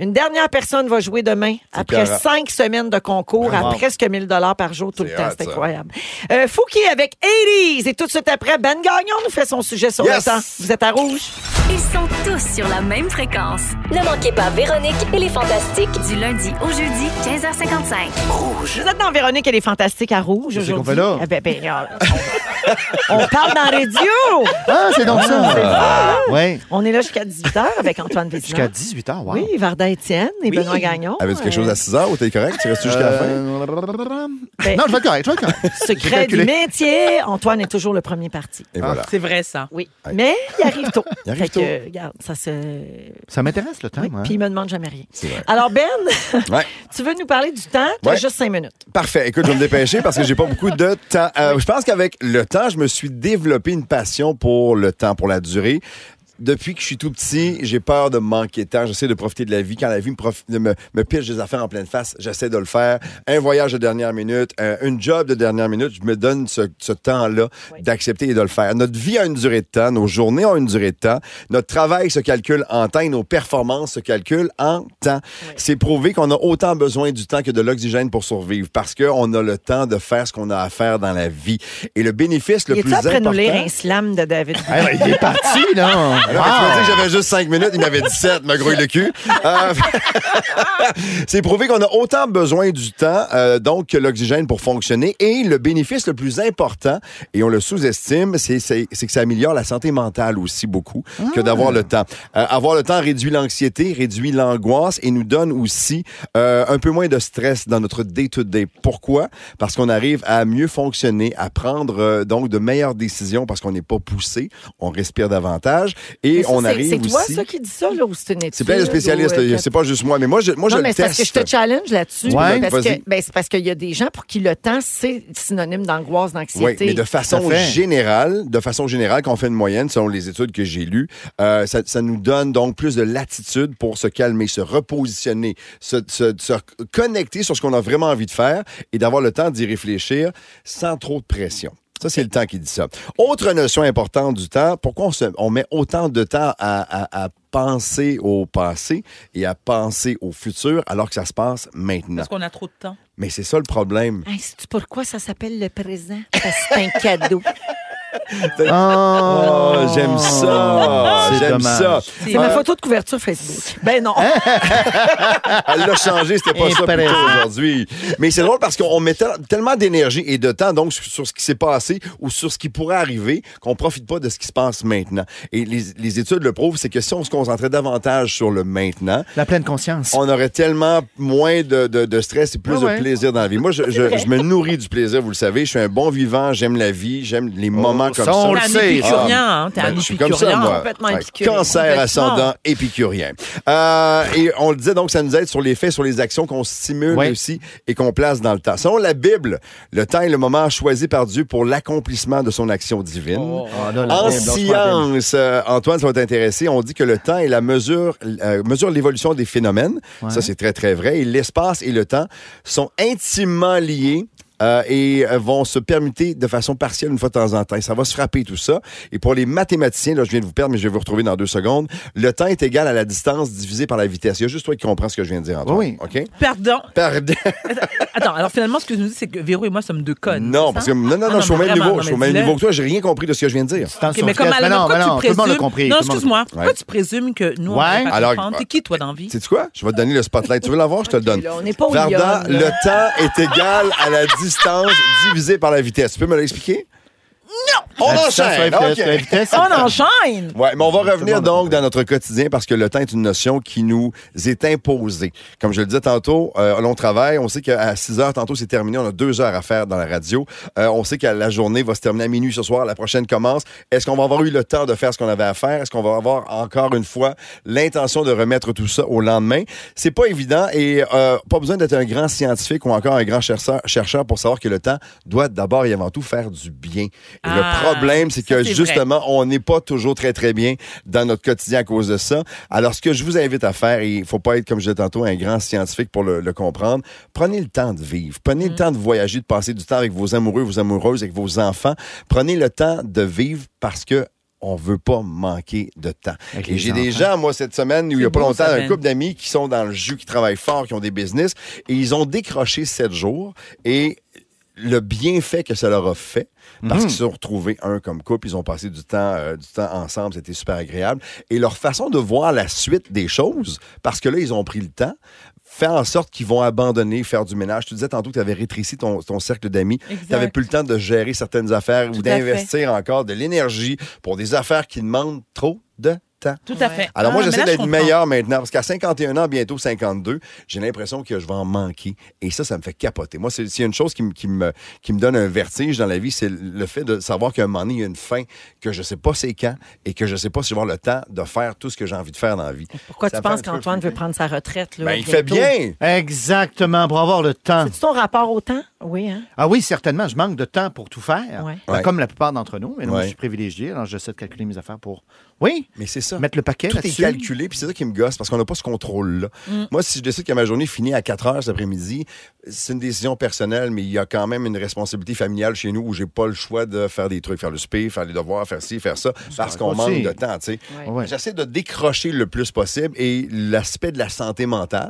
Speaker 1: Une dernière personne va jouer demain après
Speaker 3: carré.
Speaker 1: cinq semaines de concours à
Speaker 2: Wow.
Speaker 1: presque 1000 dollars par jour tout le
Speaker 3: C'est
Speaker 1: temps.
Speaker 3: hot,
Speaker 1: C'est
Speaker 3: ça.
Speaker 1: incroyable. Euh, Fouki avec 80s et tout de suite après, Ben Gagnon nous fait son sujet sur
Speaker 3: Yes!
Speaker 1: le temps. Vous êtes à rouge?
Speaker 7: Ils sont tous sur la même fréquence.
Speaker 8: Ne manquez pas Véronique et les Fantastiques.
Speaker 7: Du lundi au jeudi, 15h55.
Speaker 1: Vous êtes dans Véronique, elle est fantastique à rouge
Speaker 2: Qu'est-ce qu'on
Speaker 1: aujourd'hui.
Speaker 2: fait là?
Speaker 1: Eh ben, ben, euh, on on parle dans la radio.
Speaker 2: Ah, c'est donc ça. Oui.
Speaker 1: On est là jusqu'à 18h avec Antoine Vézina.
Speaker 2: Jusqu'à 18 h, wow.
Speaker 1: Oui, Varda Étienne et Benoît Gagnon.
Speaker 3: Avais-tu quelque chose à 6 heures ou t'es correct? Tu restes
Speaker 2: Euh,
Speaker 3: jusqu'à la fin?
Speaker 1: Ben-
Speaker 2: Non, je vais être correct, je vais être correct. J'ai
Speaker 1: Secret du
Speaker 2: calculé.
Speaker 1: métier. Antoine est toujours le premier parti.
Speaker 3: Et voilà.
Speaker 4: C'est vrai, ça.
Speaker 1: Oui. Mais il arrive tôt.
Speaker 3: Il arrive
Speaker 1: Fait que,
Speaker 3: tôt. Ah,
Speaker 1: euh, regarde, ça se.
Speaker 2: Ça m'intéresse le temps, moi.
Speaker 1: Puis il me demande jamais rien.
Speaker 3: C'est vrai.
Speaker 1: Alors, Ben,
Speaker 3: Ouais.
Speaker 1: tu veux nous parler du temps? Tu as
Speaker 3: Ouais.
Speaker 1: juste cinq minutes.
Speaker 3: Parfait. Écoute, je vais me dépêcher parce que j'ai pas beaucoup de temps. Euh, je pense qu'avec le temps, je me suis développé une passion pour le temps, pour la durée. Depuis que je suis tout petit, j'ai peur de me manquer de temps. J'essaie de profiter de la vie. Quand la vie me, prof- me, me pitche des affaires en pleine face, j'essaie de le faire. Un voyage de dernière minute, un, une job de dernière minute, je me donne ce, ce temps-là d'accepter et de le faire. Notre vie a une durée de temps, nos journées ont une durée de temps, notre travail se calcule en temps et nos performances se calculent en temps. C'est prouvé qu'on a autant besoin du temps que de l'oxygène pour survivre parce qu'on a le temps de faire ce qu'on a à faire dans la vie. Et le bénéfice le
Speaker 1: Il
Speaker 3: plus
Speaker 1: est-tu après
Speaker 3: important...
Speaker 1: nous lire un slam de David?
Speaker 2: Eh ben, il est parti, là.
Speaker 3: Alors, tu m'as dit
Speaker 2: Wow.
Speaker 3: que j'avais juste 5 minutes, il m'avait 17, me grouille le cul. Euh, c'est prouvé qu'on a autant besoin du temps, euh, donc, que l'oxygène pour fonctionner. Et le bénéfice le plus important, et on le sous-estime, c'est c'est- c'est que ça améliore la santé mentale aussi beaucoup
Speaker 1: Ah.
Speaker 3: que d'avoir le temps. Euh, avoir le temps réduit l'anxiété, réduit l'angoisse et nous donne aussi euh, un peu moins de stress dans notre day-to-day. Pourquoi? Parce qu'on arrive à mieux fonctionner, à prendre euh, donc de meilleures décisions parce qu'on n'est pas poussé, on respire davantage et
Speaker 1: Mais ça,
Speaker 3: on
Speaker 1: c'est-
Speaker 3: arrive
Speaker 1: C'est toi,
Speaker 3: aussi.
Speaker 1: ça, qui dis ça, là, ou c'est une étude?
Speaker 3: C'est plein de spécialistes,
Speaker 1: ou, euh,
Speaker 3: là. c'est pas juste moi, mais moi je, moi,
Speaker 1: non,
Speaker 3: je
Speaker 1: mais
Speaker 3: le
Speaker 1: c'est parce que je
Speaker 3: teste.
Speaker 1: te challenge là-dessus.
Speaker 2: Ouais,
Speaker 1: parce
Speaker 3: vas-y.
Speaker 1: que ben, c'est parce qu'il y a des gens pour qui le temps, c'est synonyme d'angoisse,
Speaker 3: Oui,
Speaker 1: d'anxiété.
Speaker 3: mais de façon
Speaker 2: fait.
Speaker 3: générale, de façon générale, quand on fait une moyenne, selon les études que j'ai lues, euh, ça, ça nous donne donc plus de latitude pour se calmer, se repositionner, se, se- se connecter sur ce qu'on a vraiment envie de faire et d'avoir le temps d'y réfléchir sans trop de pression. Ça, c'est le temps qui dit ça. Autre notion importante du temps, pourquoi on, se- on met autant de temps à- à- à penser au passé et à penser au futur alors que ça se passe maintenant?
Speaker 4: Parce qu'on a trop de temps.
Speaker 3: Mais c'est ça le problème.
Speaker 1: Hey, Sais-tu pourquoi ça s'appelle le présent? Parce que c'est un cadeau.
Speaker 2: Oh,
Speaker 3: Oh, j'aime ça.
Speaker 2: C'est
Speaker 3: J'aime
Speaker 2: dommage.
Speaker 3: ça. Ah,
Speaker 1: C'est ma photo de couverture Facebook. Ben non.
Speaker 3: Hein? Elle l'a changé, c'était pas ça plus tôt aujourd'hui. Mais c'est drôle parce qu'on met tel- tellement d'énergie et de temps donc sur- sur ce qui s'est passé ou sur ce qui pourrait arriver qu'on profite pas de ce qui se passe maintenant. Et les, les études le prouvent, c'est que si on se concentrait davantage sur le maintenant,
Speaker 2: La pleine conscience.
Speaker 3: on aurait tellement moins de, de- de stress et plus
Speaker 2: Ah ouais.
Speaker 3: de plaisir dans la vie. Moi, je, je- je me nourris du plaisir, vous le savez. Je suis un bon vivant, j'aime la vie, j'aime les moments comme
Speaker 2: Oh, ça, on
Speaker 3: ça.
Speaker 2: le
Speaker 4: T'es un
Speaker 2: sait,
Speaker 4: épicurien, hein. T'es
Speaker 3: Ben,
Speaker 4: un
Speaker 3: je suis comme ça,
Speaker 4: épicurien.
Speaker 3: moi.
Speaker 1: complètement
Speaker 3: Ouais,
Speaker 1: épicurien.
Speaker 3: Cancer
Speaker 4: Complètement.
Speaker 3: ascendant épicurien. Euh, et on le disait, donc, ça nous aide sur les faits, sur les actions qu'on stimule
Speaker 2: Ouais.
Speaker 3: aussi et qu'on place dans le temps. Selon la Bible, le temps est le moment choisi par Dieu pour l'accomplissement de son action divine.
Speaker 4: Oh.
Speaker 2: Ah, là, la
Speaker 3: En
Speaker 2: Bible, lâche-moi la Bible.
Speaker 3: science, euh, Antoine, ça va t'intéresser. On dit que le temps et la mesure euh, mesure l'évolution des phénomènes.
Speaker 2: Ouais.
Speaker 3: Ça, c'est très, très vrai. Et l'espace et le temps sont intimement liés. euh, et euh, vont se permuter de façon partielle une fois de temps en temps. Ça va se frapper tout ça. Et pour les mathématiciens, là, je viens de vous perdre, mais je vais vous retrouver dans deux secondes. Le temps est égal à la distance divisée par la vitesse. Il y a juste toi qui comprends ce que je viens de dire, Antoine.
Speaker 2: Oui.
Speaker 3: OK?
Speaker 4: Pardon.
Speaker 3: Pardon.
Speaker 4: Attends, alors finalement, ce que je nous dis, c'est que Véro et moi sommes deux connes.
Speaker 3: Non,
Speaker 4: c'est
Speaker 3: parce
Speaker 4: ça?
Speaker 3: que, non, non, non, je
Speaker 4: Ah,
Speaker 3: suis au
Speaker 4: mais
Speaker 3: même
Speaker 4: vraiment,
Speaker 3: niveau.
Speaker 4: non,
Speaker 3: Je suis au
Speaker 4: mais
Speaker 3: même
Speaker 4: dis-le.
Speaker 3: niveau que toi. J'ai rien compris de ce que je viens de dire.
Speaker 2: C'est dans
Speaker 4: Ok,
Speaker 2: son
Speaker 4: mais comme
Speaker 2: stress.
Speaker 4: Alain,
Speaker 2: Ben non,
Speaker 4: pourquoi
Speaker 2: mais non, tout
Speaker 4: tu
Speaker 2: le monde a
Speaker 4: présumes-
Speaker 2: compris.
Speaker 4: Non,
Speaker 2: tout le monde a
Speaker 4: excuse-moi. Pourquoi
Speaker 3: Ouais.
Speaker 4: tu présumes que nous, on
Speaker 2: Ouais.
Speaker 4: ne peut pas
Speaker 3: Alors, bah,
Speaker 4: comprendre? T'es qui, toi, dans la vie?
Speaker 3: Sais-tu quoi? Je vais te donner le spotlight. Tu veux l'avoir? Je te le donne.
Speaker 1: Là, on n'est pas au
Speaker 3: Varda,
Speaker 1: Lyon, là.
Speaker 3: le temps est égal à la distance divisée par la vitesse. Tu peux me l'expliquer? Non! On
Speaker 2: La distance,
Speaker 3: enchaîne!
Speaker 2: la vitesse,
Speaker 3: OK.
Speaker 2: la vitesse,
Speaker 4: On enchaîne!
Speaker 3: Ouais, mais on va revenir
Speaker 2: monde a
Speaker 3: donc dans notre quotidien parce que le temps est une notion qui nous est imposée. Comme je le disais tantôt, euh, on travaille, on sait qu'à 6 heures, tantôt c'est terminé, on a deux heures à faire dans la radio. Euh, on sait que la journée va se terminer à minuit ce soir, la prochaine commence. Est-ce qu'on va avoir eu le temps de faire ce qu'on avait à faire? Est-ce qu'on va avoir encore une fois l'intention de remettre tout ça au lendemain? C'est pas évident et euh, pas besoin d'être un grand scientifique ou encore un grand chercheur, chercheur pour savoir que le temps doit d'abord et avant tout faire du bien. Et
Speaker 4: Ah,
Speaker 3: le problème, c'est
Speaker 4: ça,
Speaker 3: que
Speaker 4: c'est vrai.
Speaker 3: justement, Évidemment, on n'est pas toujours très, très bien dans notre quotidien à cause de ça. Alors, ce que je vous invite à faire, et il ne faut pas être, comme je disais tantôt, un grand scientifique pour le, le comprendre, prenez le temps de vivre, prenez
Speaker 2: Mm.
Speaker 3: le temps de voyager, de passer du temps avec vos amoureux, vos amoureuses, avec vos enfants. Prenez le temps de vivre parce que on veut pas manquer de temps.
Speaker 2: Avec
Speaker 3: Et
Speaker 2: les
Speaker 3: j'ai des
Speaker 2: enfants.
Speaker 3: gens, moi, cette semaine, il y a
Speaker 4: C'est
Speaker 3: pas
Speaker 4: beau,
Speaker 3: longtemps,
Speaker 4: ça,
Speaker 3: un
Speaker 4: Ben.
Speaker 3: couple d'amis qui sont dans le jus, qui travaillent fort, qui ont des business, et ils ont décroché sept jours et le bienfait que ça leur a fait, parce
Speaker 4: Hmm.
Speaker 3: qu'ils se sont retrouvés un comme couple, ils ont passé du temps, euh, du temps ensemble, c'était super agréable. Et leur façon de voir la suite des choses, parce que là, ils ont pris le temps, fait en sorte qu'ils vont abandonner, faire du ménage. Tu disais tantôt que tu avais rétréci ton, ton cercle d'amis, tu
Speaker 4: Exact.
Speaker 3: n'avais plus le temps de gérer certaines affaires ou
Speaker 4: Tout à fait.
Speaker 3: d'investir encore de l'énergie pour des affaires qui demandent trop de temps.
Speaker 4: Tout à fait.
Speaker 3: Alors, moi,
Speaker 4: Ah, mais
Speaker 3: j'essaie
Speaker 4: là, je
Speaker 3: d'être
Speaker 4: comprends.
Speaker 3: meilleur maintenant, parce qu'à 51 ans, bientôt 52, j'ai l'impression que je vais en manquer. Et ça, ça me fait capoter. Moi, c'est s'il y a une chose qui, me- qui me, qui me donne un vertige dans la vie, c'est le fait de savoir qu'à un moment donné, il y a une fin, que je sais pas c'est quand, et que je sais pas si je vais avoir le temps de faire tout ce que j'ai envie de faire dans la vie.
Speaker 1: Pourquoi
Speaker 3: Ça fait
Speaker 1: tu penses
Speaker 3: un peu
Speaker 1: qu'Antoine
Speaker 3: flipper.
Speaker 1: veut prendre sa retraite? Là,
Speaker 3: Ben, il fait
Speaker 1: bientôt?
Speaker 3: bien!
Speaker 2: Exactement, pour avoir le temps.
Speaker 1: C'est-tu ton rapport au temps? Oui, hein?
Speaker 2: Ah oui, certainement, je manque de temps pour tout faire,
Speaker 1: Ouais.
Speaker 2: Ben,
Speaker 3: Ouais.
Speaker 2: comme la plupart d'entre nous. Mais non, moi,
Speaker 3: Ouais.
Speaker 2: je suis privilégié, alors j'essaie de calculer mes affaires pour, oui,
Speaker 3: Mais c'est ça.
Speaker 2: mettre le paquet
Speaker 3: tout est
Speaker 2: là-dessus.
Speaker 3: calculé, puis c'est ça qui me gosse, parce qu'on n'a pas ce contrôle-là.
Speaker 4: Mm.
Speaker 3: Moi, si je décide que ma journée finit à 4 heures cet après-midi, c'est une décision personnelle, mais il y a quand même une responsabilité familiale chez nous où j'ai pas le choix de faire des trucs, faire le souper, faire les devoirs, faire ci, faire ça, parce qu'on
Speaker 2: possible.
Speaker 3: manque de temps, tu sais.
Speaker 2: Ouais.
Speaker 3: J'essaie de décrocher le plus possible et l'aspect de la santé mentale.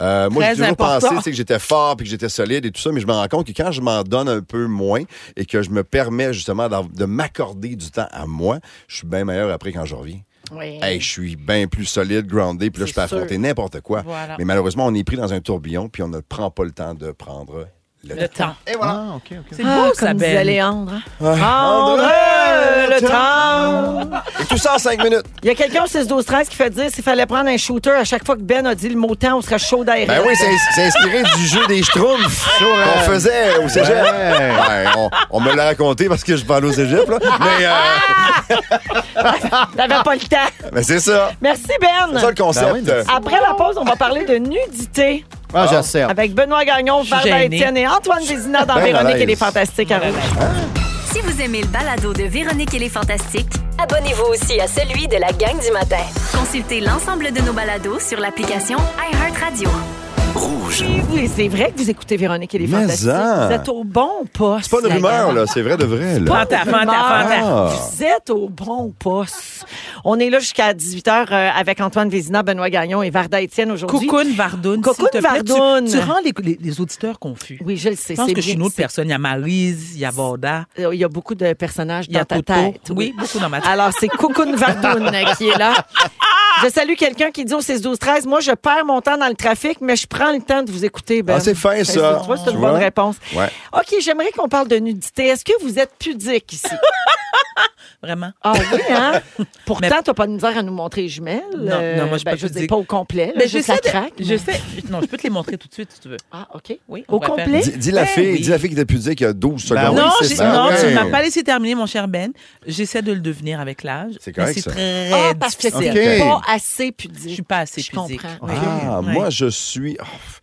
Speaker 3: euh, moi, j'ai
Speaker 4: Très
Speaker 3: toujours pensé
Speaker 4: important.
Speaker 3: tu sais, que j'étais fort puis que j'étais solide et tout ça, mais je me rends compte que quand je m'en donne un peu moins et que je me permets justement d'av- de m'accorder du temps à moi, je suis bien meilleur après quand je reviens.
Speaker 1: Oui.
Speaker 3: Hey, je suis bien plus solide, groundé, puis là, je peux
Speaker 1: C'est sûr.
Speaker 3: affronter n'importe quoi.
Speaker 4: Voilà.
Speaker 3: Mais malheureusement, on est pris dans un tourbillon, puis on ne prend pas le temps de prendre le,
Speaker 4: Le
Speaker 3: temps.
Speaker 4: temps.
Speaker 3: Et voilà.
Speaker 2: Ah, OK, OK.
Speaker 4: C'est
Speaker 1: Ah,
Speaker 4: beau, ça, Ben.
Speaker 1: comme disait
Speaker 4: belle.
Speaker 1: Léandre. hein?
Speaker 3: André,
Speaker 2: Ah,
Speaker 1: André, le temps!
Speaker 3: Et tout ça en cinq minutes.
Speaker 1: Il y a quelqu'un au 6-12-13 qui fait dire s'il fallait prendre un shooter à chaque fois que Ben a dit le mot temps, on serait chaud d'air.
Speaker 3: Ben oui, c'est c'est inspiré du jeu des Schtroumpfs qu'on faisait au cégep. Ouais, on, on me l'a raconté parce que je parle au cégep, là. Mais, euh,
Speaker 1: T'avais pas le temps.
Speaker 3: mais c'est ça.
Speaker 1: Merci,
Speaker 3: Ben, C'est ça
Speaker 1: Ben.
Speaker 3: le concept.
Speaker 2: Ben oui, merci.
Speaker 1: Après la pause, on va parler de nudité
Speaker 2: Ah, j'accepte.
Speaker 4: ben,
Speaker 1: avec Benoît Gagnon,
Speaker 4: Je suis
Speaker 1: Varda
Speaker 4: gênée.
Speaker 1: Etienne et Antoine Vézina dans
Speaker 3: Ben à
Speaker 1: Véronique et
Speaker 3: l'aise.
Speaker 1: les Fantastiques à Rouge.
Speaker 7: Si vous aimez le balado de Véronique et les Fantastiques,
Speaker 8: Abonnez-vous aussi à celui de la gang du matin.
Speaker 7: consultez l'ensemble de nos balados sur l'application iHeartRadio.
Speaker 5: Rouge.
Speaker 1: Oui, c'est vrai que vous écoutez Véronique et les
Speaker 3: Mais
Speaker 1: Fantastiques.
Speaker 3: en.
Speaker 1: Vous êtes au bon poste.
Speaker 3: C'est pas une
Speaker 1: la
Speaker 3: rumeur,
Speaker 1: gang.
Speaker 3: là. C'est vrai de vrai, là.
Speaker 4: Fanta, fanta, fanta.
Speaker 3: Ah.
Speaker 1: Vous êtes au bon poste. On est là jusqu'à 18h avec Antoine Vézina, Benoît Gagnon et Varda Étienne aujourd'hui.
Speaker 4: Cocoon Vardoun.
Speaker 1: Cocoon
Speaker 4: s'il te plaît. Tu-
Speaker 1: Vardoun.
Speaker 4: Tu, rends les, les- les auditeurs confus.
Speaker 1: Oui, je le sais.
Speaker 4: Je pense
Speaker 1: c'est
Speaker 4: que je suis
Speaker 1: bien,
Speaker 4: une autre
Speaker 1: c'est-
Speaker 4: personne. Il y a Marise, il y a Borda,
Speaker 1: Euh, Il y a beaucoup de personnages
Speaker 4: il y
Speaker 1: dans
Speaker 4: a
Speaker 1: ta
Speaker 4: Toto.
Speaker 1: tête.
Speaker 4: Oui, beaucoup dans ma tête.
Speaker 1: Alors, c'est Cocoon Vardoun qui est là. Je salue quelqu'un qui dit au 6-12-13, moi, je perds mon temps dans le trafic, mais je prends le temps de vous écouter. Ben.
Speaker 3: Ah, c'est fin,
Speaker 1: Tu
Speaker 3: ça.
Speaker 1: vois, c'est
Speaker 3: Tu
Speaker 1: une
Speaker 3: vois?
Speaker 1: bonne réponse.
Speaker 3: Ouais.
Speaker 1: OK, j'aimerais qu'on parle de nudité. Est-ce que vous êtes pudique ici?
Speaker 4: Vraiment.
Speaker 1: Ah oui, hein? Pourtant,
Speaker 4: Mais-
Speaker 1: t'as pas de misère à nous montrer les jumelles.
Speaker 4: Non, non, moi, je suis
Speaker 1: ben,
Speaker 4: pas
Speaker 1: je veux dire,
Speaker 4: pudique.
Speaker 1: pas au complet. Là,
Speaker 4: Mais
Speaker 1: juste la
Speaker 4: j'essaie de-
Speaker 1: craque.
Speaker 4: Je sais. Non, je peux te les montrer tout de suite si tu veux.
Speaker 1: Ah, OK.
Speaker 4: Oui, on
Speaker 1: Au
Speaker 4: va faire.
Speaker 1: complet?
Speaker 3: Dis, dis la
Speaker 4: Ben
Speaker 3: fille,
Speaker 4: oui.
Speaker 3: dis la fille Ah qui t'a pu dire qu'il y a 12
Speaker 2: Ben
Speaker 3: secondes.
Speaker 2: oui,
Speaker 4: non,
Speaker 2: c'est
Speaker 4: j'ai-
Speaker 2: ça.
Speaker 4: non,
Speaker 2: Ouais.
Speaker 4: tu ne m'as pas laissé terminer, mon cher Ben. J'essaie de le devenir avec l'âge.
Speaker 3: C'est correct,
Speaker 4: mais
Speaker 3: ça.
Speaker 4: très
Speaker 1: Ah, parce que
Speaker 4: difficile.
Speaker 1: t'es
Speaker 2: Ok.
Speaker 1: pas assez
Speaker 4: Je suis
Speaker 1: pudique.
Speaker 4: pas assez
Speaker 1: Je
Speaker 4: pudique.
Speaker 1: comprends.
Speaker 4: Ouais.
Speaker 3: Ah,
Speaker 4: Ouais.
Speaker 3: moi, je suis. oh, pff.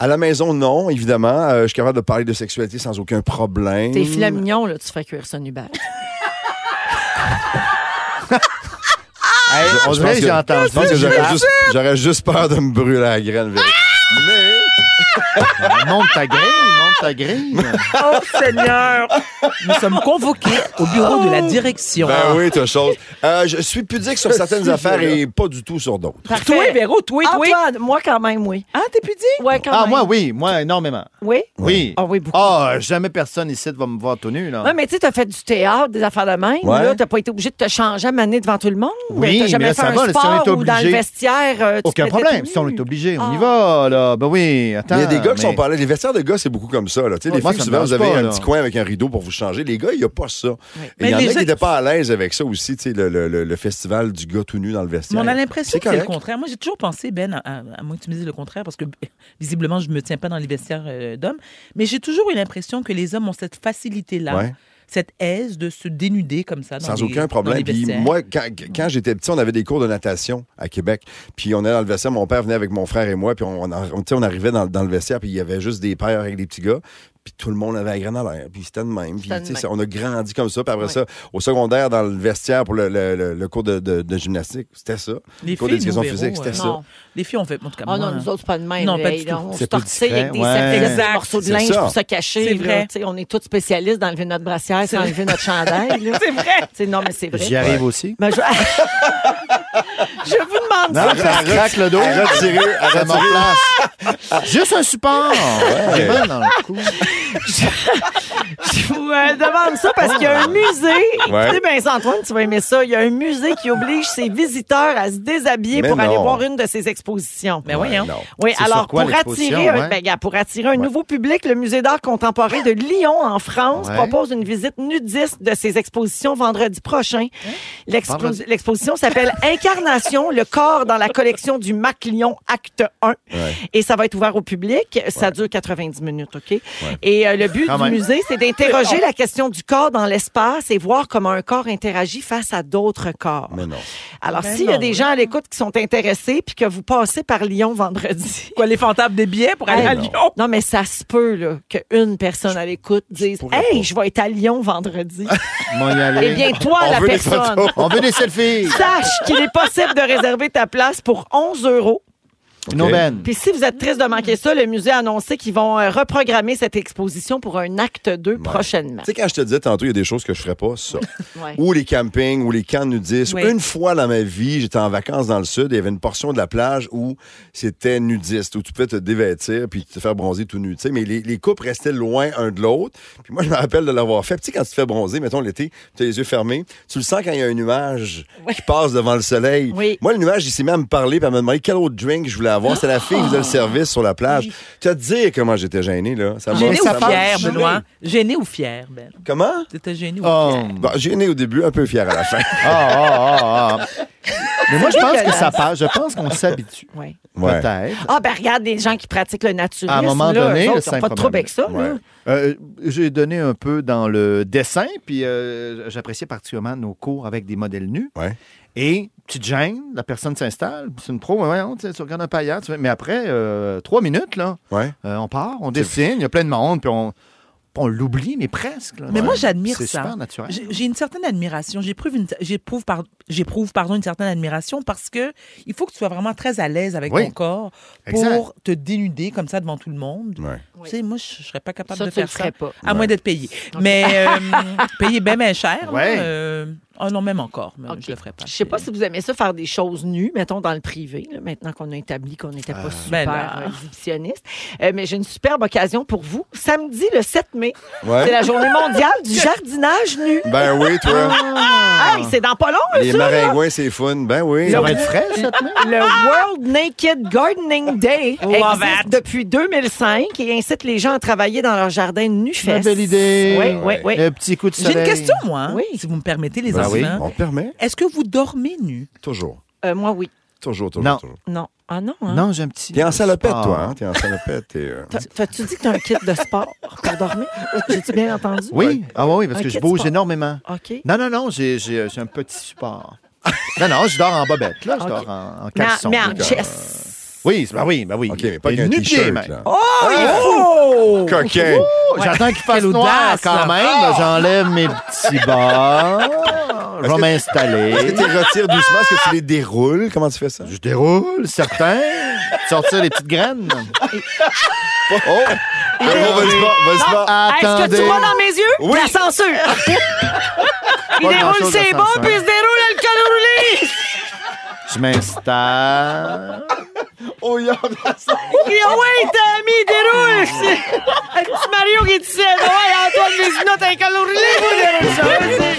Speaker 3: À la maison, non, évidemment. Euh, je suis capable de parler de sexualité sans aucun problème.
Speaker 1: T'es filet mignon, là, tu fais cuire ça Hubert.
Speaker 2: Hey, on
Speaker 3: Je
Speaker 2: dirait
Speaker 3: pense
Speaker 2: que
Speaker 3: que-
Speaker 2: j'ai entendu.
Speaker 3: Je pense que j'aurais
Speaker 2: Ah,
Speaker 3: juste, j'aurais juste peur de me brûler la graine. vérité. Mais
Speaker 2: Ben, Monte ta grille, monte ta grille.
Speaker 4: Oh Seigneur! Nous sommes convoqués au bureau de la direction.
Speaker 2: Ah!
Speaker 3: ben oui, t'as chose. Euh, je suis pudique sur certaines affaires et pas du tout sur d'autres.
Speaker 1: Parfait.
Speaker 4: Toi, Véro, toi, toi.
Speaker 1: Antoine, moi quand même, oui.
Speaker 4: Ah, t'es pudique?
Speaker 1: Ouais, quand
Speaker 2: Ah,
Speaker 1: même.
Speaker 2: moi, oui, moi, énormément.
Speaker 1: Oui?
Speaker 2: Oui.
Speaker 1: Ah oui, beaucoup.
Speaker 2: Ah, jamais personne ici ne va me voir tout nu, là.
Speaker 1: Ouais, mais tu sais, t'as fait du théâtre, des affaires de même.
Speaker 3: Ouais.
Speaker 1: Là, t'as pas été obligé de te changer à maner devant tout le monde.
Speaker 2: Oui,
Speaker 1: t'as jamais
Speaker 2: mais là,
Speaker 1: fait
Speaker 2: ça
Speaker 1: un
Speaker 2: va, là, si on
Speaker 1: sport
Speaker 2: est
Speaker 1: ou dans le
Speaker 2: obligé.
Speaker 1: vestiaire. euh, tu te
Speaker 2: Aucun
Speaker 1: mettais
Speaker 2: problème.
Speaker 1: tout
Speaker 2: Si on
Speaker 1: nu.
Speaker 2: est obligé, on y
Speaker 1: Ah.
Speaker 2: va, là. Ben oui, attends.
Speaker 3: Il y a des gars qui
Speaker 2: mais-
Speaker 3: sont parlés. Les vestiaires de gars, c'est beaucoup comme ça. Là. Tu sais, les
Speaker 2: Moi,
Speaker 3: filles,
Speaker 2: ça me
Speaker 3: souvent, vous
Speaker 2: dérange
Speaker 3: avez
Speaker 2: pas,
Speaker 3: un
Speaker 2: là.
Speaker 3: petit coin avec un rideau pour vous changer. Les gars, il n'y a pas ça. Et
Speaker 4: Mais
Speaker 3: Il y en a
Speaker 4: les
Speaker 3: qui
Speaker 4: gens-
Speaker 3: n'étaient pas à l'aise avec ça aussi, tu sais, le, le- le- le festival du gars tout nu dans le
Speaker 4: Mais
Speaker 3: vestiaire.
Speaker 4: on a l'impression
Speaker 3: C'est
Speaker 4: que c'est le
Speaker 3: correct.
Speaker 4: contraire. Moi, j'ai toujours pensé, Ben, à, à- à moins que tu me dises le contraire, parce que visiblement, je ne me tiens pas dans les vestiaires euh, d'hommes, mais j'ai toujours eu l'impression que les hommes ont cette facilité-là,
Speaker 3: Ouais.
Speaker 4: cette aise de se dénuder comme ça. Ah, Dans
Speaker 3: Sans
Speaker 4: les-
Speaker 3: aucun
Speaker 4: dans
Speaker 3: problème.
Speaker 4: les
Speaker 3: Puis
Speaker 4: vestiaires.
Speaker 3: moi, quand, quand j'étais petit, on avait des cours de natation à Québec. Puis on allait dans le vestiaire. Mon père venait avec mon frère et moi. Puis on, on, tu sais, on arrivait dans, dans le vestiaire. Puis il y avait juste des pères avec des petits gars. puis tout le monde avait la graine à l'air, puis c'était de même. Puis,
Speaker 1: C'était de
Speaker 3: tu sais,
Speaker 1: même.
Speaker 3: ça- on a grandi comme ça, puis après
Speaker 1: Ouais.
Speaker 3: ça, au secondaire, dans le vestiaire pour le, le- le- le cours de, de- de gymnastique, c'était ça.
Speaker 4: Les
Speaker 3: cours
Speaker 4: filles,
Speaker 3: d'éducation
Speaker 4: nous, Véro,
Speaker 3: physique, c'était
Speaker 4: euh,
Speaker 3: ça.
Speaker 1: Non.
Speaker 4: Les filles, on fait. En tout cas,
Speaker 1: Ah
Speaker 4: moi, hein.
Speaker 1: non, nous autres, c'est pas de même.
Speaker 4: Non, pas
Speaker 1: Hey,
Speaker 4: du
Speaker 1: là,
Speaker 4: tout.
Speaker 1: On
Speaker 3: C'est
Speaker 1: se
Speaker 3: plus
Speaker 1: tortille
Speaker 3: discret,
Speaker 1: avec des
Speaker 3: ouais.
Speaker 1: serviettes, des
Speaker 4: Exact.
Speaker 1: morceaux de
Speaker 3: C'est
Speaker 1: linge
Speaker 3: ça.
Speaker 1: pour se cacher.
Speaker 4: C'est
Speaker 1: là.
Speaker 4: vrai.
Speaker 1: Tu sais, on est tous spécialistes d'enlever notre brassière, sans enlever notre chandail. là.
Speaker 4: C'est vrai.
Speaker 1: Tu sais, non, mais c'est vrai.
Speaker 2: J'y arrive aussi.
Speaker 1: Ben, je... je vous demande
Speaker 3: Non,
Speaker 1: ça.
Speaker 3: ça
Speaker 2: Ça craque le dos.
Speaker 3: a retiré, à
Speaker 2: Ça me
Speaker 3: retirer.
Speaker 2: replace. Juste un support. J'ai mal dans le cou.
Speaker 1: Je vous euh, demande ça parce qu'il y a un musée.
Speaker 3: Ouais.
Speaker 1: Écoutez, ben, Antoine, tu vas aimer ça. Il y a un musée qui oblige ses visiteurs à se déshabiller
Speaker 3: Mais
Speaker 1: pour aller
Speaker 3: non.
Speaker 1: voir une de ses expositions.
Speaker 4: Mais voyons.
Speaker 3: non.
Speaker 1: Oui,
Speaker 2: C'est
Speaker 1: alors
Speaker 2: sur quoi
Speaker 1: pour
Speaker 2: l'exposition,
Speaker 1: attirer, un,
Speaker 2: ouais?
Speaker 1: ben, gars, pour attirer un nouveau public, le Musée d'art contemporain de Lyon, en France,
Speaker 2: Ouais.
Speaker 1: propose une visite nudiste de ses expositions vendredi prochain. L'expo-
Speaker 2: Vendredi.
Speaker 1: L'exposition s'appelle Incarnation, le corps dans la collection du Mac Lyon, acte 1. Et ça va être ouvert au public. Ça dure 90 minutes, OK? Et euh, le but
Speaker 2: Quand
Speaker 1: du
Speaker 2: même.
Speaker 1: musée, c'est d'interroger la question du corps dans l'espace et voir comment un corps interagit face à d'autres corps.
Speaker 3: Mais non.
Speaker 1: Alors,
Speaker 4: Ben
Speaker 1: s'il y a
Speaker 4: non,
Speaker 1: des
Speaker 4: oui.
Speaker 1: gens à l'écoute qui sont intéressés puis que vous passez par Lyon vendredi,
Speaker 4: Quoi, les fantasmes des billets pour aller
Speaker 3: Ah,
Speaker 1: Hey,
Speaker 4: à
Speaker 1: non.
Speaker 4: Lyon?
Speaker 1: Non, mais ça se peut là, qu'une personne à l'écoute dise
Speaker 3: pourrais
Speaker 1: Hey,
Speaker 3: pas.
Speaker 1: je vais être à Lyon vendredi.
Speaker 2: Moi, y aller.
Speaker 1: Eh bien, toi,
Speaker 3: On
Speaker 1: la
Speaker 3: veut des
Speaker 1: personne,
Speaker 3: photos.
Speaker 2: On veut des selfies.
Speaker 1: sache qu'il est possible de réserver ta place pour 11 euros.
Speaker 2: Une
Speaker 3: Ok.
Speaker 2: aubaine.
Speaker 1: Puis si vous êtes triste de manquer ça, le musée a annoncé qu'ils vont euh, reprogrammer cette exposition pour un acte 2 prochainement.
Speaker 3: Tu sais, quand je te disais tantôt, il y a des choses que je ferais pas, ça.
Speaker 1: Ouais.
Speaker 3: Ou les campings, ou les camps nudistes.
Speaker 4: Oui.
Speaker 3: Une fois dans ma vie, j'étais en vacances dans le sud et il y avait une portion de la plage où c'était nudiste, où tu pouvais te dévêtir puis te faire bronzer tout nu. Tu sais, mais les, les couples restaient loin un de l'autre. Puis moi, je me rappelle de l'avoir fait. Puis Tu sais, quand tu te fais bronzer, mettons l'été, tu as les yeux fermés, tu le sens quand il y a un nuage qui passe devant le soleil.
Speaker 1: Oui.
Speaker 3: Moi, le nuage, il s'est mis à me parler puis à me demander quel autre drink je voulais avoir. C'est la fille qui
Speaker 4: Ah!
Speaker 3: faisait le service sur la plage. Tu vas te dire comment j'étais gêné, là. Ça m'a-
Speaker 4: Gêné
Speaker 2: Mais
Speaker 4: ou
Speaker 2: ça parle
Speaker 4: fière,
Speaker 2: jamais.
Speaker 4: Benoît? Gêné ou fière, Ben?
Speaker 3: Comment?
Speaker 4: T'étais gêné ou
Speaker 3: Ah,
Speaker 2: Oh.
Speaker 4: fière?
Speaker 3: Bon, gêné au début, un peu fier à la fin.
Speaker 2: Ah, ah, ah, ah. Mais moi, je pense que ça passe. Je pense qu'on s'habitue.
Speaker 1: Ouais.
Speaker 3: Ouais.
Speaker 2: Peut-être.
Speaker 1: Ah, ben regarde, les gens qui pratiquent le naturisme.
Speaker 2: À un moment
Speaker 1: là,
Speaker 2: donné,
Speaker 1: eux
Speaker 2: le
Speaker 1: autres, ils ont pas de
Speaker 2: syndrome.
Speaker 1: trouble avec
Speaker 4: Ah,
Speaker 1: ça.
Speaker 3: Ouais.
Speaker 1: là.
Speaker 2: Euh, J'ai donné un peu dans le dessin, puis euh, j'appréciais particulièrement nos cours avec des modèles nus.
Speaker 3: Ouais.
Speaker 2: Et tu te gênes, la personne s'installe, puis c'est une pro, mais voyons, tu sais, tu regardes un peu ailleurs, tu fais- mais après euh, trois minutes, là,
Speaker 3: Ouais.
Speaker 2: euh, on part, on dessine, il y a plein de monde, puis on, on l'oublie, mais presque. là.
Speaker 4: Mais
Speaker 2: Ouais.
Speaker 4: moi, j'admire ça.
Speaker 2: C'est super naturel.
Speaker 4: J'ai j'ai une certaine admiration. J'éprouve une, j'éprouve, par- j'éprouve, pardon, une certaine admiration parce que il faut que tu sois vraiment très à l'aise avec
Speaker 2: Oui.
Speaker 4: ton corps pour
Speaker 2: Exact.
Speaker 4: te dénuder comme ça devant tout le monde.
Speaker 3: Ouais.
Speaker 4: Tu sais, moi, je, je serais pas capable
Speaker 1: Ça,
Speaker 4: de
Speaker 1: tu le
Speaker 4: faire ça.
Speaker 1: ferais pas.
Speaker 4: À moins d'être payé. Mais euh, payé bien, bien cher. là,
Speaker 2: Ouais.
Speaker 4: euh, ah non, même encore. mais
Speaker 1: Ok.
Speaker 4: Je le ferais pas.
Speaker 1: Je sais pas si vous aimez ça faire des choses nues, mettons dans le privé, là, maintenant qu'on a établi qu'on n'était
Speaker 2: Ah.
Speaker 1: pas super
Speaker 4: Ben non.
Speaker 1: euh, exhibitionniste. Euh, mais j'ai une superbe occasion pour vous. Samedi, le 7 mai,
Speaker 2: Hein?
Speaker 3: Ouais.
Speaker 1: c'est la journée mondiale du jardinage nu.
Speaker 3: Ben oui, toi.
Speaker 1: Hey, c'est dans pas long, hein,
Speaker 3: Les
Speaker 1: ça, là.
Speaker 3: maringouins, c'est fun. Ben oui.
Speaker 2: Ça va être frais, cette main?
Speaker 1: Le World Naked Gardening Day
Speaker 4: Love
Speaker 1: existe
Speaker 4: it.
Speaker 1: depuis 2005 et incite les gens à travailler dans leur jardin nu
Speaker 2: Une belle idée.
Speaker 1: Oui, oui, oui.
Speaker 2: Un petit coup de
Speaker 4: J'ai
Speaker 2: soleil.
Speaker 4: une question, moi, hein,
Speaker 1: Oui.
Speaker 4: si vous me permettez, les
Speaker 2: Bah
Speaker 3: Ben oui,
Speaker 1: hein?
Speaker 4: enfants.
Speaker 3: on te permet.
Speaker 4: Est-ce que vous dormez nu?
Speaker 3: Toujours.
Speaker 1: Euh, moi, oui.
Speaker 3: Toujours, toujours,
Speaker 2: Non.
Speaker 3: toujours.
Speaker 1: Non. Ah non, hein?
Speaker 2: Non, j'ai un petit.
Speaker 3: T'es en salopette,
Speaker 2: Ah.
Speaker 3: toi. Hein? T'es en salopette. t'es, euh,
Speaker 1: T'as- T'as-tu dit que t'as un kit de sport pour dormir? J'ai-tu bien entendu?
Speaker 2: Oui, ah oui, parce
Speaker 1: Un
Speaker 2: que je
Speaker 1: kit
Speaker 2: bouge
Speaker 1: sport.
Speaker 2: énormément.
Speaker 1: OK.
Speaker 2: Non, non, non, j'ai euh, j'ai- j'ai un petit support. non, non, je dors en bobette, là. Je
Speaker 1: Ok.
Speaker 2: dors en, en
Speaker 1: Mais en-
Speaker 2: caleçon.
Speaker 1: mais en
Speaker 2: Donc, euh,
Speaker 1: chess.
Speaker 2: Oui, c'est- ben oui, ben oui.
Speaker 3: OK, mais pas
Speaker 2: Et
Speaker 3: qu'un
Speaker 2: nu-pied,
Speaker 3: t-shirt,
Speaker 2: même.
Speaker 3: là.
Speaker 4: Oh!
Speaker 3: Coquin.
Speaker 2: Oh, J'attends qu'il fasse
Speaker 4: Quelle
Speaker 2: noir
Speaker 4: audace, là.
Speaker 2: quand même. J'enlève mes petits bas. Je vais
Speaker 3: Est-ce que
Speaker 2: m'installer.
Speaker 3: tu les retires doucement? Est-ce que tu les déroules? Comment tu fais ça?
Speaker 2: Je déroule, certains. Sortir les petites graines.
Speaker 3: Oh! Vas-y, vas-y, vas-y, vas-y.
Speaker 1: Est-ce que
Speaker 2: Attendez.
Speaker 1: tu vois dans mes yeux?
Speaker 3: Oui. Ah.
Speaker 1: La censure. Il
Speaker 2: Pas grand-chose
Speaker 1: déroule ses
Speaker 2: à
Speaker 1: bas,
Speaker 2: censure.
Speaker 1: puis il se déroule le col roulé.
Speaker 2: Je m'installe.
Speaker 3: Oh, y'a
Speaker 1: Il dit, ouais, Tommy, il déroule.
Speaker 3: Ah.
Speaker 1: Un petit Mario qui disait, ouais, Antoine Vézina, t'as un col roulé, vous déroule ça. vas-y.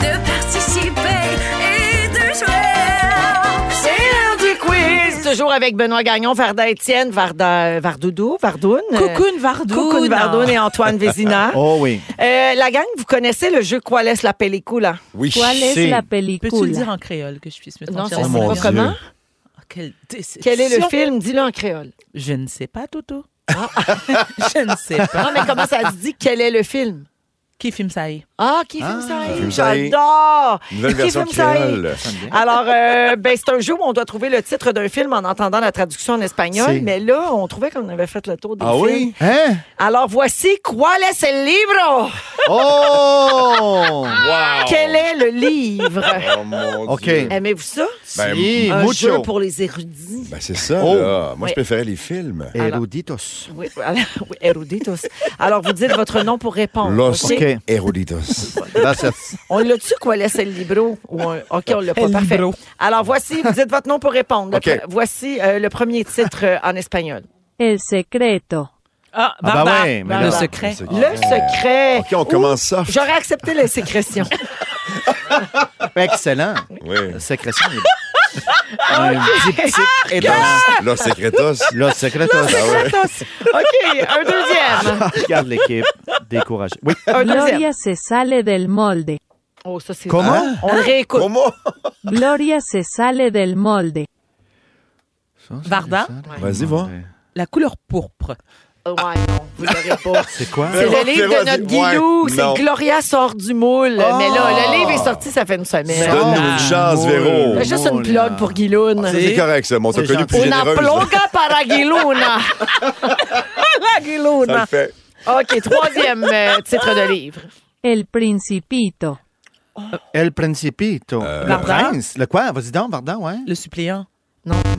Speaker 7: De participer et de jouer.
Speaker 1: C'est l'heure du quiz. Toujours avec Benoît Gagnon, Varda Étienne, Varda, Vardoudou, Vardoune.
Speaker 4: Cocoon Vardoune.
Speaker 1: Cocoon Vardoune et Antoine Vézina.
Speaker 2: Oh oui.
Speaker 1: Euh, la gang, vous connaissez le jeu Quoi laisse la pellicula?
Speaker 3: Oui.
Speaker 2: C'est-
Speaker 4: Peux-tu le dire en créole que je puisse me
Speaker 1: Non,
Speaker 4: sentir
Speaker 1: ça
Speaker 2: Oh,
Speaker 1: c'est
Speaker 2: mon
Speaker 1: pas
Speaker 2: Dieu.
Speaker 1: comment.
Speaker 4: Quelle déception.
Speaker 1: Quel est le film? Ah. Dis-le en créole.
Speaker 4: Je ne sais pas, Toto. je ne sais
Speaker 1: Non,
Speaker 4: pas.
Speaker 1: Ah, mais comment ça se dit? Quel est le film?
Speaker 4: Qui filme ça est?
Speaker 1: Ah, qui filme
Speaker 3: Film
Speaker 1: ça?
Speaker 3: ça est.
Speaker 1: J'adore!
Speaker 3: Nouvelle
Speaker 1: Qui
Speaker 3: version
Speaker 1: filme ça est?
Speaker 3: créole.
Speaker 1: Alors, euh, ben, c'est un jeu où on doit trouver le titre d'un film en entendant la traduction en espagnol,
Speaker 2: C'est-
Speaker 1: mais là, on trouvait qu'on avait fait le tour des
Speaker 3: Ah
Speaker 1: films.
Speaker 3: oui?
Speaker 2: Hein?
Speaker 1: Alors, voici Qual es el libro?
Speaker 2: Oh!
Speaker 3: Wow!
Speaker 1: Quel est le livre?
Speaker 3: Oh mon
Speaker 2: OK.
Speaker 3: Dieu.
Speaker 1: Aimez-vous ça?
Speaker 3: Ben,
Speaker 2: Si,
Speaker 1: un jeu
Speaker 2: mucho.
Speaker 1: pour les érudits.
Speaker 3: Ben, c'est ça,
Speaker 2: Oh.
Speaker 3: là. Moi,
Speaker 1: Oui. Ah,
Speaker 3: je préférais les films.
Speaker 2: Eruditos.
Speaker 1: Oui, alors, oui, eruditos. Alors, vous dites votre nom pour répondre.
Speaker 3: Los
Speaker 1: OK?
Speaker 2: Ok.
Speaker 3: Eruditos.
Speaker 2: Gracias.
Speaker 1: On l'a-tu, quoi, laisse le libro? Ou un- OK, on l'a pas.
Speaker 4: El
Speaker 1: Parfait.
Speaker 4: libro.
Speaker 1: Alors, voici, vous dites votre nom pour répondre. Le
Speaker 3: OK.
Speaker 1: pre- Voici euh, le premier titre euh, en espagnol.
Speaker 9: El secreto.
Speaker 4: Ah,
Speaker 2: bah
Speaker 4: Varda.
Speaker 2: ouais, mais
Speaker 4: le
Speaker 2: là-
Speaker 4: secret.
Speaker 3: C'est-
Speaker 1: Le secret.
Speaker 3: OK, on
Speaker 1: Ouh,
Speaker 3: commence ça.
Speaker 1: J'aurais accepté la sécrétion.
Speaker 2: Excellent.
Speaker 3: Oui.
Speaker 2: Sécrétion. Un diptyque étonnant.
Speaker 3: Los Secretos.
Speaker 2: Los secretos.
Speaker 1: OK, un deuxième.
Speaker 2: Regarde l'équipe découragée. Oui.
Speaker 1: Un deuxième.
Speaker 9: Gloria se sale del molde.
Speaker 1: Oh, ça, c'est
Speaker 2: Comment?
Speaker 1: bon. On le réécoute.
Speaker 3: Comment?
Speaker 9: Gloria se sale del molde.
Speaker 4: Varda.
Speaker 3: Vas-y, va.
Speaker 4: La couleur pourpre.
Speaker 1: Oh, Ouais, non, vous l'aurez pas.
Speaker 2: C'est quoi?
Speaker 1: C'est
Speaker 3: Véro-
Speaker 1: le livre
Speaker 3: Véro-
Speaker 1: de notre
Speaker 3: ouais, non.
Speaker 1: Guilou. c'est Gloria sort du moule.
Speaker 2: Oh!
Speaker 1: Mais là, le livre est sorti, ça fait une semaine.
Speaker 2: Sort
Speaker 3: Donne-nous une chance, Véro.
Speaker 1: Fais Juste une plug pour Guiloune.
Speaker 3: Ah. C'est correct, ça. mais On t'a
Speaker 2: C'est
Speaker 3: connu
Speaker 2: gentil.
Speaker 3: plus
Speaker 1: Una
Speaker 3: généreuse.
Speaker 1: ploga para Guilouna. La
Speaker 3: Ça le
Speaker 1: Guilouna.
Speaker 3: fait.
Speaker 1: OK, troisième euh, titre de livre.
Speaker 9: El principito.
Speaker 2: El Principito.
Speaker 3: Euh,
Speaker 2: le
Speaker 4: Varda.
Speaker 2: prince. Le quoi? Vas-y donc, Varda, ouais.
Speaker 4: Le suppliant.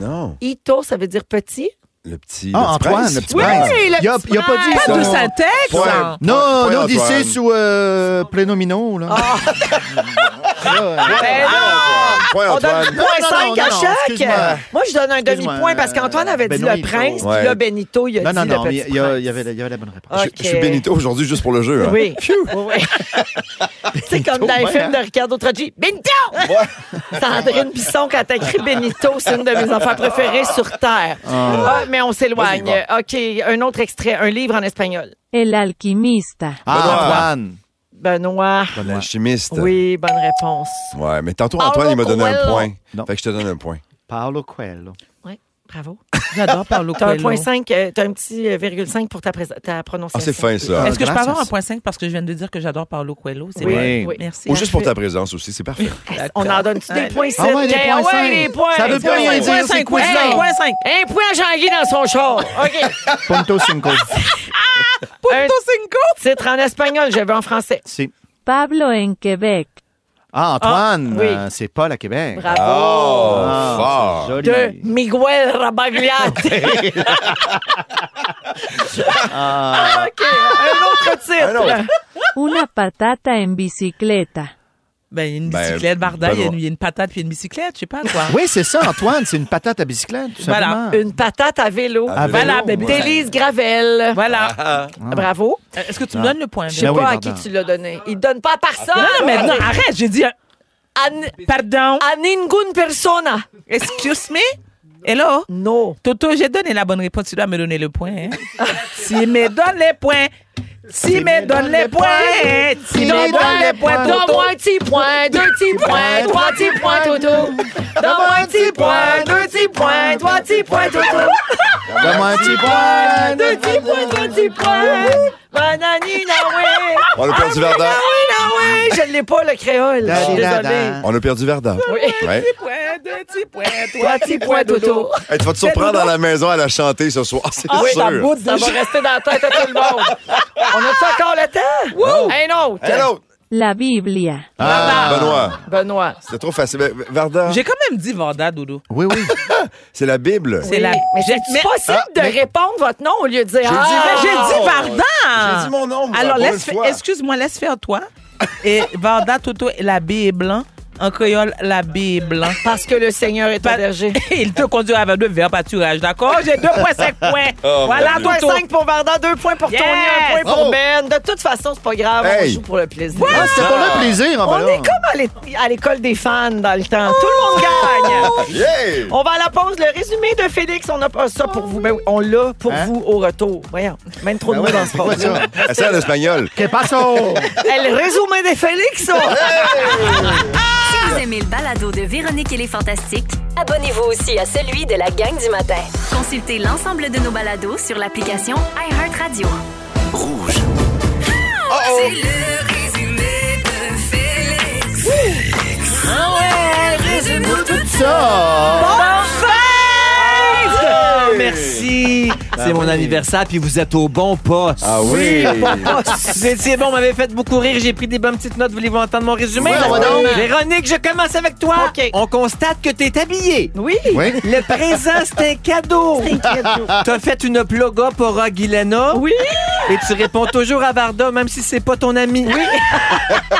Speaker 3: Non.
Speaker 1: Ito, ça veut dire petit.
Speaker 3: Le petit.
Speaker 2: Ah,
Speaker 3: le petit
Speaker 2: Antoine,
Speaker 3: prince.
Speaker 2: le petit
Speaker 1: Oui,
Speaker 2: prince.
Speaker 1: le
Speaker 2: Il a,
Speaker 1: petit
Speaker 2: il a pas dit
Speaker 1: prince.
Speaker 2: son-
Speaker 4: Pas de syntaxe.
Speaker 3: Point.
Speaker 4: hein.
Speaker 2: Non,
Speaker 3: Point,
Speaker 2: non,
Speaker 3: Antoine.
Speaker 2: d'ici sous euh, prénomino, là.
Speaker 1: Ah.
Speaker 2: Ah,
Speaker 3: Point,
Speaker 1: Ben On donne
Speaker 3: Antoine.
Speaker 1: 0.5
Speaker 2: Non,
Speaker 1: à
Speaker 2: non, non,
Speaker 1: chaque.
Speaker 2: excuse-moi.
Speaker 1: Euh, Moi, je donne un
Speaker 2: Excuse-moi,
Speaker 1: demi-point parce
Speaker 2: euh,
Speaker 1: qu'Antoine avait dit
Speaker 2: Benoît
Speaker 1: le
Speaker 2: Hito.
Speaker 1: prince, puis
Speaker 3: Ouais.
Speaker 1: là, Benito, il a
Speaker 2: Non,
Speaker 1: dit
Speaker 2: non,
Speaker 1: le
Speaker 2: non, il
Speaker 1: petit
Speaker 2: y, a- il y a-
Speaker 1: prince. Ah.
Speaker 2: il y avait la- il y avait la bonne réponse.
Speaker 1: OK.
Speaker 3: Je, je suis Benito aujourd'hui juste pour le jeu. hein.
Speaker 1: Oui. Oui, oui. C'est comme dans les
Speaker 2: ouais,
Speaker 1: films
Speaker 2: hein.
Speaker 1: de Ricardo Trogi. Benito! Sandrine Bisson, quand t'as écrit Benito, c'est une de mes enfants préférées sur Terre. Ah, mais on s'éloigne. OK, un autre extrait, un livre en espagnol.
Speaker 9: El alquimista.
Speaker 2: Ah, Antoine.
Speaker 1: Benoît.
Speaker 3: L'alchimiste.
Speaker 1: Oui, bonne réponse.
Speaker 3: Ouais, mais tantôt,
Speaker 1: Paulo
Speaker 3: Antoine, il m'a donné un
Speaker 1: Coelho.
Speaker 3: point.
Speaker 2: Non.
Speaker 3: Fait que je te donne un point.
Speaker 2: Paolo Coelho.
Speaker 1: Oui, bravo.
Speaker 4: J'adore Paulo
Speaker 1: T'as un
Speaker 4: Coelho.
Speaker 1: point cinq, euh, t'as un petit euh, virgule 5 pour ta, prés- ta
Speaker 3: Ah,
Speaker 1: prononciation.
Speaker 3: c'est fin, ça.
Speaker 4: Est-ce que je peux
Speaker 2: Gracias.
Speaker 4: avoir un point 5 parce que je viens de dire que j'adore Paulo Coelho? C'est
Speaker 1: Oui,
Speaker 4: vrai?
Speaker 1: oui.
Speaker 4: Merci.
Speaker 3: Ou juste pour ta présence aussi, c'est parfait.
Speaker 1: On en donne des points
Speaker 2: Ah ouais, des
Speaker 1: sept?
Speaker 2: points
Speaker 1: Eh ouais,
Speaker 2: cinq.
Speaker 1: des points.
Speaker 2: Ça veut
Speaker 1: Des
Speaker 2: pas
Speaker 1: points
Speaker 2: rien dire,
Speaker 1: cinq,
Speaker 2: ces
Speaker 1: points
Speaker 2: quiz-là.
Speaker 1: cinq.
Speaker 2: Un
Speaker 4: point cinq.
Speaker 1: Un point à Jean-Guy dans son char. OK.
Speaker 2: Punto Cinco.
Speaker 1: Un titre en espagnol, je veux en français.
Speaker 2: Si.
Speaker 9: Pablo en Québec.
Speaker 2: Ah, Antoine.
Speaker 1: Ah, oui.
Speaker 2: euh, c'est Paul à Québec.
Speaker 1: Bravo.
Speaker 3: Oh,
Speaker 2: Ah,
Speaker 3: fort.
Speaker 2: c'est
Speaker 1: De
Speaker 2: joli.
Speaker 1: Miguel Rabagliati. OK. Un autre titre.
Speaker 3: Un autre.
Speaker 9: Una patata en bicicleta.
Speaker 4: Ben, il y a une
Speaker 3: Ben,
Speaker 4: bicyclette, Barda, il y, a
Speaker 3: Benoît.
Speaker 4: une- il y a une patate puis une bicyclette, je sais pas quoi.
Speaker 2: Oui, c'est ça, Antoine. C'est une patate à bicyclette, tout
Speaker 4: Voilà.
Speaker 2: simplement.
Speaker 1: Une patate à vélo.
Speaker 3: À
Speaker 4: Voilà,
Speaker 3: vélo,
Speaker 4: bébé.
Speaker 3: ouais.
Speaker 1: Délise Gravel.
Speaker 4: Voilà.
Speaker 1: Bravo.
Speaker 4: Euh, Est-ce que tu me donnes le point?
Speaker 1: Je
Speaker 4: Ben?
Speaker 1: sais
Speaker 2: Ben oui,
Speaker 1: pas à
Speaker 2: pardon.
Speaker 1: qui tu l'as donné. Il donne pas à personne.
Speaker 4: Non, non, mais ben non, arrête, j'ai dit... un-
Speaker 1: À n-
Speaker 4: Pardon.
Speaker 1: à ningune persona.
Speaker 4: Excuse me? Hello?
Speaker 1: Non.
Speaker 4: Toto, j'ai donné la bonne réponse. Tu dois me donner le point. Hein? tu me donnes les points. Tu me donnes les points. Tu me donnes les points, Toto.
Speaker 1: Donne-moi un petit point, deux petits points, trois petits points, Toto. Donne-moi un petit point, deux petits point, trois petits points, tout, tout.
Speaker 2: Donne-moi un petit
Speaker 1: Point, deux
Speaker 2: point.
Speaker 1: petits points, trois petits points. Banani, naoué.
Speaker 3: On a
Speaker 1: Ah,
Speaker 3: perdu Verdun.
Speaker 1: Naoué, naoué. ben Je ne l'ai pas, le créole. Je suis
Speaker 2: Da-di-da-da.
Speaker 1: désolée.
Speaker 3: On a perdu Verdun.
Speaker 1: Oui.
Speaker 3: Ouais.
Speaker 4: Point, deux petits points,
Speaker 1: Trois petits points, Toto.
Speaker 3: Hey, tu vas te surprendre à la maison à la chanter ce soir, c'est
Speaker 1: Ah oui,
Speaker 3: sûr.
Speaker 1: ça boude, ça va rester dans la tête à tout le monde. On a-tu encore le temps? Un autre.
Speaker 3: Hey, l'autre.
Speaker 9: la Biblia,
Speaker 3: Ah, Benoît,
Speaker 1: Benoît.
Speaker 3: c'est trop facile. Ben, Varda,
Speaker 4: J'ai quand même dit Vanda, Dodo.
Speaker 2: Oui, oui.
Speaker 3: c'est la Bible.
Speaker 4: C'est la.
Speaker 1: Mais
Speaker 4: J'ai-
Speaker 1: c'est
Speaker 4: mais-
Speaker 1: possible de répondre votre nom au lieu de dire
Speaker 3: dit
Speaker 1: ah,
Speaker 3: mon-
Speaker 4: J'ai dit
Speaker 3: Oh. J'ai
Speaker 4: Varda!
Speaker 3: dit Ah. mon nom, moi,
Speaker 4: Alors,
Speaker 3: pour
Speaker 4: laisse
Speaker 3: une
Speaker 4: fa-
Speaker 3: fois.
Speaker 4: excuse-moi, laisse faire toi. Et Varda, Toto, la B est blanc. En créole, la B est blanc.
Speaker 1: parce que le Seigneur est
Speaker 4: Pas-
Speaker 1: ton berger.
Speaker 4: Il te conduira avec deux verres pâturage, d'accord? Oh, J'ai 2,5 points.
Speaker 3: Oh,
Speaker 4: voilà,
Speaker 3: mon Dieu.
Speaker 4: Toto.
Speaker 1: 5 pour Varda, 2 points pour
Speaker 4: Yes!
Speaker 1: Tony, 1 point pour
Speaker 3: Oh!
Speaker 1: Ben. De toute façon, c'est pas grave,
Speaker 3: Hey!
Speaker 1: on joue pour le plaisir.
Speaker 2: Ah, ben C'était pour le plaisir,
Speaker 1: On
Speaker 2: en
Speaker 1: est comme à l'é- à l'école des fans dans le temps. Tout le monde gagne.
Speaker 3: Yeah!
Speaker 1: On va à la pause. Le résumé de Félix, on n'a pas ça pour vous. Ben oui, on l'a pour
Speaker 2: Hein?
Speaker 1: vous au retour. Voyons, même trop de
Speaker 2: Ben
Speaker 1: mots
Speaker 2: ouais,
Speaker 1: dans ce
Speaker 2: c'est quoi
Speaker 1: phrase.
Speaker 2: ça?
Speaker 3: Ah, C'est en espagnol.
Speaker 2: Que paso?
Speaker 1: Elle résumé des Félix. oh!
Speaker 7: Si vous aimez le balado de Véronique et les Fantastiques,
Speaker 8: Abonnez-vous aussi à celui de la gang du matin.
Speaker 7: consultez l'ensemble de nos balados sur l'application iHeartRadio. Ah!
Speaker 5: Rouge.
Speaker 7: C'est le résumé de Félix. Ah
Speaker 2: Tout ça!
Speaker 10: Merci. C'est mon anniversaire, puis vous êtes au bon poste.
Speaker 3: Ah oui!
Speaker 10: Vous étiez bon, vous m'avez fait beaucoup rire. J'ai pris des bonnes petites notes. Voulez-vous entendre mon résumé?
Speaker 2: Oui, on va donc.
Speaker 10: Véronique, je commence avec toi.
Speaker 1: OK.
Speaker 10: On constate que t'es habillée.
Speaker 1: Oui.
Speaker 2: Oui.
Speaker 10: Le présent, c'est un cadeau. T'as fait une ploga pour Aguilena.
Speaker 1: Oui.
Speaker 10: Et tu réponds toujours à Varda, même si c'est pas ton ami. Oui.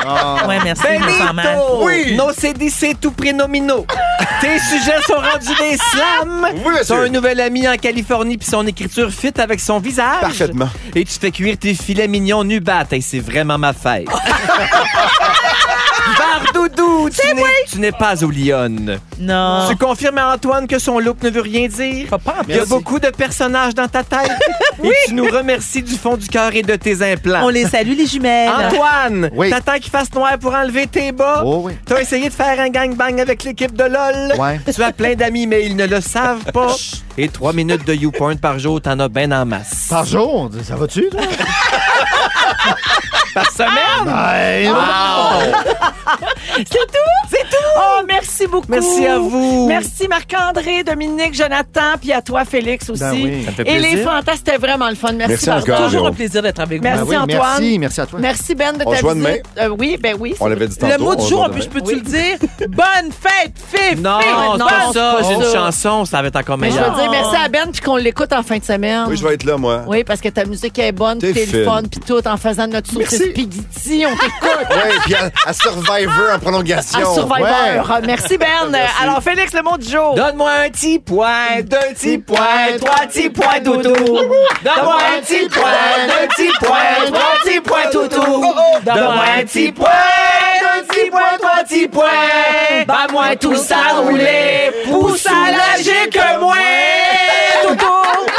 Speaker 3: Ah.
Speaker 4: Ouais, merci, je me sens mal.
Speaker 10: Benito. Oui. Non, c'est dit, c'est tout prénomino. Tes sujets sont rendus des slams.
Speaker 3: Oui, monsieur.
Speaker 10: T'as un nouvel ami en Californie, puis son écriture fit avec son visage.
Speaker 3: Parfaitement.
Speaker 10: Et tu fais cuire tes filets mignons nubat. Et c'est vraiment ma fête. Bardoudou, tu n'es, tu n'es pas au Lyon.
Speaker 4: Non.
Speaker 10: Tu confirmes à Antoine que son look ne veut rien dire.
Speaker 4: Papa,
Speaker 10: Il y a beaucoup de personnages dans ta tête. Et tu nous remercies du fond du cœur et de tes implants.
Speaker 4: on les salue, les jumelles.
Speaker 10: Antoine,
Speaker 2: Oui.
Speaker 10: t'attends qu'il fasse noir pour enlever tes bas.
Speaker 2: Oh oui.
Speaker 10: T'as essayé de faire un gangbang avec l'équipe de LOL.
Speaker 2: Ouais.
Speaker 10: Tu as plein d'amis, mais ils ne le savent pas. Et trois minutes de YouPorn par jour, t'en as ben en masse.
Speaker 2: Par jour, ça va-tu, toi?
Speaker 10: Par
Speaker 1: Ah,
Speaker 10: semaine?
Speaker 2: Ben,
Speaker 1: Oh, merci beaucoup.
Speaker 10: Merci à vous.
Speaker 1: Merci Marc-André, Dominique, Jonathan, puis à toi Félix aussi.
Speaker 2: Ben oui. Ça me
Speaker 10: fait
Speaker 1: Et
Speaker 10: plaisir.
Speaker 1: les fantas, c'était vraiment le fun. Merci,
Speaker 3: Merci
Speaker 1: Marc.
Speaker 3: encore.
Speaker 4: Toujours
Speaker 3: Véro.
Speaker 4: un plaisir d'être avec
Speaker 1: Merci,
Speaker 2: Ben oui,
Speaker 1: Antoine.
Speaker 2: Merci, merci à toi.
Speaker 1: Merci Ben de
Speaker 3: On
Speaker 1: ta
Speaker 3: se voit demain.
Speaker 1: visite. Euh, oui, ben oui.
Speaker 3: On l'avait dit
Speaker 4: vous.
Speaker 3: tantôt.
Speaker 4: Le mot du
Speaker 3: on
Speaker 4: jour,
Speaker 3: va
Speaker 4: en plus, je
Speaker 3: demain.
Speaker 4: peux-tu le dire? Bonne fête, Fif!
Speaker 10: Non,
Speaker 4: Fif!
Speaker 1: non,
Speaker 10: c'est pas
Speaker 1: c'est
Speaker 10: ça.
Speaker 1: pas
Speaker 10: J'ai une
Speaker 1: ça.
Speaker 10: chanson, ça va être encore
Speaker 1: Mais je veux
Speaker 10: meilleur.
Speaker 1: dire merci à Ben puis qu'on l'écoute en fin de semaine.
Speaker 3: Oui, je vais être là, moi.
Speaker 1: Oui, parce que ta musique est bonne,
Speaker 3: T'es
Speaker 1: puis t'es le
Speaker 3: fine.
Speaker 1: fun, puis tout, en faisant notre sauce
Speaker 3: Merci.
Speaker 1: spaghetti, on t'écoute.
Speaker 3: Oui, puis à, à Survivor en
Speaker 1: À
Speaker 3: prolongation.
Speaker 1: Survivor. Merci, Ben. Alors, Félix, le mot du jour.
Speaker 10: Donne-moi un petit point, deux petits points, trois petits points, doudou. Donne-moi un petit point, deux petits points, trois petits points, toutou. Donne-moi un petit point, deux petits points, trois petits points. Bah moi tout ça roulé, pousse à la j'ai que moi. Toutou.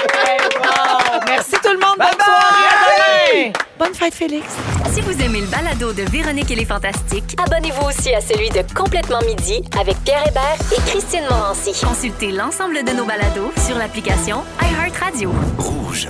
Speaker 1: Merci tout le monde.
Speaker 10: Bye
Speaker 1: Bonne soirée.
Speaker 10: bye.
Speaker 1: À demain. Bonne fête, Félix.
Speaker 7: Si vous aimez le balado de Véronique et les Fantastiques,
Speaker 8: Abonnez-vous aussi à celui de Complètement Midi avec Pierre Hébert et Christine Morancy.
Speaker 7: consultez l'ensemble de nos balados sur l'application iHeartRadio.
Speaker 5: Rouge.